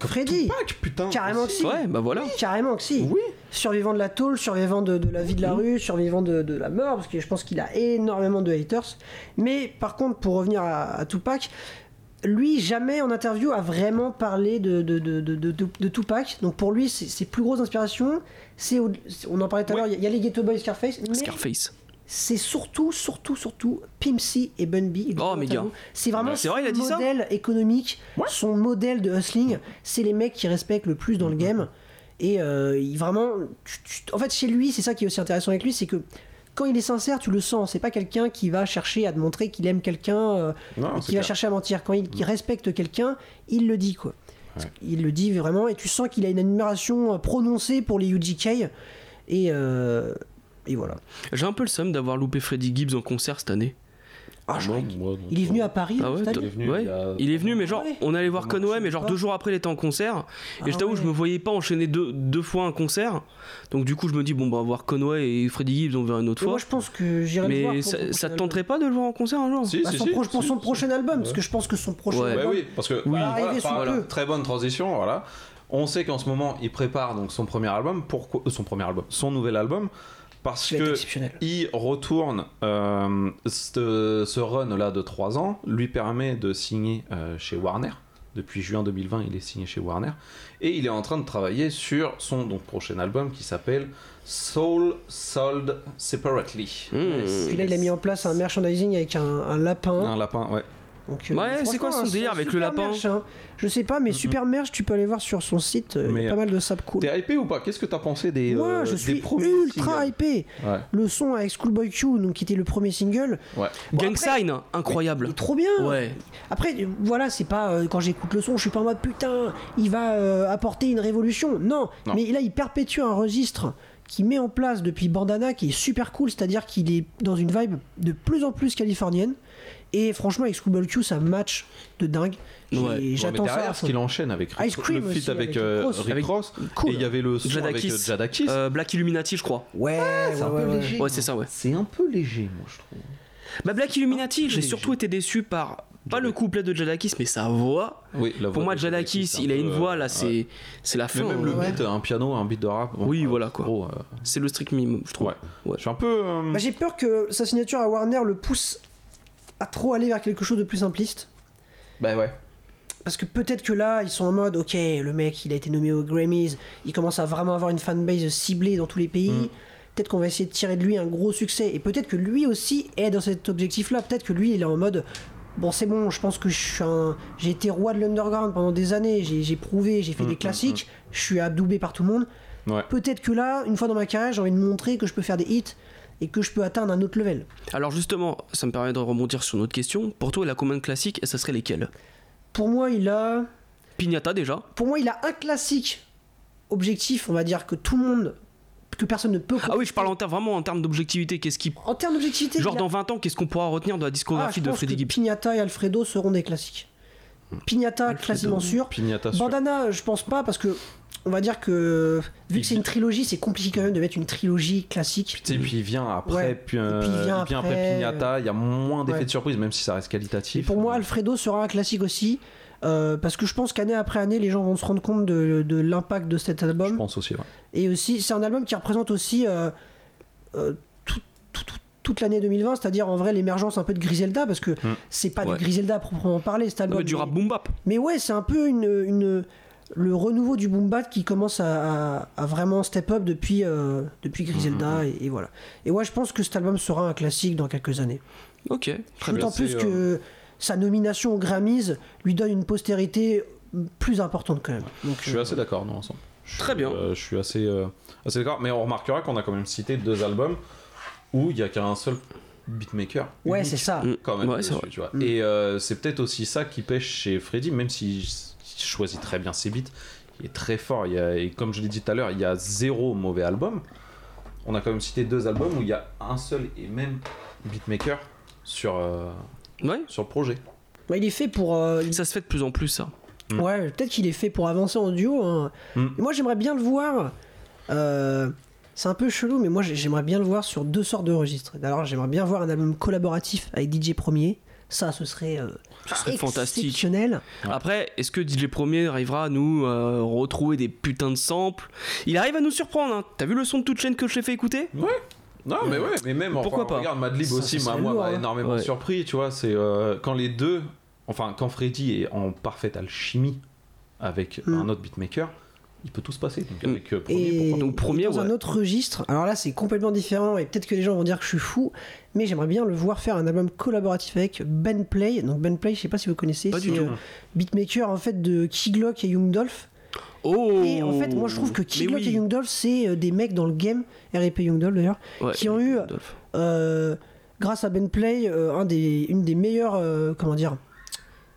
Speaker 2: Freddy,
Speaker 3: Tupac, putain.
Speaker 2: carrément que si.
Speaker 1: Ouais, bah voilà.
Speaker 2: Carrément que si.
Speaker 3: Oui.
Speaker 2: Survivant de la tôle, survivant de, de la vie de la rue, survivant de, de la mort, parce que je pense qu'il a énormément de haters. Mais par contre, pour revenir à, à Tupac, lui, jamais en interview a vraiment parlé de, de, de, de, de- de- de Tupac. Donc pour lui, ses ses plus grosses inspirations, c'est. au- On en parlait tout à l'heure, il y a- il y a les Ghetto Boys Scarface. mais
Speaker 1: Scarface.
Speaker 2: c'est surtout, surtout, surtout Pimp C et Bun B.
Speaker 1: Oh, mais gars.
Speaker 2: C'est vraiment
Speaker 1: Bah, C'est vrai,
Speaker 2: son
Speaker 1: il a dit ça
Speaker 2: modèle économique, son modèle de hustling. C'est les mecs qui respectent le plus dans le game. Et euh, il vraiment. tu- tu- en fait, chez lui, c'est ça qui est aussi intéressant avec lui, c'est que. Quand il est sincère, tu le sens. C'est pas quelqu'un qui va chercher à te montrer qu'il aime quelqu'un, euh,
Speaker 3: Non,
Speaker 2: et
Speaker 3: c'est
Speaker 2: qui va
Speaker 3: clair. Mm.
Speaker 2: chercher à mentir. Quand il, qui respecte quelqu'un, il le dit quoi. Il le dit vraiment, et tu sens qu'il a une admiration euh, prononcée pour les UGK. Et, euh, et voilà.
Speaker 1: J'ai un peu le seum d'avoir loupé Freddie Gibbs en concert cette année.
Speaker 2: Ah, je
Speaker 3: Non,
Speaker 2: crois
Speaker 3: moi, non,
Speaker 2: Il est
Speaker 3: non.
Speaker 2: venu à Paris
Speaker 1: Ah ouais,
Speaker 2: cette
Speaker 1: t'as-
Speaker 2: année
Speaker 3: est venu
Speaker 1: ouais.
Speaker 3: il y a-
Speaker 1: Il est venu, mais genre,
Speaker 2: Ouais.
Speaker 1: on allait voir
Speaker 2: Comment
Speaker 1: Conway,
Speaker 2: je
Speaker 1: mais
Speaker 2: sais
Speaker 1: genre
Speaker 2: pas.
Speaker 1: deux jours après, il était en concert.
Speaker 2: Ah
Speaker 1: et je t'avoue,
Speaker 2: ouais.
Speaker 1: je me voyais pas enchaîner deux, deux fois un concert. Donc du coup, je me dis, bon, bah, on va voir Conway et Freddie Gibbs, on verra une autre
Speaker 2: Mais Moi,
Speaker 1: fois.
Speaker 2: je pense que j'irai le voir.
Speaker 1: mais
Speaker 2: pour son
Speaker 1: ça, ça
Speaker 2: prochain
Speaker 1: te tenterait pas de le voir en concert un jour
Speaker 3: Si,
Speaker 2: album. Bah,
Speaker 3: si,
Speaker 2: son
Speaker 3: si,
Speaker 2: proche- pour
Speaker 3: si,
Speaker 2: son
Speaker 3: si.
Speaker 2: prochain album, parce que je pense que son prochain
Speaker 1: Ouais.
Speaker 3: Ouais,
Speaker 2: album.
Speaker 3: Bah oui, parce que
Speaker 2: va arriver sous
Speaker 3: voilà,
Speaker 2: peu.
Speaker 3: très bonne transition, voilà. On sait qu'en ce moment, il prépare donc son premier album, pourquoi euh, son premier album, son nouvel album, parce
Speaker 2: Il va être
Speaker 3: que
Speaker 2: exceptionnel.
Speaker 3: il retourne euh, ce, run là de 3 ans, lui permet de signer euh, chez Warner. Depuis juin 2020, il est signé chez Warner et il est en train de travailler sur son donc prochain album qui s'appelle Soul Sold Separately.
Speaker 2: Puis là, Mmh. il a mis en place un merchandising avec un, un lapin.
Speaker 3: Un lapin, ouais.
Speaker 2: Donc, euh,
Speaker 1: Ouais, c'est
Speaker 2: franchement,
Speaker 1: quoi son
Speaker 2: un-
Speaker 1: délire avec le
Speaker 2: super
Speaker 1: lapin
Speaker 2: merch, hein. Je sais pas, mais Super Merch, tu peux aller voir sur son site. euh, Il y
Speaker 3: Mais,
Speaker 2: a pas mal de sap cool.
Speaker 3: T'es hypé ou pas Qu'est-ce que t'as pensé des,
Speaker 2: Moi,
Speaker 3: euh,
Speaker 2: je
Speaker 3: des
Speaker 2: suis
Speaker 3: premiers
Speaker 2: ultra
Speaker 3: singles
Speaker 2: hypé.
Speaker 3: Ouais.
Speaker 2: Le son avec Schoolboy Q, donc, qui était le premier single,
Speaker 3: Ouais.
Speaker 2: Bon,
Speaker 1: Gang
Speaker 2: après-
Speaker 1: Sign, incroyable.
Speaker 2: il est trop bien.
Speaker 1: Ouais.
Speaker 2: Après, euh, voilà, c'est pas euh, quand j'écoute le son, je suis pas en mode putain, il va euh, apporter une révolution. Non.
Speaker 3: Non.
Speaker 2: mais là, il perpétue un registre qui met en place depuis Bandana qui est super cool, c'est-à-dire qu'il est dans une vibe de plus en plus californienne. Et franchement, avec Schoolboy Q, ça match de dingue. J'ai-
Speaker 1: Ouais. Ouais, mais
Speaker 2: J'attends
Speaker 3: Ouais, mais
Speaker 2: ça. à
Speaker 3: derrière, ce
Speaker 2: fond.
Speaker 3: qu'il enchaîne avec Rick-
Speaker 2: Ice Cream
Speaker 3: le
Speaker 2: aussi,
Speaker 3: feat
Speaker 2: avec
Speaker 3: avec,
Speaker 2: Rick
Speaker 3: euh,
Speaker 2: Ross.
Speaker 3: Rick
Speaker 1: Avec-
Speaker 3: Ross,
Speaker 2: Cool.
Speaker 3: et il y avait le son
Speaker 1: Jadakis.
Speaker 3: avec euh, hein. Jadakis.
Speaker 1: Euh, Black Illuminati, je crois.
Speaker 2: Ouais, ouais, ouais, ouais.
Speaker 1: Ouais, c'est ça, ouais.
Speaker 3: C'est un peu léger, moi, je trouve.
Speaker 1: Bah, Black
Speaker 3: Ah,
Speaker 1: Illuminati, j'ai surtout été déçu par. Pas le couplet de Jadakis, mais sa voix.
Speaker 3: Oui, la
Speaker 1: Pour
Speaker 3: voix
Speaker 1: moi,
Speaker 3: de
Speaker 1: Jadakis,
Speaker 3: c'est un
Speaker 1: il a
Speaker 3: peu,
Speaker 1: une
Speaker 3: euh,
Speaker 1: voix là,
Speaker 3: ouais.
Speaker 1: c'est c'est la
Speaker 3: Mais
Speaker 1: fin.
Speaker 3: même
Speaker 1: hein.
Speaker 3: le beat, euh, un piano, un beat de rap. bon,
Speaker 1: Oui,
Speaker 3: euh,
Speaker 1: voilà, quoi.
Speaker 3: gros, euh,
Speaker 1: C'est le strict minimum, je trouve.
Speaker 3: Ouais. Je suis un peu. euh,
Speaker 2: Bah, J'ai peur que sa signature à Warner le pousse à trop aller vers quelque chose de plus simpliste.
Speaker 3: Bah ouais.
Speaker 2: Parce que peut-être que là, ils sont en mode, ok, le mec, il a été nommé aux Grammys, il commence à vraiment avoir une fanbase ciblée dans tous les pays. peut-être qu'on va essayer de tirer de lui un gros succès. Et peut-être que lui aussi est dans cet objectif-là. Peut-être que lui, il est en mode. Bon, c'est bon, je pense que je suis un- j'ai été roi de l'underground pendant des années, j'ai j'ai prouvé, j'ai fait des classiques, je suis adoubé par tout le monde.
Speaker 3: Ouais.
Speaker 2: Peut-être que là, une fois dans ma carrière, j'ai envie de montrer que je peux faire des hits et que je peux atteindre un autre level.
Speaker 1: Alors justement, ça me permet de rebondir sur notre question. Pour toi, il a combien de classiques et ça serait lesquels
Speaker 2: Pour moi, il a,
Speaker 1: Pignata déjà.
Speaker 2: pour moi, il a un classique objectif, on va dire que tout le monde, que personne ne peut.
Speaker 1: Ah oui, je parle en ter- vraiment en termes d'objectivité. Qu'est-ce qui,
Speaker 2: En termes d'objectivité,
Speaker 1: genre
Speaker 2: il a-
Speaker 1: dans 20 ans, qu'est-ce qu'on pourra retenir de la
Speaker 2: Ah,
Speaker 1: discographie
Speaker 2: je
Speaker 1: de
Speaker 2: pense
Speaker 1: Freddie
Speaker 2: que
Speaker 1: Gibbs
Speaker 2: Pignata et Alfredo seront des classiques. Pignata, quasiment sûr.
Speaker 3: Hmm. Pignata sur.
Speaker 2: Bandana, je pense pas parce que on va dire que vu que c'est une trilogie, c'est compliqué quand même de mettre une trilogie classique.
Speaker 3: Tu sais, puis il vient après,
Speaker 2: Ouais.
Speaker 3: puis,
Speaker 2: Et
Speaker 3: euh,
Speaker 2: puis il vient après, euh,
Speaker 3: Pignata, il y a moins d'effets
Speaker 2: ouais.
Speaker 3: de surprise, même si ça reste
Speaker 2: Et
Speaker 3: qualitatif. euh,
Speaker 2: pour moi, Alfredo sera un classique aussi. euh, parce que je pense qu'année après année, les gens vont se rendre compte de, de l'impact de cet
Speaker 3: je
Speaker 2: album.
Speaker 3: pense aussi. ouais.
Speaker 2: Et aussi, c'est un album qui représente aussi euh, euh, tout- tout- tout- toute l'année 2020, c'est-à-dire en vrai l'émergence un peu de Griselda, parce que c'est pas
Speaker 1: Mmh. Ouais.
Speaker 2: du Griselda à proprement parler cet
Speaker 1: Non,
Speaker 2: album.
Speaker 1: mais du rap
Speaker 2: mais-
Speaker 1: boom bap.
Speaker 2: Mais ouais, c'est un peu une, une- le renouveau du boom bap qui commence à, à- à vraiment step up depuis, euh, depuis
Speaker 1: Mmh,
Speaker 2: Griselda et, et voilà. Et ouais, je pense que cet album sera un classique dans quelques années.
Speaker 1: Ok, très euh. bien.
Speaker 2: D'autant
Speaker 3: c'est,
Speaker 2: plus que sa nomination aux Grammys lui donne une postérité plus importante quand même. Donc,
Speaker 3: Je suis
Speaker 2: euh,
Speaker 3: assez d'accord dans l'ensemble. Je suis,
Speaker 1: Très bien.
Speaker 3: euh, je suis assez, euh, assez d'accord, mais on remarquera qu'on a quand même cité deux albums où il n'y a qu'un seul beatmaker.
Speaker 2: Ouais,
Speaker 3: unique,
Speaker 2: c'est ça.
Speaker 1: Mm.
Speaker 3: Quand même,
Speaker 1: Ouais, c'est
Speaker 3: dessus,
Speaker 1: vrai.
Speaker 3: tu vois. Et euh, c'est peut-être aussi ça qui pêche chez Freddy, même s'il il choisit très bien ses beats, il est très fort. Il y a- et comme je l'ai dit tout à l'heure, il y a zéro mauvais album. On a quand même cité deux albums où il y a un seul et même beatmaker sur, euh,
Speaker 1: Ouais,
Speaker 3: sur le projet.
Speaker 2: bah, il est fait pour. euh, il-
Speaker 1: ça se fait de plus en plus ça.
Speaker 2: Ouais, peut-être qu'il est fait pour avancer en duo. hein.
Speaker 3: Mm.
Speaker 2: Et Moi, j'aimerais bien le voir. euh, c'est un peu chelou, mais moi, j'ai- j'aimerais bien le voir sur deux sortes de registres. D'abord, j'aimerais bien voir un album collaboratif avec DJ Premier. Ça, ce serait, euh,
Speaker 1: serait fantastique.
Speaker 2: exceptionnel.
Speaker 1: Après, est-ce que DJ Premier arrivera à nous euh, retrouver des putains de samples Il arrive à nous surprendre. hein. T'as vu le son de toute chaîne que je t'ai fait écouter
Speaker 3: Ouais. Non, mais ouais, Mm. mais même
Speaker 1: Pourquoi
Speaker 3: enfin,
Speaker 1: pas
Speaker 3: Regarde, Madlib
Speaker 2: Ça,
Speaker 3: aussi,
Speaker 2: ça
Speaker 3: m'a-
Speaker 2: serait
Speaker 3: moi,
Speaker 2: lourd,
Speaker 3: m'a
Speaker 2: hein.
Speaker 3: énormément
Speaker 1: Ouais.
Speaker 3: surpris, tu vois. C'est euh, quand les deux, enfin, quand Freddy est en parfaite alchimie avec
Speaker 2: Mm.
Speaker 3: un autre beatmaker, il peut tout se passer. Donc,
Speaker 1: Mm.
Speaker 3: avec euh, premier,
Speaker 2: Et
Speaker 3: pourquoi
Speaker 1: Donc, premier,
Speaker 2: dans un
Speaker 1: ouais.
Speaker 2: autre registre, alors là c'est complètement différent et peut-être que les gens vont dire que je suis fou, mais j'aimerais bien le voir faire un album collaboratif avec Ben Play. Donc Ben Play, je sais pas si vous connaissez,
Speaker 1: Pas du
Speaker 2: c'est euh,
Speaker 1: tout.
Speaker 2: beatmaker en fait de Key Glock et Young Dolph.
Speaker 1: Oh
Speaker 2: Et en fait, moi je trouve que
Speaker 1: Mais
Speaker 2: Kid Lock
Speaker 1: oui.
Speaker 2: et Young Dolph, c'est euh, des mecs dans le game, RIP Young Dolph d'ailleurs,
Speaker 1: Ouais,
Speaker 2: qui ont eu,
Speaker 1: Dolph.
Speaker 2: euh, grâce à Ben Play, euh, un des, une des meilleures, euh, comment dire,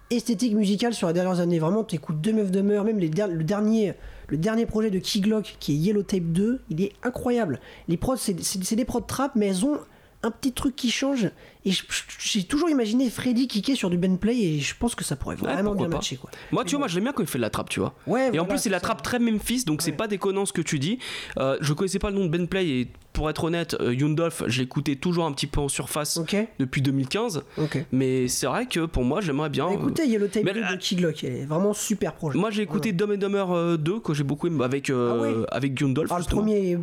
Speaker 2: esthétiques musicales sur les dernières années. Vraiment, t'écoutes deux meufs de meur, même les der- le, dernier, le dernier projet de Kid Glock qui est Yellow Tape 2, il est incroyable. Les prods, c'est c'est- c'est des prods trap, mais elles ont un petit truc qui change. Et je- je- j'ai toujours imaginé Freddy kicker sur du Ben Play, et je pense que ça pourrait vraiment
Speaker 1: pourquoi
Speaker 2: bien
Speaker 1: pas.
Speaker 2: matcher. Quoi.
Speaker 1: Moi, tu vois, moi, je l'aime bien quand il fait de la trappe, tu vois.
Speaker 2: Ouais,
Speaker 1: et en
Speaker 2: voilà,
Speaker 1: plus, il
Speaker 2: c'est
Speaker 1: la trappe très Memphis, donc c'est pas déconnant ce que tu dis. Euh, je connaissais pas le nom de Ben Play, et pour être honnête, euh, Yundolf, je l'écoutais toujours un petit peu en surface
Speaker 2: Ok,
Speaker 1: depuis 2015.
Speaker 2: ok.
Speaker 1: Mais c'est vrai que pour moi, j'aimerais bien. euh,
Speaker 2: Bah, Écoutez, Yellow Tape
Speaker 1: mais
Speaker 2: 2
Speaker 1: la-
Speaker 2: de Kid Lock, elle est vraiment super projet.
Speaker 1: Moi, j'ai écouté Dumb and Dumber euh, 2 que j'ai beaucoup aimé avec, euh,
Speaker 2: Ah ouais
Speaker 1: avec Yundolf.
Speaker 2: Ah, le
Speaker 1: justement.
Speaker 2: premier est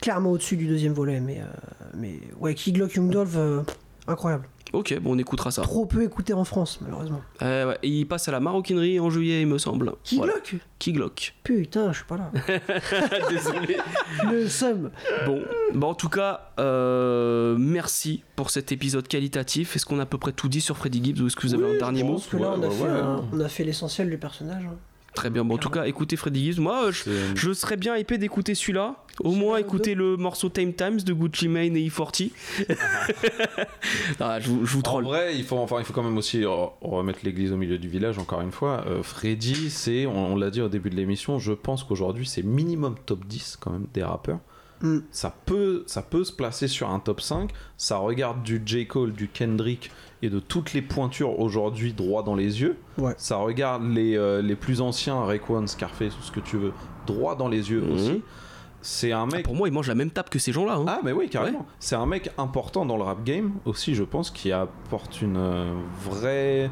Speaker 2: clairement au-dessus du deuxième volet, mais, euh, mais ouais, Kid Lock, Young Dolph, euh, incroyable.
Speaker 1: Ok, bon, on écoutera ça.
Speaker 2: Trop peu écouté en France, malheureusement.
Speaker 1: Euh, ouais, et il passe à la maroquinerie en juillet, il me semble.
Speaker 2: Kid
Speaker 1: Voilà.
Speaker 2: Lock
Speaker 1: Qui glock.
Speaker 2: Putain, je suis pas là.
Speaker 1: Désolé.
Speaker 2: le seum.
Speaker 1: Bon, bah en tout cas, euh, merci pour cet épisode qualitatif. Est-ce qu'on a à peu près tout dit sur Freddy Gibbs ou est-ce que vous avez un dernier mot
Speaker 2: Parce que là,
Speaker 3: Ouais,
Speaker 2: on a
Speaker 3: ouais,
Speaker 2: fait,
Speaker 3: ouais.
Speaker 2: un- on a fait l'essentiel du personnage. hein.
Speaker 1: Très bien. Bon, en tout cas, écoutez Freddy Gibbs. Moi, euh, je,
Speaker 3: C'est-
Speaker 1: je serais bien hypé d'écouter celui-là. Au moins,
Speaker 2: le
Speaker 1: écouter le morceau Time Times de Gucci Mane et E40. Ah, je, vous- je vous
Speaker 3: En
Speaker 1: troll.
Speaker 3: vrai, il faut, enfin, il faut quand même aussi re- remettre l'église au milieu du village, encore une fois. Euh, Freddy, c'est, on, on l'a dit au début de l'émission, je pense qu'aujourd'hui, c'est minimum top 10 quand même des rappeurs.
Speaker 2: Mm.
Speaker 3: Ça, peut, ça peut se placer sur un top 5. Ça regarde du J. Cole, du Kendrick et de toutes les pointures aujourd'hui droit dans les yeux.
Speaker 2: Ouais.
Speaker 3: Ça regarde les, euh, les plus anciens, Rayquan, Scarface, tout ce que tu veux, droit dans les yeux
Speaker 1: Mhm.
Speaker 3: aussi. C'est un
Speaker 1: Ah,
Speaker 3: mec
Speaker 1: pour moi, il mange la même tape que ces gens-là. hein.
Speaker 3: ah, mais oui, carrément.
Speaker 1: Ouais.
Speaker 3: C'est un mec important dans le rap game aussi, je pense, qui apporte une euh, vraie.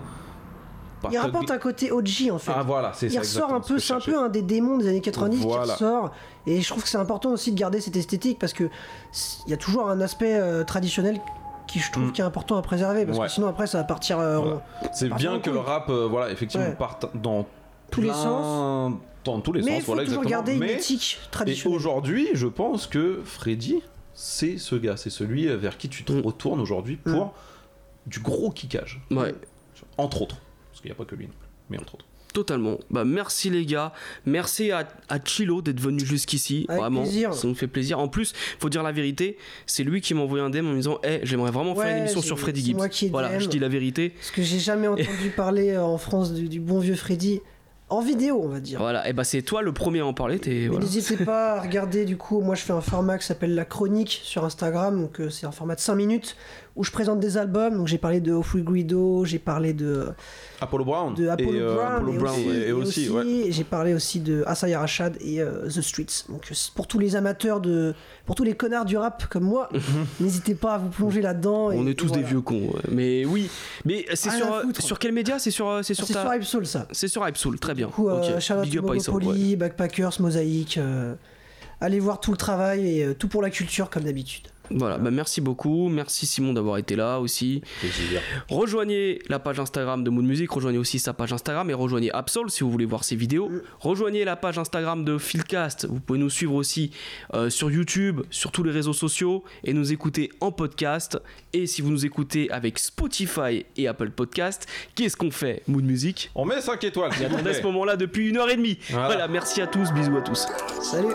Speaker 3: pas
Speaker 2: Il
Speaker 3: thug-
Speaker 2: rapporte un côté OG en fait.
Speaker 3: Ah, voilà, c'est ça.
Speaker 2: il ressort
Speaker 3: exactement
Speaker 2: un
Speaker 3: ce que
Speaker 2: peu,
Speaker 3: je
Speaker 2: c'est un
Speaker 3: cherchais.
Speaker 2: peu un des démons des années 90 qui
Speaker 3: Voilà.
Speaker 2: ressort. Et je trouve que c'est important aussi de garder cette esthétique parce que c- il y a toujours un aspect euh, traditionnel qui je trouve
Speaker 3: Mm.
Speaker 2: qui est important à préserver parce
Speaker 3: Ouais.
Speaker 2: que sinon après ça va partir euh, en-
Speaker 3: Voilà. C'est
Speaker 2: Par
Speaker 3: bien
Speaker 2: contre,
Speaker 3: que le rap, euh, voilà, effectivement,
Speaker 2: Ouais.
Speaker 3: parte dans
Speaker 2: Tous les
Speaker 3: plein-
Speaker 2: sens.
Speaker 3: Dans tous les
Speaker 2: Mais il
Speaker 3: sens,
Speaker 2: faut
Speaker 3: voilà,
Speaker 2: toujours
Speaker 3: exactement.
Speaker 2: garder une
Speaker 3: Mais-
Speaker 2: éthique
Speaker 3: Et
Speaker 2: traditionnelle.
Speaker 3: aujourd'hui, je pense que Freddy c'est ce gars, c'est celui vers qui tu te
Speaker 1: Mm.
Speaker 3: retournes aujourd'hui pour du gros kickage.
Speaker 1: Ouais.
Speaker 3: Entre autres. Parce qu'il n'y a pas que lui, non plus, mais entre autres.
Speaker 1: Totalement. Bah merci les gars. Merci à, à Chilo d'être venu jusqu'ici.
Speaker 2: Avec
Speaker 1: vraiment,
Speaker 2: plaisir.
Speaker 1: ça nous fait plaisir. En plus, faut dire la vérité, c'est lui qui m'a envoyé un DM en me disant, Eh, j'aimerais vraiment faire
Speaker 2: Ouais,
Speaker 1: une émission
Speaker 2: j'ai-
Speaker 1: sur Freddy
Speaker 2: c'est
Speaker 1: Gibbs.
Speaker 2: moi qui ai
Speaker 1: Voilà,
Speaker 2: DM.
Speaker 1: je dis la vérité.
Speaker 2: Parce que j'ai jamais entendu parler euh, en France du, du bon vieux Freddy en vidéo, on va dire.
Speaker 1: Voilà. Et bah c'est toi le premier à en parler. T'es
Speaker 2: Mais
Speaker 1: voilà.
Speaker 2: N'hésitez pas à regarder, du coup, moi je fais un format qui s'appelle La Chronique sur Instagram, donc euh, c'est un format de 5 minutes où je présente des albums, donc j'ai parlé de Hopefully Guido, j'ai parlé de,
Speaker 3: Apollo Brown.
Speaker 2: de Apollo
Speaker 3: et, euh,
Speaker 2: Brown,
Speaker 3: Apollo
Speaker 2: et
Speaker 3: Brown,
Speaker 2: aussi,
Speaker 3: ouais, et
Speaker 2: et
Speaker 3: aussi, ouais.
Speaker 2: aussi, j'ai parlé aussi de Asaya Rashad et euh, The Streets. Donc c'est pour tous les amateurs de, pour tous les connards du rap comme moi, n'hésitez pas à vous plonger là-dedans. et-
Speaker 1: Mhm. On
Speaker 2: et
Speaker 1: est tous
Speaker 2: voilà.
Speaker 1: des vieux cons. ouais. Mais oui. Mais euh, c'est
Speaker 2: Rien
Speaker 1: sur
Speaker 2: à
Speaker 1: euh,
Speaker 2: foutre. Ah,
Speaker 1: sur quel média C'est sur euh, c'est sur
Speaker 2: C'est
Speaker 1: ta.
Speaker 2: sur Hype Soul ça.
Speaker 1: C'est sur Hypesoul. Très bien.
Speaker 2: Du coup,
Speaker 1: Ok.
Speaker 2: euh, Charlotte
Speaker 1: Big up Hypesoul, ouais.
Speaker 2: Monopoly, Backpackers, Mosaïque. euh, allez voir tout le travail et euh, tout pour la culture comme d'habitude.
Speaker 1: Voilà, bah merci beaucoup. Merci Simon d'avoir été là aussi. Rejoignez la page Instagram de Mood Music, rejoignez aussi sa page Instagram et rejoignez Absol si vous voulez voir ses vidéos. Rejoignez la page Instagram de Philcast. Vous pouvez nous suivre aussi euh, sur YouTube, sur tous les réseaux sociaux et nous écouter en podcast. Et si vous nous écoutez avec Spotify et Apple Podcast, qu'est-ce qu'on fait Mood Music
Speaker 3: On met 5 étoiles. s'il vous
Speaker 1: On est à ce
Speaker 3: plaît.
Speaker 1: moment-là depuis une heure et demie.
Speaker 3: Voilà.
Speaker 1: voilà merci à tous, bisous à tous.
Speaker 2: Salut.